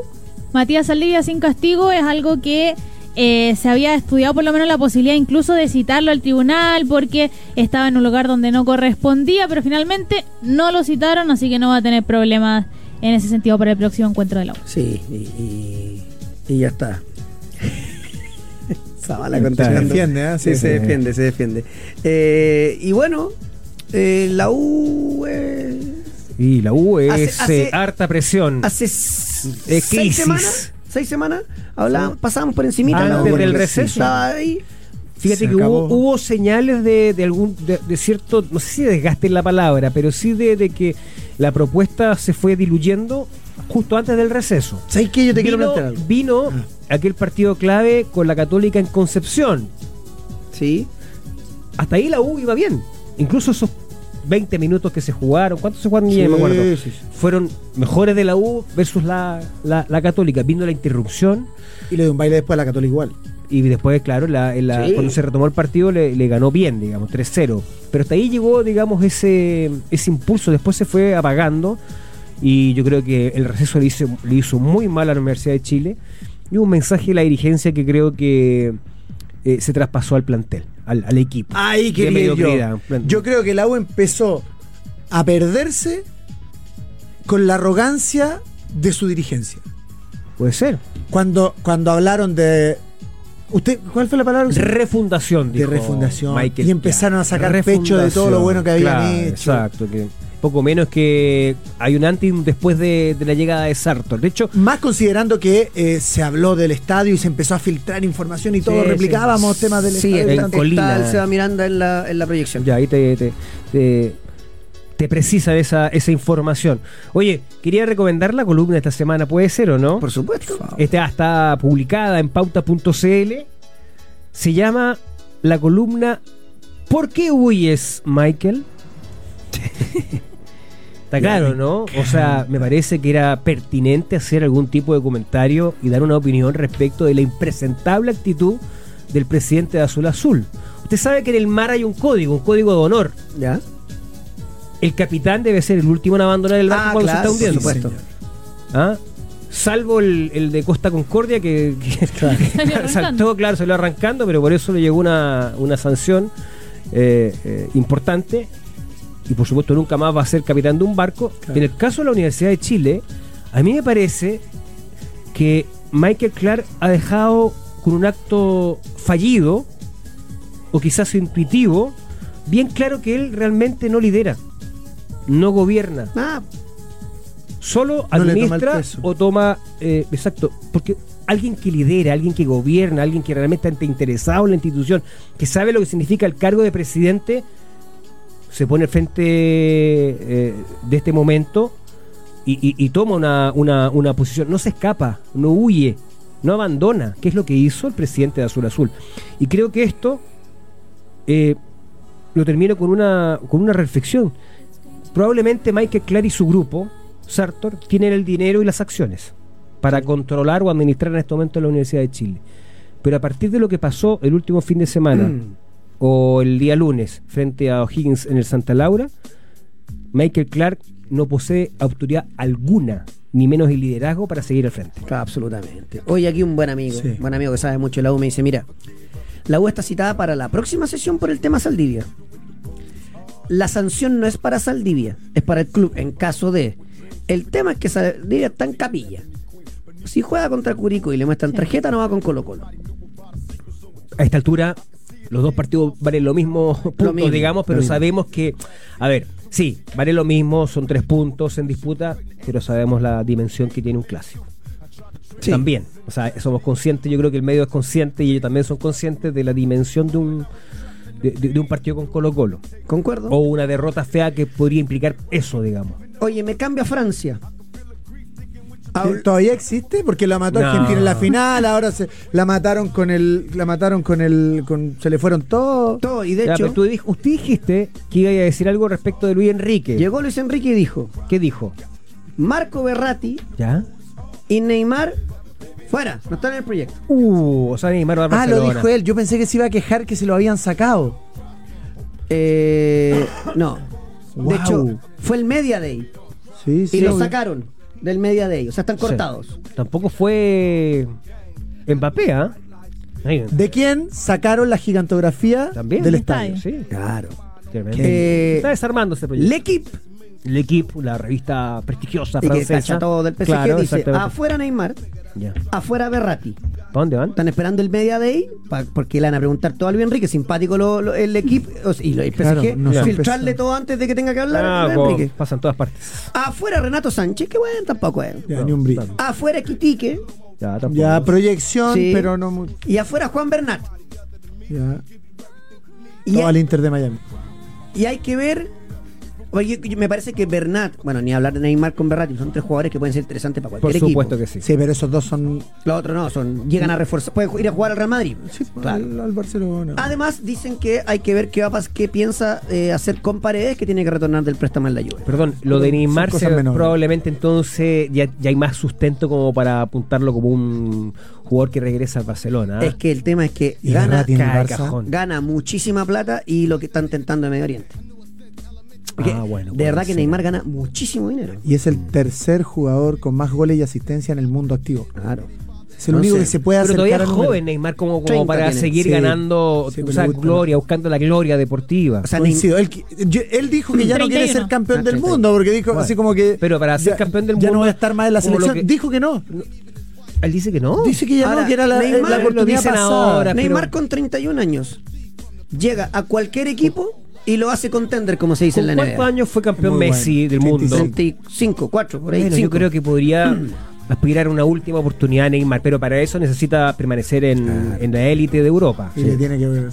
[SPEAKER 3] Matías Saldivia sin castigo es algo que eh, se había estudiado por lo menos la posibilidad incluso de citarlo al tribunal porque estaba en un lugar donde no correspondía, pero finalmente no lo citaron, así que no va a tener problemas en ese sentido para el próximo encuentro de la U.
[SPEAKER 1] sí, y, y- y ya está. Zavala
[SPEAKER 2] Está
[SPEAKER 1] contestando.
[SPEAKER 2] bien.
[SPEAKER 4] Se defiende, ¿eh?
[SPEAKER 1] Sí,
[SPEAKER 4] Sí,
[SPEAKER 1] se
[SPEAKER 2] sí.
[SPEAKER 1] defiende, se defiende. Eh, y bueno, eh, la U... eh,
[SPEAKER 2] Y la U es
[SPEAKER 1] Hace- hace-
[SPEAKER 2] eh, harta presión.
[SPEAKER 1] hace s-
[SPEAKER 2] Eh,
[SPEAKER 1] seis
[SPEAKER 2] crisis.
[SPEAKER 1] semanas, seis semanas hablábamos, pasábamos por encimita
[SPEAKER 2] Antes
[SPEAKER 1] la U,
[SPEAKER 2] del
[SPEAKER 1] porque
[SPEAKER 2] Ah, receso.
[SPEAKER 1] estaba ahí.
[SPEAKER 2] Fíjate
[SPEAKER 4] Se
[SPEAKER 2] que hubo,
[SPEAKER 4] acabó.
[SPEAKER 2] hubo señales de, de algún de, de cierto, no sé si desgaste en la palabra, pero sí de, de que la propuesta se fue diluyendo justo antes del receso.
[SPEAKER 4] ¿Sabes qué? Yo te quiero
[SPEAKER 2] vino,
[SPEAKER 4] plantear algo.
[SPEAKER 2] vino aquel partido clave con la Católica en Concepción.
[SPEAKER 1] Sí.
[SPEAKER 2] Hasta ahí la U iba bien. Incluso esos 20 minutos que se jugaron, ¿cuántos se jugaron? Ni me acuerdo. Fueron mejores de la U versus la, la- la Católica. Vino la interrupción.
[SPEAKER 4] Y le doy un baile después a la Católica igual.
[SPEAKER 2] Y después, claro, la- en la-
[SPEAKER 1] Sí.
[SPEAKER 2] cuando se retomó el partido le, le ganó bien, digamos, 3-0. Pero hasta ahí llegó, digamos, ese, ese impulso. Después se fue apagando. Y yo creo que el receso le hizo, le hizo muy mal a la Universidad de Chile. Y un mensaje de la dirigencia que creo que eh, se traspasó al plantel, al, al equipo.
[SPEAKER 4] Ahí
[SPEAKER 2] De
[SPEAKER 4] quería
[SPEAKER 2] mediocridad,
[SPEAKER 4] yo.
[SPEAKER 2] plan-
[SPEAKER 4] Yo creo que la U empezó a perderse con la arrogancia de su dirigencia.
[SPEAKER 2] Puede ser.
[SPEAKER 4] Cuando, cuando hablaron de. ¿Usted cuál fue la palabra? que usó?
[SPEAKER 2] Refundación,
[SPEAKER 4] De
[SPEAKER 2] dijo
[SPEAKER 4] refundación.
[SPEAKER 2] Michael
[SPEAKER 4] Y empezaron
[SPEAKER 2] Piazza.
[SPEAKER 4] a sacar pecho de todo lo bueno que habían
[SPEAKER 2] Claro,
[SPEAKER 4] hecho.
[SPEAKER 2] Exacto, que poco menos que hay un antes y un después de, de la llegada de Sartor. De hecho,
[SPEAKER 4] Más considerando que eh, se habló del estadio y se empezó a filtrar información y todos
[SPEAKER 2] sí.
[SPEAKER 4] replicábamos temas del
[SPEAKER 1] Sí,
[SPEAKER 4] estadio.
[SPEAKER 1] está-
[SPEAKER 2] en
[SPEAKER 1] está
[SPEAKER 2] Colina.
[SPEAKER 1] el Seba Miranda en la, en la proyección.
[SPEAKER 2] Ya, ahí te, te, te- te precisa de esa, esa información. Oye, quería recomendar la columna de esta semana, ¿puede ser o no?
[SPEAKER 1] Por supuesto.
[SPEAKER 2] Esta Este está publicada en pauta.cl. Se llama la columna ¿Por qué huyes, Michael? Está claro, ¿no? O sea, me parece que era pertinente hacer algún tipo de comentario y dar una opinión respecto de la impresentable actitud del presidente de Azul Azul. Usted sabe que en el mar hay un código, un código de honor.
[SPEAKER 1] Ya.
[SPEAKER 2] El capitán debe ser el último en abandonar el barco
[SPEAKER 1] Ah,
[SPEAKER 2] cuando
[SPEAKER 1] claro,
[SPEAKER 2] se está
[SPEAKER 1] por
[SPEAKER 2] hundiendo.
[SPEAKER 1] supuesto.
[SPEAKER 2] ¿Ah? Salvo el, el de Costa Concordia que, que-
[SPEAKER 3] arrancando.
[SPEAKER 2] saltó, claro, salió arrancando, pero por eso le llegó una, una sanción eh, eh, importante. Y por supuesto nunca más va a ser capitán de un barco. En el caso de la Universidad de Chile, a mí me parece que Michael Clark ha dejado con un acto fallido, o quizás intuitivo, bien claro que él realmente no lidera. no gobierna,
[SPEAKER 1] Ah,
[SPEAKER 2] solo
[SPEAKER 4] No le toma el
[SPEAKER 2] administra
[SPEAKER 4] peso.
[SPEAKER 2] o toma. eh, exacto, porque alguien que lidera, alguien que gobierna, alguien que realmente está interesado en la institución, que sabe lo que significa el cargo de presidente, se pone al frente eh, de este momento y, y- y toma una, una- una posición. No se escapa, no huye, no abandona, que es lo que hizo el presidente de Azul Azul. Y creo que esto eh, lo termino con una, con una reflexión. Probablemente Michael Clark y su grupo, Sartor, tienen el dinero y las acciones para controlar o administrar en este momento la Universidad de Chile. Pero a partir de lo que pasó el último fin de semana o el día lunes frente a O'Higgins en el Santa Laura, Michael Clark no posee autoridad alguna, ni menos el liderazgo para seguir al frente.
[SPEAKER 1] claro, absolutamente. Hoy aquí un buen amigo,
[SPEAKER 4] Sí.
[SPEAKER 1] un buen amigo que sabe mucho de la U me dice, mira, la U está citada para la próxima sesión por el tema Saldivia. La sanción no es para Saldivia, es para el club en caso de... El tema es que Saldivia está en capilla. Si juega contra Curico y le muestran tarjeta, no va con Colo Colo.
[SPEAKER 2] a esta altura los dos partidos valen lo mismo puntos,
[SPEAKER 1] mismo,
[SPEAKER 2] digamos, pero
[SPEAKER 4] lo mismo.
[SPEAKER 2] sabemos que, a ver, sí, vale lo mismo, son tres puntos en disputa, pero sabemos la dimensión que tiene un clásico.
[SPEAKER 4] Sí.
[SPEAKER 2] También, o sea, somos conscientes, yo creo que el medio es consciente y ellos también son conscientes de la dimensión de un de, de- de un partido con Colo Colo
[SPEAKER 1] ¿Concuerdo?
[SPEAKER 2] o una derrota fea que podría implicar eso, digamos.
[SPEAKER 1] Oye, me cambio a Francia. Habl-
[SPEAKER 4] ¿Todavía existe? Porque la mató
[SPEAKER 2] No.
[SPEAKER 4] Argentina en la final, ahora se la mataron con el la mataron con el con- se le fueron todos.
[SPEAKER 1] Todo, y de
[SPEAKER 2] Ya,
[SPEAKER 1] hecho,
[SPEAKER 2] pero tú dij- usted dijiste que iba a decir algo respecto de Luis Enrique.
[SPEAKER 1] llegó Luis Enrique y dijo,
[SPEAKER 2] ¿Qué dijo?
[SPEAKER 1] Marco Berratti
[SPEAKER 2] ¿Ya?
[SPEAKER 1] y Neymar fuera, no están en el proyecto.
[SPEAKER 2] Uh, o sea, Neymar va a
[SPEAKER 4] Ah, lo
[SPEAKER 2] Barcelona.
[SPEAKER 4] dijo él. Yo pensé que se iba a quejar que se lo habían sacado.
[SPEAKER 1] Eh, no.
[SPEAKER 4] Wow.
[SPEAKER 1] De hecho, fue el Media Day
[SPEAKER 4] Sí,
[SPEAKER 1] y
[SPEAKER 4] sí.
[SPEAKER 1] lo
[SPEAKER 4] obvio.
[SPEAKER 1] sacaron del Media Day, o sea, están
[SPEAKER 2] Sí.
[SPEAKER 1] cortados.
[SPEAKER 2] Tampoco fue Mbappé, ¿ah? Ahí,
[SPEAKER 4] ¿De quién sacaron la gigantografía
[SPEAKER 2] También.
[SPEAKER 4] del
[SPEAKER 3] Estadio.
[SPEAKER 4] estadio?
[SPEAKER 2] Sí.
[SPEAKER 1] Claro.
[SPEAKER 2] Tremendo.
[SPEAKER 1] Eh,
[SPEAKER 2] Está desarmando este proyecto.
[SPEAKER 1] L'Equipe
[SPEAKER 2] L'Equipe, la revista prestigiosa
[SPEAKER 1] y que
[SPEAKER 2] francesa.
[SPEAKER 1] cacha todo del PSG
[SPEAKER 2] Claro,
[SPEAKER 1] dice, "Ah,
[SPEAKER 2] exactamente.
[SPEAKER 1] afuera Neymar,
[SPEAKER 2] Ya.
[SPEAKER 1] afuera Berratti.
[SPEAKER 2] ¿Para dónde van?
[SPEAKER 1] Están esperando el Media Day pa- porque le van a preguntar todo a Luis Enrique, simpático lo- lo- el equipo o sea, y lo el
[SPEAKER 4] Claro,
[SPEAKER 1] PSG,
[SPEAKER 4] no son
[SPEAKER 1] filtrarle
[SPEAKER 4] pesados.
[SPEAKER 1] todo antes de que tenga que hablar
[SPEAKER 2] Ah,
[SPEAKER 1] Luis
[SPEAKER 2] como
[SPEAKER 1] Enrique.
[SPEAKER 2] pasan todas partes.
[SPEAKER 1] Afuera Renato Sánchez, que bueno, tampoco es.
[SPEAKER 4] Ya, ni un brillo.
[SPEAKER 2] Tampoco.
[SPEAKER 1] Afuera Quitique
[SPEAKER 2] Ya, tampoco.
[SPEAKER 4] Ya, proyección,
[SPEAKER 1] Sí.
[SPEAKER 4] pero no mu-
[SPEAKER 1] y afuera Juan Bernat.
[SPEAKER 4] ya.
[SPEAKER 1] Y,
[SPEAKER 4] No, al Inter de Miami.
[SPEAKER 1] y hay que ver. Oye, yo- me parece que Bernat, bueno, ni hablar de Neymar con Berratti, son tres jugadores que pueden ser interesantes para
[SPEAKER 2] Por
[SPEAKER 1] cualquier
[SPEAKER 2] supuesto
[SPEAKER 1] equipo.
[SPEAKER 2] que sí.
[SPEAKER 4] Sí, pero esos dos son
[SPEAKER 1] Los otros no, son llegan a reforzar, pueden ir a jugar al Real Madrid.
[SPEAKER 4] sí,
[SPEAKER 2] pues.
[SPEAKER 1] Claro.
[SPEAKER 4] al, al Barcelona.
[SPEAKER 1] Además, dicen que hay que ver qué, va, a pas- qué piensa eh, hacer con Paredes, que tiene que retornar del préstamo en la lluvia.
[SPEAKER 2] Perdón, lo de
[SPEAKER 4] Son
[SPEAKER 2] Neymar
[SPEAKER 4] cosas
[SPEAKER 2] se-
[SPEAKER 4] menores.
[SPEAKER 2] probablemente entonces ya, ya hay más sustento como para apuntarlo como un jugador que regresa al Barcelona. ¿ah?
[SPEAKER 1] Es que el tema es que
[SPEAKER 4] Y
[SPEAKER 1] gana,
[SPEAKER 4] Berratti en el
[SPEAKER 1] cae
[SPEAKER 4] Barça.
[SPEAKER 1] cajón. gana muchísima plata y lo que están tentando en Medio Oriente. Porque
[SPEAKER 2] Ah, bueno,
[SPEAKER 1] de verdad
[SPEAKER 2] bueno,
[SPEAKER 1] que
[SPEAKER 2] sí.
[SPEAKER 1] Neymar gana muchísimo dinero.
[SPEAKER 4] y es el tercer jugador con más goles y asistencia en el mundo activo.
[SPEAKER 1] Claro.
[SPEAKER 4] Es el
[SPEAKER 1] No
[SPEAKER 4] único
[SPEAKER 1] sé.
[SPEAKER 4] que se puede
[SPEAKER 2] Pero
[SPEAKER 4] acercar
[SPEAKER 2] todavía
[SPEAKER 4] al
[SPEAKER 2] es
[SPEAKER 4] número.
[SPEAKER 2] joven Neymar como, como
[SPEAKER 1] 30
[SPEAKER 2] para
[SPEAKER 1] tiene.
[SPEAKER 2] seguir
[SPEAKER 4] Sí.
[SPEAKER 2] ganando
[SPEAKER 4] Sí,
[SPEAKER 2] o
[SPEAKER 4] pero
[SPEAKER 2] sea,
[SPEAKER 4] le gusta.
[SPEAKER 2] gloria, buscando la gloria deportiva.
[SPEAKER 1] O sea, Neymar-
[SPEAKER 4] Coincido. Él, qui- yo- él dijo que ya no quiere
[SPEAKER 3] 31.
[SPEAKER 4] ser campeón
[SPEAKER 1] Ah,
[SPEAKER 4] del
[SPEAKER 1] 31.
[SPEAKER 4] mundo, porque dijo
[SPEAKER 2] Bueno,
[SPEAKER 4] así como que.
[SPEAKER 2] pero para ser
[SPEAKER 4] ya-
[SPEAKER 2] campeón del
[SPEAKER 4] Ya no
[SPEAKER 2] mundo,
[SPEAKER 4] va a estar más en la
[SPEAKER 2] como lo
[SPEAKER 4] selección.
[SPEAKER 2] que-
[SPEAKER 4] dijo que no.
[SPEAKER 2] Él dice que no.
[SPEAKER 4] Dice que ya
[SPEAKER 1] Ahora,
[SPEAKER 4] no, que era la,
[SPEAKER 1] Neymar
[SPEAKER 4] la
[SPEAKER 1] lo
[SPEAKER 4] oportunidad
[SPEAKER 2] dicen
[SPEAKER 4] pasada.
[SPEAKER 2] ahora.
[SPEAKER 1] Neymar
[SPEAKER 2] pero-
[SPEAKER 1] con 31 años llega a cualquier equipo y lo hace contender, como se dice en la
[SPEAKER 2] ¿Con cuántos
[SPEAKER 1] NBA.
[SPEAKER 2] años fue campeón
[SPEAKER 4] Muy bueno.
[SPEAKER 2] Messi del
[SPEAKER 4] 35.
[SPEAKER 2] mundo?
[SPEAKER 1] 35, 4, por ahí.
[SPEAKER 2] Bueno, yo
[SPEAKER 1] cinco.
[SPEAKER 2] creo que podría aspirar a una última oportunidad Neymar, pero para eso necesita permanecer en, en la élite de Europa.
[SPEAKER 4] Y le tiene que ver-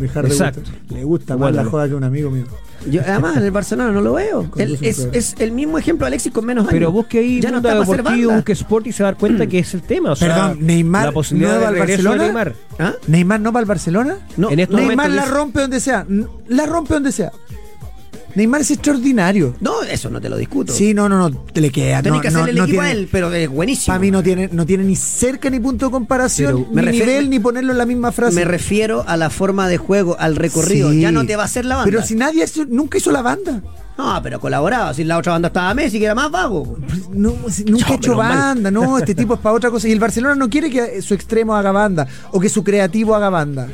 [SPEAKER 4] dejar de
[SPEAKER 2] Exacto.
[SPEAKER 4] gustar. Le gusta más
[SPEAKER 2] Bueno.
[SPEAKER 4] la joda que un amigo mío.
[SPEAKER 1] Yo, además, en el Barcelona no lo veo.
[SPEAKER 4] Conduce
[SPEAKER 1] Él
[SPEAKER 4] un
[SPEAKER 1] es,
[SPEAKER 4] programa.
[SPEAKER 1] es el mismo ejemplo de Alexis con menos años.
[SPEAKER 2] Pero busque ahí
[SPEAKER 1] ya no
[SPEAKER 2] Mundo
[SPEAKER 1] está para ser
[SPEAKER 2] Deportivo,
[SPEAKER 1] banda.
[SPEAKER 2] busque Sport y se va a dar cuenta que es el tema. o sea,
[SPEAKER 4] Perdón, Neymar
[SPEAKER 2] la posibilidad
[SPEAKER 4] no
[SPEAKER 2] de
[SPEAKER 4] va al
[SPEAKER 2] regreso de
[SPEAKER 4] Barcelona.
[SPEAKER 2] Neymar.
[SPEAKER 1] ¿Ah?
[SPEAKER 4] ¿Neymar no va al Barcelona?
[SPEAKER 1] No,
[SPEAKER 2] En este
[SPEAKER 4] Neymar
[SPEAKER 2] momento
[SPEAKER 4] la
[SPEAKER 2] dice-
[SPEAKER 4] rompe donde sea. N- La rompe donde sea. Neymar es extraordinario.
[SPEAKER 1] No, eso no te lo discuto.
[SPEAKER 4] Sí, no, no, no. Te le queda.
[SPEAKER 1] Tenés
[SPEAKER 4] no,
[SPEAKER 1] que
[SPEAKER 4] no,
[SPEAKER 1] hacerle el
[SPEAKER 4] no
[SPEAKER 1] equipo
[SPEAKER 4] tiene-
[SPEAKER 1] a él, pero es buenísimo.
[SPEAKER 4] Para mí no tiene, no tiene ni cerca ni punto de comparación,
[SPEAKER 1] Pero me
[SPEAKER 4] ni
[SPEAKER 1] refiero-
[SPEAKER 4] nivel, ni ponerlo en la misma frase.
[SPEAKER 1] Me refiero a la forma de juego, al recorrido.
[SPEAKER 4] Sí.
[SPEAKER 1] Ya no te va a hacer la banda.
[SPEAKER 4] Pero si nadie hizo- nunca hizo la banda.
[SPEAKER 1] No, pero colaboraba. Si la otra banda estaba Messi, que era más vago.
[SPEAKER 4] No, si- nunca
[SPEAKER 1] No,
[SPEAKER 4] ha hecho
[SPEAKER 1] menos mal.
[SPEAKER 4] banda, no, este tipo es para otra cosa. Y el Barcelona no quiere que eh, su extremo haga banda o que su creativo haga banda.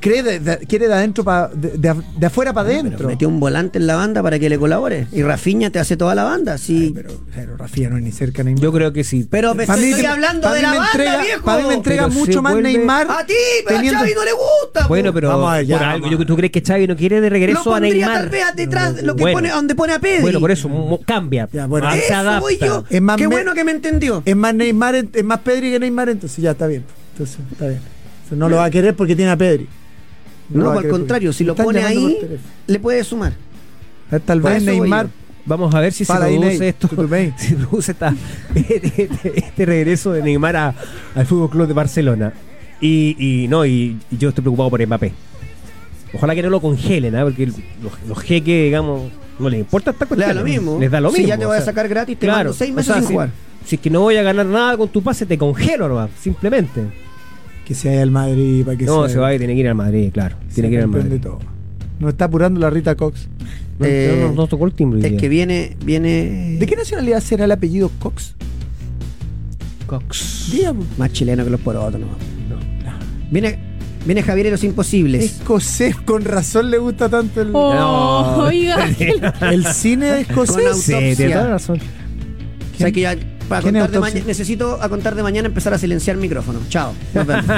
[SPEAKER 4] cree de- de- quiere de adentro pa- de, de af- de afuera para adentro.
[SPEAKER 1] Metió un volante en la banda para que le colabore. Y Rafiña te hace toda la banda. Sí.
[SPEAKER 4] Pero, pero Rafinha no es ni cerca ni
[SPEAKER 2] Yo creo que sí.
[SPEAKER 1] Pero, me
[SPEAKER 4] Pa' mí
[SPEAKER 1] estoy
[SPEAKER 4] que-
[SPEAKER 1] hablando
[SPEAKER 4] pa'
[SPEAKER 1] de
[SPEAKER 4] mí
[SPEAKER 1] la
[SPEAKER 4] me
[SPEAKER 1] banda,
[SPEAKER 4] entrega-
[SPEAKER 1] viejo.
[SPEAKER 4] pa' mí me entrega
[SPEAKER 2] Pero
[SPEAKER 4] mucho
[SPEAKER 2] se
[SPEAKER 4] más
[SPEAKER 2] vuelve-
[SPEAKER 4] Neymar.
[SPEAKER 1] A ti, pero
[SPEAKER 4] teniendo-
[SPEAKER 1] a Xavi no le gusta.
[SPEAKER 2] bueno,
[SPEAKER 1] po.
[SPEAKER 2] pero
[SPEAKER 4] Vamos a ver, ya,
[SPEAKER 2] por
[SPEAKER 4] vamos
[SPEAKER 2] algo,
[SPEAKER 4] a
[SPEAKER 2] yo
[SPEAKER 4] ver.
[SPEAKER 2] tú crees que Xavi no quiere de
[SPEAKER 1] lo
[SPEAKER 2] regreso a
[SPEAKER 1] pondría
[SPEAKER 2] Neymar.
[SPEAKER 1] tal vez detrás, lo que
[SPEAKER 2] Bueno.
[SPEAKER 1] pone, a donde pone a Pedri.
[SPEAKER 2] Bueno, por eso mo- cambia.
[SPEAKER 4] Ya, bueno.
[SPEAKER 2] Ah, se
[SPEAKER 1] Eso voy
[SPEAKER 2] adapta.
[SPEAKER 1] yo.
[SPEAKER 4] Es más
[SPEAKER 1] Qué
[SPEAKER 4] me- Eh,
[SPEAKER 1] bueno que me entendió.
[SPEAKER 4] Es más Neymar, en- es más Pedri que Neymar, entonces ya está bien. Entonces, está bien. Entonces, no lo va a querer porque tiene a Pedri. lo
[SPEAKER 1] No,
[SPEAKER 4] va a
[SPEAKER 1] al
[SPEAKER 4] querer porque-
[SPEAKER 1] contrario, si
[SPEAKER 4] Me
[SPEAKER 1] lo
[SPEAKER 4] están
[SPEAKER 1] pone
[SPEAKER 4] llamando
[SPEAKER 1] ahí,
[SPEAKER 4] por teléfono.
[SPEAKER 1] le puede sumar.
[SPEAKER 4] Tal
[SPEAKER 1] Por
[SPEAKER 4] vez
[SPEAKER 1] eso voy
[SPEAKER 4] Neymar.
[SPEAKER 1] yo.
[SPEAKER 2] Vamos a ver si se
[SPEAKER 4] Para ahí,
[SPEAKER 2] produce
[SPEAKER 4] Ney,
[SPEAKER 2] esto.
[SPEAKER 4] tú, tú, Ney.
[SPEAKER 2] Si produce esta- este, este- este regreso de Neymar a- al Fútbol Club de Barcelona. Y, y no, y, y yo estoy preocupado por Mbappé. Ojalá que no lo congelen, ¿ah? porque el- los, los jeques, digamos, no les importa esta
[SPEAKER 1] Le
[SPEAKER 2] cuestión.
[SPEAKER 1] da lo mismo.
[SPEAKER 2] Les da lo mismo.
[SPEAKER 1] Si ya te
[SPEAKER 2] o
[SPEAKER 1] voy a
[SPEAKER 2] sea,
[SPEAKER 1] sacar gratis, te mando seis meses
[SPEAKER 2] o sea,
[SPEAKER 1] sin
[SPEAKER 2] si,
[SPEAKER 1] jugar.
[SPEAKER 2] Si es que no voy a ganar nada con tu pase, te congelo nomás, simplemente.
[SPEAKER 4] Que se vaya al Madrid para que
[SPEAKER 2] no,
[SPEAKER 4] sea-
[SPEAKER 2] se va a ir, tiene que ir al Madrid, claro.
[SPEAKER 4] sea
[SPEAKER 2] Tiene que ir al
[SPEAKER 4] campeón de
[SPEAKER 2] Madrid.
[SPEAKER 4] todo. Nos está apurando la Rita Cox.
[SPEAKER 2] No,
[SPEAKER 1] Eh,
[SPEAKER 2] no, no tocó el timbre. hoy
[SPEAKER 1] Es
[SPEAKER 2] día.
[SPEAKER 1] que viene, viene.
[SPEAKER 4] ¿De qué nacionalidad será el apellido Cox?
[SPEAKER 2] Cox.
[SPEAKER 4] Diga, pues. po.
[SPEAKER 1] Más chileno que los porotos, no. Viene, viene Javier y los imposibles.
[SPEAKER 4] Escocés, con razón le gusta tanto el,
[SPEAKER 3] Oh,
[SPEAKER 2] No.
[SPEAKER 3] oiga.
[SPEAKER 4] el cine
[SPEAKER 1] Con
[SPEAKER 4] escocés.
[SPEAKER 1] autopsia.
[SPEAKER 2] Sí, tiene toda la razón.
[SPEAKER 1] O sea, que ya, para
[SPEAKER 4] ¿Quién es
[SPEAKER 1] contar de
[SPEAKER 4] autopsia?
[SPEAKER 1] mañana- necesito a contar de mañana empezar a silenciar micrófono. Chao. Nos vemos.